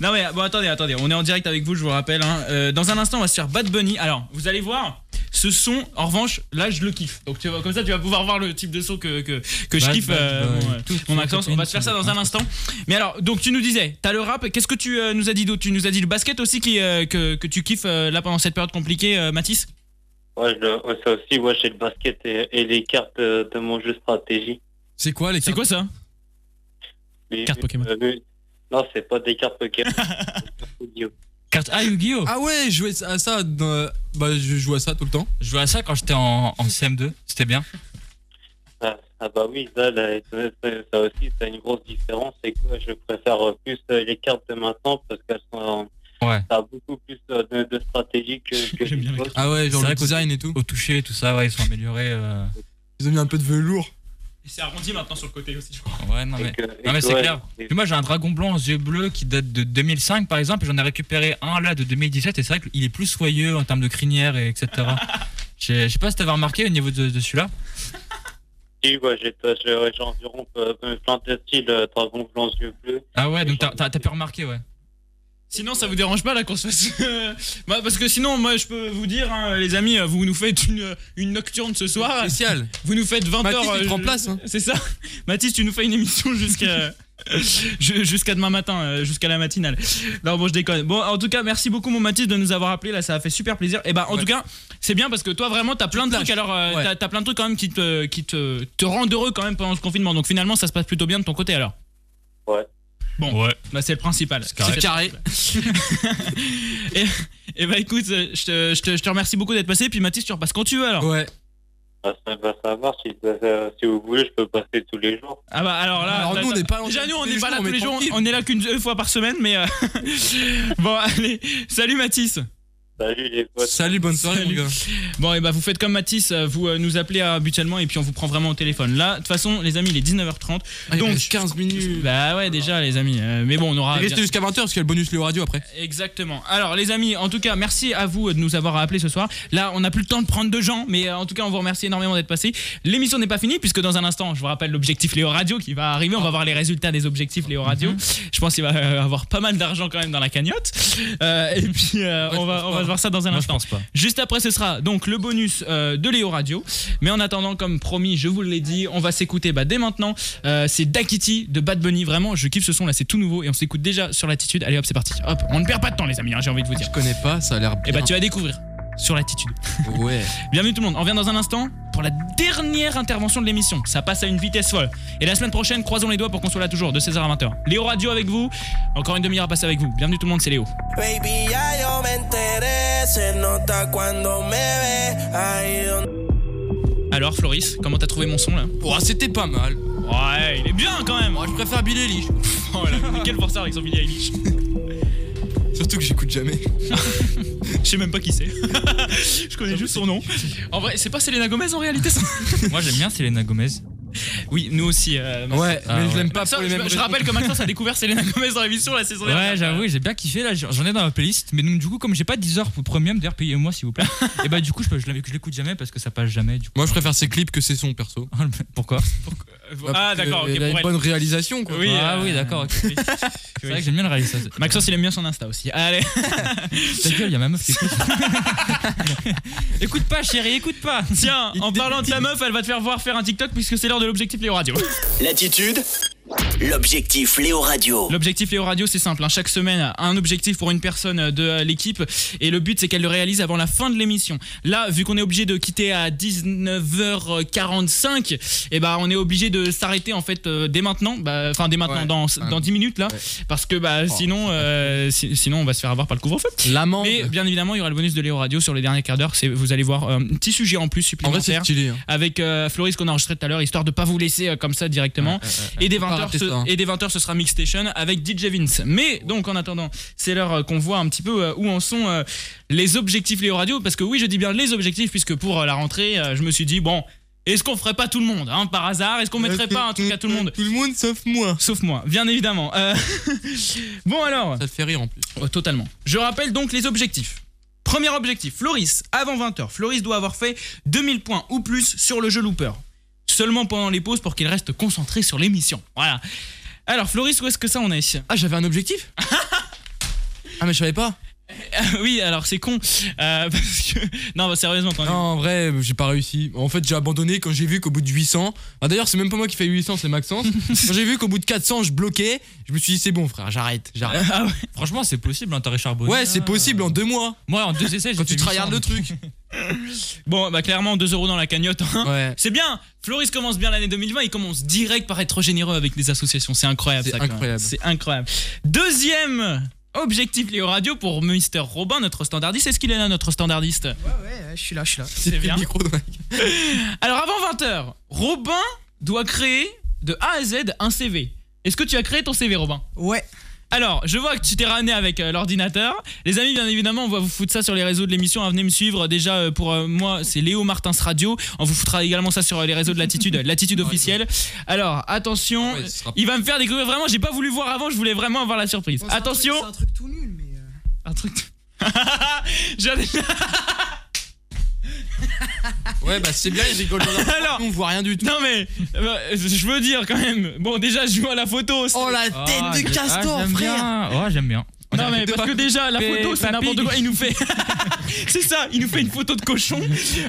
Speaker 1: Non mais bon attendez attendez on est en direct avec vous je vous rappelle hein. Euh, dans un instant on va se faire Bad Bunny alors vous allez voir ce son en revanche là je le kiffe donc tu vois, comme ça tu vas pouvoir voir le type de son que, que, que je
Speaker 3: Bad
Speaker 1: kiffe
Speaker 3: Bunny,
Speaker 1: euh,
Speaker 3: Bad
Speaker 1: mon,
Speaker 3: Bunny.
Speaker 1: euh,
Speaker 3: Tout- tout
Speaker 1: mon
Speaker 3: ça,
Speaker 1: Maxence
Speaker 3: c'est
Speaker 1: on va
Speaker 3: une
Speaker 1: se faire
Speaker 3: seule.
Speaker 1: ça dans un instant mais alors donc tu nous disais t'as le rap qu'est-ce que tu euh, nous as dit d'autre tu nous as dit le basket aussi qui, euh, que, que tu kiffes euh, là pendant cette période compliquée euh, Mathis
Speaker 15: Ouais, je le- ouais, ça aussi, ouais, j'ai le basket et, et les cartes euh, de mon jeu stratégie.
Speaker 7: C'est quoi les
Speaker 1: C'est quoi ça
Speaker 15: Les cartes Pokémon Euh, Non, c'est pas des cartes Pokémon.
Speaker 3: Carte Ah, Yu-Gi-Oh
Speaker 7: Ah ouais, je jouais à ça. dans- Bah, je joue à ça tout le temps.
Speaker 3: Je jouais à ça quand j'étais en, en CM2, c'était bien.
Speaker 15: ah, ah bah oui, ça, là, ça, ça- ça aussi, c'est une grosse différence. C'est que moi, je préfère euh, plus euh, les cartes de maintenant parce qu'elles sont...
Speaker 3: Ouais.
Speaker 15: Ça a beaucoup plus euh, de, de stratégie
Speaker 3: *laughs*
Speaker 15: que, que les autres.
Speaker 7: Ah ouais, genre
Speaker 3: C'est vrai
Speaker 7: le
Speaker 3: qu'au-
Speaker 7: design et tout.
Speaker 3: Au toucher, tout ça, ouais, ils sont améliorés. euh.
Speaker 7: Ils ont mis un peu de velours.
Speaker 1: et euh, c'est arrondi maintenant sur le côté aussi je crois
Speaker 3: Ah, Ouais, non mais,
Speaker 15: que-
Speaker 3: non, mais
Speaker 15: et que,
Speaker 3: c'est
Speaker 15: ouais,
Speaker 3: clair. Puis moi, j'ai un dragon blanc aux yeux bleus qui date de 2005 par exemple, et j'en ai récupéré un là de 2017, et c'est vrai qu'il est plus soyeux en termes de crinière, et etc.
Speaker 1: *laughs*
Speaker 3: J'ai- Je sais pas si t'avais remarqué au niveau de, de celui-là.
Speaker 15: Oui, ouais, j'ai j'ai- j'ai environ euh, plein de styles, euh, dragon blanc, yeux bleus.
Speaker 3: Ah ouais, donc t'as t'as- t'as pu remarquer, ouais.
Speaker 1: Sinon, ça vous dérange pas là qu'on se fasse. *laughs* euh, bah, parce que sinon, moi, je peux vous dire, hein, les amis, euh, vous nous faites une, euh, une nocturne ce soir.
Speaker 7: Spécial.
Speaker 1: Vous nous faites 20
Speaker 7: Mathis,
Speaker 1: heures.
Speaker 7: tu
Speaker 1: euh,
Speaker 7: prends
Speaker 1: je-
Speaker 7: place, hein.
Speaker 1: C'est ça. *laughs* Mathis, tu nous fais une émission jusqu'à. *laughs* ju- jusqu'à demain matin, euh, jusqu'à la matinale. Non, bon, je déconne. Bon, en tout cas, merci beaucoup, mon Mathis, de nous avoir appelé. Là, ça a fait super plaisir. Et bah, en tout cas, c'est bien parce que toi, vraiment, t'as plein de trucs. Alors, euh, t'as- t'as plein de trucs quand même qui te, qui te, te rendent heureux quand même pendant ce confinement. Donc, finalement, ça se passe plutôt bien de ton côté alors.
Speaker 15: Ouais.
Speaker 1: Bon, bah, c'est le principal.
Speaker 3: carré.
Speaker 1: *laughs* et, et bah écoute, euh, je te, je te- je te remercie beaucoup d'être passé. Puis Mathis, tu repasses quand tu veux alors.
Speaker 7: Ouais.
Speaker 15: Bah, ça va savoir si, euh, si vous voulez, je peux passer tous les jours.
Speaker 1: Ah bah alors là,
Speaker 15: Alors,
Speaker 1: là,
Speaker 15: nous, on
Speaker 1: là-
Speaker 15: est pas là
Speaker 1: déjà nous on
Speaker 15: tous les
Speaker 1: est pas là
Speaker 15: jours,
Speaker 1: tous
Speaker 15: mais
Speaker 1: les jours,
Speaker 15: tranquille.
Speaker 1: on est là qu'une deux fois par semaine, mais euh, *laughs* bon allez, salut Mathis.
Speaker 15: Salut les potes.
Speaker 7: Salut, bonne soirée, mon gars.
Speaker 1: Bon et bah vous faites comme Mathis, euh, vous euh, nous appelez euh, habituellement et puis on vous prend vraiment au téléphone. Là de toute façon les amis il est 19h30, donc
Speaker 7: 15
Speaker 15: Mmh.
Speaker 7: minutes.
Speaker 1: Bah ouais déjà les amis, euh, mais bon on aura.
Speaker 7: Restez jusqu'à 20h parce qu'il y a le bonus Léo Radio après.
Speaker 1: Exactement. Alors les amis, en tout cas, merci à vous de nous avoir appelés ce soir. Là, on n'a plus le temps de prendre de gens, mais euh, en tout cas, on vous remercie énormément d'être passés. L'émission n'est pas finie puisque dans un instant, je vous rappelle l'objectif Léo Radio qui va arriver. On va voir les résultats des objectifs Léo Radio.
Speaker 3: Mhm.
Speaker 1: Je pense qu'il va euh, avoir pas mal d'argent quand même dans la cagnotte. Euh, et puis euh, on va on va voir ça dans un
Speaker 3: Moi, je
Speaker 1: instant.
Speaker 3: pense pas.
Speaker 1: Juste après, ce sera donc le bonus euh, de Léo Radio. Mais en attendant, comme promis, je vous l'ai dit, on va s'écouter bah, dès maintenant. Euh, c'est Dakiti de Bad Bunny. Vraiment, je kiffe ce son là, c'est tout nouveau et on s'écoute déjà sur l'attitude. Allez hop, c'est parti. Hop, on ne perd pas de temps, les amis, hein, j'ai envie de vous dire.
Speaker 7: Je connais pas, ça a l'air
Speaker 1: Et
Speaker 7: bien.
Speaker 1: bah, tu vas découvrir sur l'attitude.
Speaker 7: Ouais.
Speaker 1: Bienvenue tout le monde, on revient dans un instant pour la dernière intervention de l'émission. Ça passe à une vitesse folle. Et la semaine prochaine, croisons les doigts pour qu'on soit là toujours, de 16h à 20h. Léo Radio avec vous. Encore une demi-heure à passer avec vous. Bienvenue tout le monde, c'est Léo.
Speaker 16: Baby, ya yo me enteré, se nota cuando me ve. Ahí donde...
Speaker 1: Alors, Floris, comment t'as trouvé mon son là
Speaker 7: Oh, c'était pas mal.
Speaker 1: Ouais, il est bien quand même.
Speaker 7: je préfère Billy Eilish.
Speaker 1: *laughs* oh là, mais quel forçat avec son Billy Eilish.
Speaker 7: Surtout que j'écoute jamais.
Speaker 1: Je sais même pas qui c'est. *laughs* Je connais juste son nom. En vrai, c'est pas Selena Gomez en réalité ça
Speaker 3: Moi, j'aime bien Selena Gomez.
Speaker 1: Oui, nous aussi. euh,
Speaker 7: Ouais,
Speaker 3: Ah,
Speaker 7: mais je
Speaker 3: ouais.
Speaker 7: l'aime pas
Speaker 1: Maxence,
Speaker 7: pour les
Speaker 1: je-
Speaker 7: mêmes
Speaker 1: Je
Speaker 7: raisons.
Speaker 1: rappelle que Maxence a découvert Selena Gomez dans l'émission la saison dernière.
Speaker 3: Ouais, j'avoue, j'ai bien kiffé. Là, j'en ai dans ma playlist. Mais donc, du coup, comme j'ai pas 10 heures pour premium, d'ailleurs, payez-moi s'il vous
Speaker 7: *laughs*
Speaker 3: plaît. et bah, du coup, je, peux- je l'ai- je l'écoute jamais parce que ça passe jamais. Du coup. *laughs*
Speaker 7: Moi, je préfère ses clips que ses sons, perso.
Speaker 3: Pourquoi
Speaker 1: Ah, d'accord, ok,
Speaker 7: euh,
Speaker 1: pour
Speaker 7: Il a une
Speaker 1: elle.
Speaker 7: bonne réalisation, quoi.
Speaker 1: Oui,
Speaker 3: Ah
Speaker 1: euh,
Speaker 3: oui, d'accord. ok. C'est vrai que j'aime bien le réalisateur.
Speaker 1: Maxence, il aime bien son Insta aussi. Allez.
Speaker 3: Ta gueule, y a ma meuf qui
Speaker 7: *laughs*
Speaker 3: écoute. écoute pas, chérie, écoute pas.
Speaker 1: Tiens, en parlant de ta meuf, elle va te faire voir faire un TikTok puisque c'est l'heure de l'objectif Léo Radio.
Speaker 2: L'attitude L'objectif Léo Radio.
Speaker 1: L'objectif Léo Radio, c'est simple. hein. Chaque semaine, un objectif pour une personne de euh, l'équipe. Et le but, c'est qu'elle le réalise avant la fin de l'émission. Là, vu qu'on est obligé de quitter à 19h45, eh ben, on est obligé de s'arrêter en fait euh, dès maintenant. Bah, Enfin, dès maintenant,
Speaker 7: Ouais.
Speaker 1: dans,
Speaker 7: Ouais.
Speaker 1: dans 10 minutes là. Parce que bah,
Speaker 7: Oh,
Speaker 1: sinon, euh, si- sinon, on va se faire avoir par le couvre-feu.
Speaker 7: L'amende.
Speaker 1: Mais bien évidemment, il y aura le bonus de Léo Radio sur les derniers quarts d'heure. C'est- Vous allez voir euh, un petit sujet en plus
Speaker 7: En
Speaker 1: supplémentaire
Speaker 7: vrai, c'est stylé. hein.
Speaker 1: avec euh, Floris qu'on a enregistré tout à l'heure, histoire de pas vous laisser euh, comme ça directement. Et dès
Speaker 7: Faut pas
Speaker 1: 20h,
Speaker 7: rater
Speaker 1: ce,
Speaker 7: ça, hein.
Speaker 1: et dès 20h, ce sera Mixstation avec DJ Vince. Mais donc, en attendant, c'est l'heure euh, qu'on voit un petit peu euh, où en sont euh, les objectifs Léo Radio. Parce que oui, je dis bien les objectifs, puisque pour euh, la rentrée, euh, je me suis dit, bon. Est-ce qu'on ferait pas tout le monde, hein, par hasard Est-ce qu'on mettrait pas un truc à tout le monde
Speaker 7: Tout le monde sauf moi.
Speaker 1: Sauf moi, bien évidemment. Euh, *laughs* bon alors. Ça te fait rire en plus. Euh, totalement. Je rappelle donc les objectifs. Premier objectif, Floris, avant 20h, Floris doit avoir fait 2000 points ou plus sur le jeu Looper. Seulement pendant les pauses pour qu'il reste concentré sur l'émission. Voilà. Alors Floris, où est-ce que ça en est *laughs* Ah, j'avais un objectif Ah mais je savais pas. oui, alors c'est con. Euh, *laughs* parce que... Non, bah, sérieusement, t'en es *laughs*
Speaker 7: Non, en vrai, j'ai pas réussi. En fait, j'ai abandonné quand j'ai vu qu'au bout de 800. Ah, D'ailleurs, c'est même pas moi qui fais 800,
Speaker 1: *laughs*
Speaker 7: c'est Maxence. quand j'ai vu qu'au bout de 400, je bloquais, je me suis dit, c'est bon, frère, j'arrête. j'arrête.
Speaker 1: Ah
Speaker 3: Franchement, c'est possible, hein, t'aurais charbonné.
Speaker 7: Ouais, c'est possible en deux mois.
Speaker 3: Moi, en deux essais, j'ai
Speaker 7: Quand tu
Speaker 3: fait 800,
Speaker 7: tryhardes le truc.
Speaker 3: *laughs*
Speaker 1: Bon, bah clairement, 2 euros dans la cagnotte. hein. C'est bien. Floris commence bien l'année 2020. Il commence direct par être généreux avec les associations. C'est incroyable.
Speaker 7: C'est
Speaker 1: ça, quand même.
Speaker 7: incroyable.
Speaker 1: C'est incroyable. Deuxième objectif Léo Radio pour Mister Robin, notre standardiste. Est-ce qu'il est là, notre standardiste
Speaker 11: Ouais, Ah, je suis là, je suis là.
Speaker 1: C'est bien. Alors avant 20h, Robin doit créer de A à Z un CV. Est-ce que tu as créé ton CV, Robin
Speaker 11: Ouais.
Speaker 1: Alors, je vois que tu t'es ramené avec euh, l'ordinateur. Les amis, bien évidemment, on va vous foutre ça sur les réseaux de l'émission. hein. venez me suivre. Déjà, euh, pour euh, moi, c'est Léo Martins Radio. On vous foutra également ça sur euh, les réseaux de Latitude, Latitude officielle. Alors,
Speaker 3: Ah
Speaker 1: attention, il va me faire découvrir vraiment. J'ai pas voulu voir avant, je voulais vraiment avoir la surprise.
Speaker 11: Bon, c'est un truc-
Speaker 1: attention
Speaker 11: C'est un truc tout nul, mais. euh.
Speaker 1: Un *laughs* truc. J'allais.
Speaker 7: *laughs* Ouais, bah c'est bien, il rigole
Speaker 11: *laughs*
Speaker 7: dans la-
Speaker 1: Alors,
Speaker 7: on voit rien du tout.
Speaker 1: Non mais, euh, je veux dire quand même. Bon, déjà, je vois la photo. c'est-
Speaker 11: Oh, la
Speaker 3: Ah, j'ai- ah, j'aime bien. Oh, j'aime
Speaker 7: *laughs*
Speaker 3: bien. On
Speaker 1: Non
Speaker 3: dirait
Speaker 1: mais
Speaker 3: de
Speaker 1: parce
Speaker 3: pas-
Speaker 1: que déjà la
Speaker 3: Pé-
Speaker 1: photo c'est
Speaker 3: papy.
Speaker 1: n'importe quoi il nous fait *laughs* c'est ça il nous fait une photo de cochon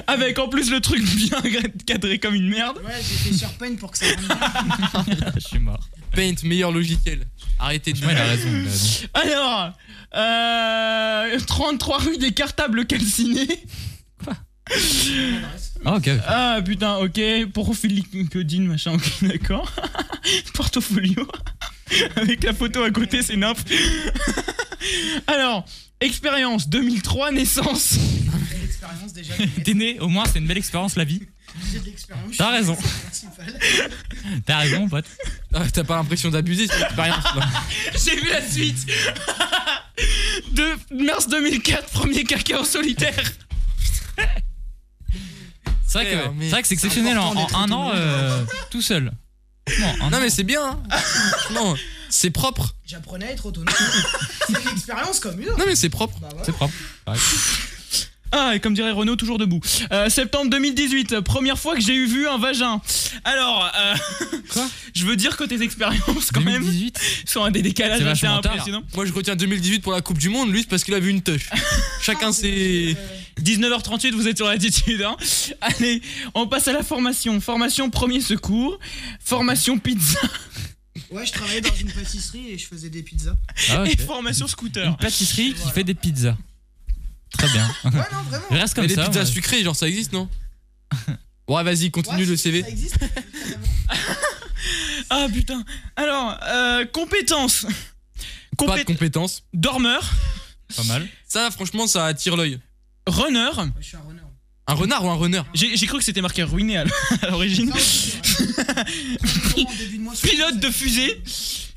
Speaker 1: avec en plus le truc bien cadré comme une merde
Speaker 11: Ouais, j'ai fait sur Paint pour que ça rentre bien.
Speaker 7: je suis mort. Paint, meilleur logiciel. Arrêtez de. Ouais, il a raison,
Speaker 1: alors euh, 33 rue des cartables calcinés
Speaker 3: Ah, ok.
Speaker 1: ah putain ok profil LinkedIn machin ok d'accord *laughs* portfolio avec la photo à côté c'est nymphe *laughs* alors expérience 2003 naissance
Speaker 11: Belle expérience déjà.
Speaker 3: T'es né, au moins, c'est une belle expérience, la vie.
Speaker 11: J'ai de l'expérience.
Speaker 3: T'as raison. T'as raison, pote.
Speaker 7: Ah, T'as pas l'impression d'abuser cette expérience là.
Speaker 1: J'ai vu la suite *laughs* De mars 2004, premier cacao solitaire
Speaker 3: C'est vrai que,
Speaker 7: Frère, mais
Speaker 3: c'est vrai que c'est
Speaker 7: c'est
Speaker 3: exceptionnel. En,
Speaker 7: important
Speaker 3: en un
Speaker 7: d'être
Speaker 3: an,
Speaker 7: autonome.
Speaker 3: euh, tout seul.
Speaker 7: Non, mais c'est bien.
Speaker 3: *laughs*
Speaker 7: Non, c'est propre.
Speaker 11: J'apprenais à être autonome. c'est une expérience comme une autre.
Speaker 7: Non, mais c'est propre.
Speaker 11: Bah,
Speaker 3: C'est propre.
Speaker 1: Ah, et comme dirait Renaud, toujours debout. Euh, septembre 2018, euh, première fois que j'ai eu vu un vagin. Alors, euh, *laughs* je veux dire que tes expériences, quand même, sont un des décalages assez impressionnants.
Speaker 7: Moi, je retiens 2018 pour la Coupe du Monde, lui, c'est parce qu'il a vu
Speaker 11: *laughs*
Speaker 7: une teuf.
Speaker 11: Ah,
Speaker 7: Chacun ses.
Speaker 1: 19h38, vous êtes sur l'attitude. Hein Allez, on passe à la formation. Formation premier secours, formation pizza
Speaker 11: Ouais, je travaillais dans une pâtisserie et je faisais des
Speaker 3: *laughs*
Speaker 11: pizzas.
Speaker 1: *laughs*
Speaker 3: Ah, ok.
Speaker 1: et formation scooter.
Speaker 3: Une pâtisserie qui fait des pizzas. Très bien. *laughs* Reste comme
Speaker 7: Mais
Speaker 3: ça.
Speaker 7: les pizzas
Speaker 3: moi.
Speaker 7: sucrées, genre, ça
Speaker 3: *laughs*
Speaker 7: existe, non Ouais, vas-y, continue le CV.
Speaker 1: Ah putain. Alors, euh, compétences.
Speaker 7: Pas de compétences.
Speaker 1: Dormeur.
Speaker 3: Pas mal.
Speaker 7: Ça, franchement, ça attire l'œil.
Speaker 1: Runner.
Speaker 7: Un renard ou un runner
Speaker 1: J'ai j'ai cru que c'était marqué ruiné à l- *laughs* à l'origine. *laughs* Pilote de fusée.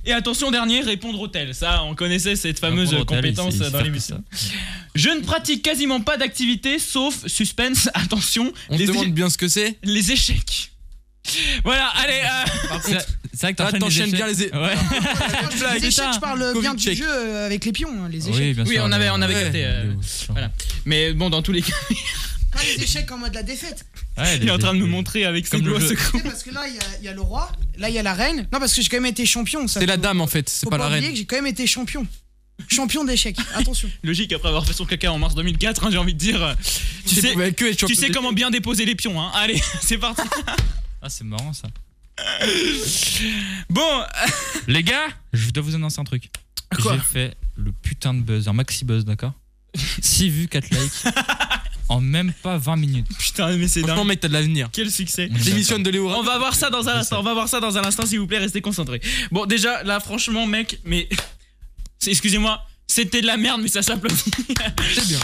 Speaker 1: Et attention, dernier, répondre hôtel. Ça, on connaissait cette fameuse
Speaker 3: Répondre hôtel,
Speaker 1: compétence
Speaker 3: il sait- il sait
Speaker 1: dans
Speaker 3: faire
Speaker 1: l'émission. Je ne pratique quasiment pas d'activité sauf suspense. *laughs* Attention,
Speaker 7: On te demande bien ce que c'est.
Speaker 1: les échecs. Voilà, allez. euh,
Speaker 3: C'est c'est vrai que
Speaker 1: Ah,
Speaker 7: Là,
Speaker 3: t'enchaînes
Speaker 7: Ah, t'enchaînes
Speaker 3: les
Speaker 7: bien les.
Speaker 1: *laughs*
Speaker 3: échecs. Ouais.
Speaker 11: Les échecs, je
Speaker 3: hein.
Speaker 11: parle bien
Speaker 7: Covid
Speaker 11: du
Speaker 7: check.
Speaker 11: jeu euh, avec les pions, hein, les
Speaker 3: Ah
Speaker 11: échecs.
Speaker 1: Oui,
Speaker 3: sûr,
Speaker 1: on avait, on avait
Speaker 3: ouais.
Speaker 1: capté, euh, voilà. Mais bon, dans tous les cas,
Speaker 11: Pas les échecs en mode la défaite.
Speaker 1: il est en train de nous montrer avec ses
Speaker 3: Comme le
Speaker 1: doigts
Speaker 3: jeu.
Speaker 1: ce coup.
Speaker 11: Tu sais, parce que là, il y a- il y, a le roi, là, il y a la reine. Non, parce que j'ai quand même été champion. ça
Speaker 7: C'est
Speaker 11: faut-
Speaker 7: la dame en fait, c'est
Speaker 11: faut
Speaker 7: pas la
Speaker 11: oublier que
Speaker 7: reine.
Speaker 11: J'ai quand même été champion. Champion d'échecs,
Speaker 7: *laughs*
Speaker 11: attention.
Speaker 1: Logique, après avoir fait son caca en mars 2004, hein, j'ai envie de dire. euh, Tu sais, tu sais comment bien déposer les pions, hein. Allez, *laughs* c'est parti.
Speaker 3: Ah, c'est marrant ça.
Speaker 1: Bon,
Speaker 3: Les gars, je dois vous annoncer un truc.
Speaker 1: Quoi
Speaker 3: J'ai fait le putain de buzz, un maxi
Speaker 1: *laughs*
Speaker 3: buzz, d'accord 6 vues, 4 likes. en même pas 20 minutes.
Speaker 1: Putain, mais c'est
Speaker 7: Franchement,
Speaker 1: dingue.
Speaker 7: mec, t'as de l'avenir.
Speaker 1: Quel succès.
Speaker 7: Démissionne de Léo.
Speaker 1: On va voir ça dans un instant. On va voir ça dans un instant, s'il vous plaît. Restez concentrés. Bon, déjà, là, franchement, mec, mais. *laughs* c'est- Excusez-moi, c'était de la merde, mais ça s'applaudit. *laughs*
Speaker 7: C'est bien.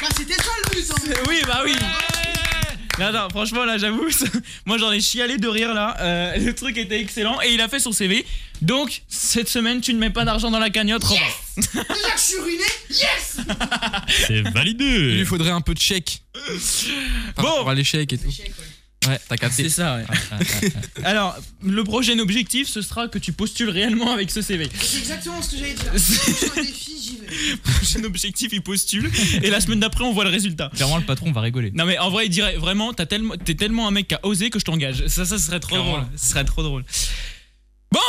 Speaker 11: Bah, c'était ça le but hein.
Speaker 1: Oui, bah oui. Non, non, franchement, là, j'avoue, ça- moi j'en ai chialé de rire là. Euh, le truc était excellent et il a fait son CV. Donc, cette semaine, tu ne mets pas d'argent dans la cagnotte, Robin.
Speaker 11: Déjà que je suis ruiné, yes
Speaker 3: C'est validé.
Speaker 7: Il lui faudrait un peu de chèque. Par
Speaker 1: Bon.
Speaker 7: rapport à l'échec et tout.
Speaker 3: Ouais,
Speaker 7: t'as capté.
Speaker 1: C'est ça, ouais. Ah, Alors, le prochain objectif, ce sera que tu postules réellement avec ce *laughs* CV.
Speaker 11: C'est exactement ce que j'allais dire. *laughs* C'est un défi, j'y vais.
Speaker 1: Prochain objectif, il postule. Et la semaine d'après, on voit le résultat.
Speaker 3: Clairement, le patron va rigoler.
Speaker 1: Non, mais en vrai, il dirait vraiment, t'as tellement- t'es tellement un mec qui a osé que je t'engage. Ça, ça serait trop
Speaker 3: Clairement.
Speaker 1: drôle. Ce serait trop drôle. Bon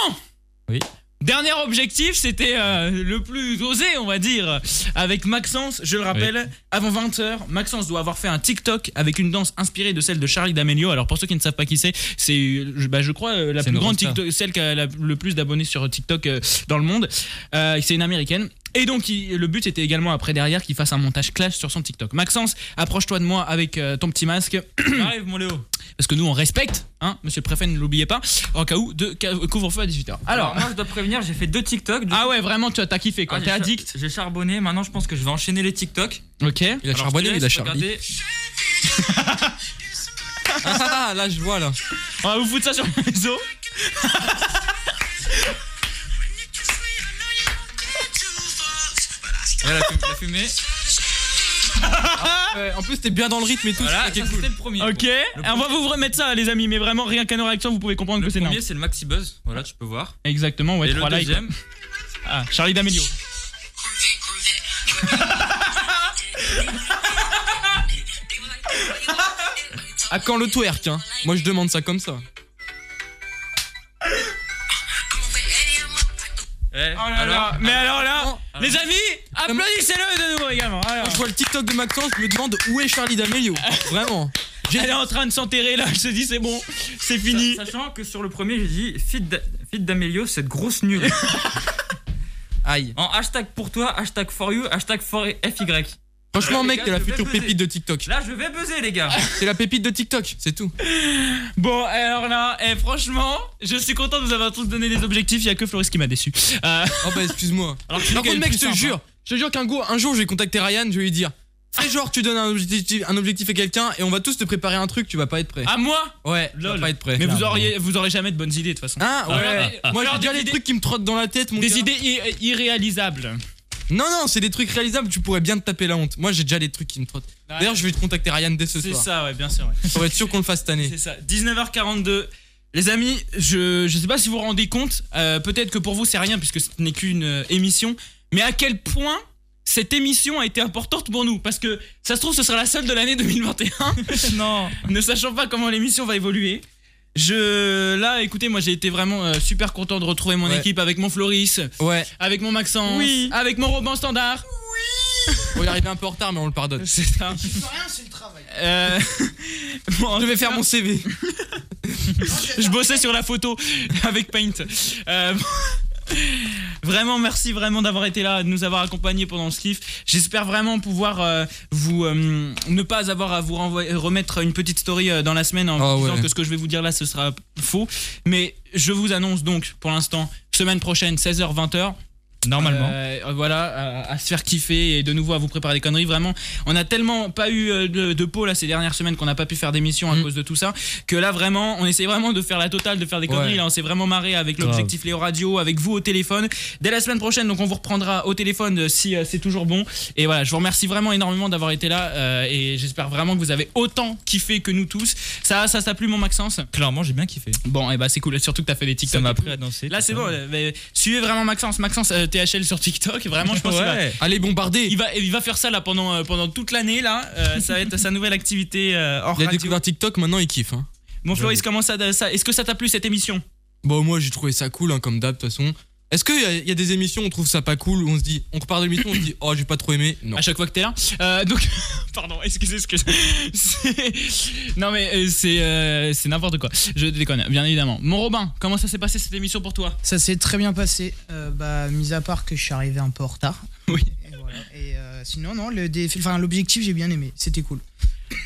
Speaker 3: Oui.
Speaker 1: Dernier objectif, c'était euh, le plus osé, on va dire, avec Maxence. Je le rappelle, avant 20h, Maxence doit avoir fait un TikTok avec une danse inspirée de celle de Charlie D'Amelio. Alors, pour ceux qui ne savent pas qui c'est, c'est, euh, je- bah, je crois, euh, la
Speaker 3: C'est
Speaker 1: plus
Speaker 3: une
Speaker 1: grande
Speaker 3: rockstar.
Speaker 1: TikTok, celle qui a la- le plus d'abonnés sur TikTok euh, dans le monde. Euh, c'est une américaine. Et donc, il- le but était également après derrière qu'il fasse un montage clash sur son TikTok. Maxence, approche-toi de moi avec euh, ton petit masque.
Speaker 3: Arrive, mon Léo.
Speaker 1: Parce que nous, on respecte, hein, monsieur le préfet, ne l'oubliez pas, en cas où, de ca- couvre-feu à 18h. Alors,
Speaker 3: Alors, moi, je dois prévenir, j'ai fait deux TikTok.
Speaker 1: ah ouais, vraiment, tu as, t'as kiffé, quoi.
Speaker 3: Ah,
Speaker 1: T'es
Speaker 3: j'ai char-
Speaker 1: addict.
Speaker 3: J'ai charbonné, maintenant je pense que je vais enchaîner les TikTok.
Speaker 1: Ok. Il
Speaker 7: a charbonné ou il a Charlie
Speaker 3: charbonné Ah, là je vois là.
Speaker 1: Ah, On va vous foutre ça sur le réseau.
Speaker 3: la, fum- la
Speaker 1: *laughs*
Speaker 3: fumée.
Speaker 7: en plus, t'es bien dans le rythme et tout.
Speaker 3: Voilà,
Speaker 7: c'est ça qui est
Speaker 3: ça,
Speaker 7: cool.
Speaker 3: c'était le premier.
Speaker 1: Ok, on va vous remettre ça, les amis, mais vraiment, rien qu'à nos réactions, vous pouvez comprendre que
Speaker 3: Le
Speaker 1: c'est
Speaker 3: premier
Speaker 1: normal.
Speaker 3: c'est le maxi buzz, voilà tu peux voir.
Speaker 1: Exactement, ouais,
Speaker 3: Et le
Speaker 1: trois likes.
Speaker 3: deuxième.
Speaker 1: Ah, Charlie D'Amelio.
Speaker 7: À quand le twerk hein Moi, je demande ça comme ça.
Speaker 3: Ouais,
Speaker 1: Oh là là, mais alors là, les amis,
Speaker 7: Ah.
Speaker 1: applaudissez-le de nouveau également. Ah, Alors.
Speaker 7: Quand je vois le TikTok de Maxence, je me demande où est Charlie D'Amelio. Vraiment.
Speaker 1: Elle est en train de s'enterrer là, je te dis, c'est bon, c'est fini.
Speaker 3: Sa- Sachant que sur le premier j'ai dit fit d'A- fit d'Amelio cette
Speaker 1: *laughs*
Speaker 3: grosse nulle.
Speaker 7: Aïe.
Speaker 3: En hashtag pour toi, hashtag for you, hashtag for FY.
Speaker 7: Franchement,
Speaker 3: Les
Speaker 7: mec,
Speaker 3: gars,
Speaker 7: t'es la
Speaker 3: je vais
Speaker 7: future
Speaker 3: buzzer.
Speaker 7: pépite de TikTok.
Speaker 3: Là je vais buzzer les gars.
Speaker 7: C'est la pépite de TikTok, c'est tout.
Speaker 1: *laughs* Bon, alors là, eh, franchement, je suis content de vous avoir tous donné des objectifs. Il y a que Floris qui m'a déçu. Euh,
Speaker 7: Oh bah, excuse-moi.
Speaker 1: alors,
Speaker 7: Par
Speaker 1: lequel est
Speaker 7: contre,
Speaker 1: le
Speaker 7: mec,
Speaker 1: plus
Speaker 7: je te
Speaker 1: simple,
Speaker 7: jure,
Speaker 1: hein
Speaker 7: je te jure qu'un go- un jour, je vais contacter Ryan, je vais lui dire. Fais genre, tu donnes un objectif, un objectif à quelqu'un et on va tous te préparer un truc, tu vas pas être prêt.
Speaker 1: À moi
Speaker 7: Ouais, tu vas
Speaker 1: Ah, Lol.
Speaker 7: pas être prêt.
Speaker 1: Mais vous auriez, vous aurez jamais de bonnes idées de toute façon.
Speaker 7: Hein, ouais.
Speaker 1: Regardez-
Speaker 7: Moi, j'ai
Speaker 1: regardez
Speaker 7: déjà
Speaker 1: des
Speaker 7: les
Speaker 1: idées-
Speaker 7: trucs qui me trottent dans la tête, mon
Speaker 1: Des
Speaker 7: gars.
Speaker 1: idées i- irréalisables.
Speaker 7: Non, non, c'est des trucs réalisables, tu pourrais bien te taper la honte. Moi, j'ai déjà les trucs qui me trottent.
Speaker 1: Ouais.
Speaker 7: D'ailleurs, je vais te contacter Ryan dès ce
Speaker 1: C'est
Speaker 7: soir.
Speaker 1: ça, ouais, bien sûr. ouais.
Speaker 7: Pour être sûr qu'on le fasse cette année.
Speaker 1: C'est ça. 19h42. Les amis, je je sais pas si vous vous rendez compte, euh, peut-être que pour vous c'est rien puisque ce n'est qu'une euh, émission, mais à quel point cette émission a été importante pour nous parce que ça se trouve ce sera la seule de l'année 2021.
Speaker 3: non.
Speaker 1: *laughs* ne sachant pas comment l'émission va évoluer. Je là écoutez moi j'ai été vraiment euh, super content de retrouver mon
Speaker 7: Ouais.
Speaker 1: équipe avec mon Floris,
Speaker 7: Ouais,
Speaker 1: avec mon Maxence,
Speaker 3: Oui.
Speaker 1: avec mon Robin Standard.
Speaker 7: on est arrivé un peu en retard, mais on
Speaker 1: *laughs*
Speaker 7: le pardonne.
Speaker 1: C'est ça.
Speaker 11: Je peux rien, c'est le travail.
Speaker 1: Euh, bon, en
Speaker 7: Je vais
Speaker 1: tout
Speaker 7: faire
Speaker 1: cas,
Speaker 7: mon CV.
Speaker 1: je bossais sur la photo avec Paint. Euh, *laughs* Vraiment, merci vraiment d'avoir été là, de nous avoir accompagnés pendant ce kiff. J'espère vraiment pouvoir euh, vous euh, ne pas avoir à vous renvoyer- remettre une petite story euh, dans la semaine en
Speaker 7: Ah
Speaker 1: vous disant
Speaker 7: ouais.
Speaker 1: que ce que je vais vous dire là ce sera faux. Mais je vous annonce donc pour l'instant semaine prochaine 16h 20h.
Speaker 3: Normalement.
Speaker 1: Euh, voilà, à, à se faire kiffer et de nouveau à vous préparer des conneries. Vraiment, on a tellement pas eu euh, de, de pot là ces dernières semaines qu'on n'a pas pu faire d'émission à
Speaker 3: Mm.
Speaker 1: cause de tout ça que là vraiment, on essaie vraiment de faire la totale, de faire des conneries.
Speaker 7: Ouais.
Speaker 1: Là, on s'est vraiment marré avec
Speaker 3: Grave.
Speaker 1: l'objectif Léo Radio, avec vous au téléphone. Dès la semaine prochaine, donc on vous reprendra au téléphone euh, si euh, c'est toujours bon. Et voilà, je vous remercie vraiment énormément d'avoir été là euh, et j'espère vraiment que vous avez autant kiffé que nous tous. Ça, ça t'a plu mon Maxence
Speaker 3: Clairement j'ai bien kiffé.
Speaker 1: Bon, et bah c'est cool. Surtout que t'as fait des TikTok.
Speaker 3: Ça m'a
Speaker 1: et tout.
Speaker 3: appris à danser.
Speaker 1: Là
Speaker 3: tout
Speaker 1: c'est
Speaker 3: ça.
Speaker 1: bon, euh, mais suivez vraiment Maxence, Maxence euh, THL sur TikTok, vraiment je pense qu'il va-
Speaker 3: Ouais.
Speaker 7: Allez, bombarder.
Speaker 1: il va, il va faire ça là pendant, euh, pendant toute l'année là,
Speaker 7: *laughs*
Speaker 1: Euh, ça va être sa nouvelle activité euh, hors
Speaker 7: Il a
Speaker 1: radio.
Speaker 7: découvert TikTok, maintenant il kiffe. Hein.
Speaker 1: Bon Floris, comment ça, ça- est-ce que ça t'a plu cette émission
Speaker 7: Bon, moi j'ai trouvé ça cool, hein, comme d'hab, de toute façon. Est-ce qu'il y, a- il y a des émissions où on trouve ça pas cool, où on se dit, on repart de l'émission, on se dit, oh j'ai pas trop aimé Non.
Speaker 1: à chaque fois que t'es là. Euh, donc, *laughs* pardon, excusez ce que je- c'est- Non mais euh, c'est euh, c'est n'importe quoi. Je déconne, bien évidemment. Mon Robin, comment ça s'est passé cette émission pour toi
Speaker 11: Ça s'est très bien passé, euh, bah, mis à part que je suis arrivé un peu en retard.
Speaker 1: Oui.
Speaker 11: Et, voilà. Et, euh, sinon, non, le défi- enfin, l'objectif, j'ai bien aimé. C'était cool.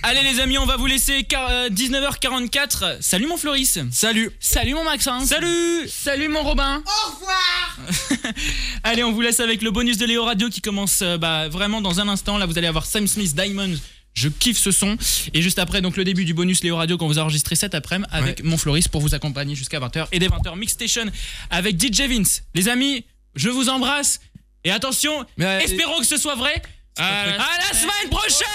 Speaker 1: Allez les amis, on va vous laisser car- euh, 19h44. Salut mon Floris.
Speaker 7: Salut
Speaker 1: Salut mon Maxence. Salut. Salut mon Robin.
Speaker 11: Au revoir
Speaker 1: *laughs* Allez, on vous laisse avec le bonus de Léo Radio qui commence euh, bah, vraiment dans un instant. Là, vous allez avoir Sam Smith Diamonds. Je kiffe ce son. Et juste après, donc le début du bonus Léo Radio qu'on vous a enregistré cet après-midi avec mon Floris pour vous accompagner jusqu'à 20h. Et dès 20h, Mix Station avec DJ Vince. Les amis, je vous embrasse. Et attention,
Speaker 7: Mais, euh,
Speaker 1: espérons que ce soit vrai. Euh,
Speaker 7: pas
Speaker 1: À
Speaker 7: très-
Speaker 1: la semaine prochaine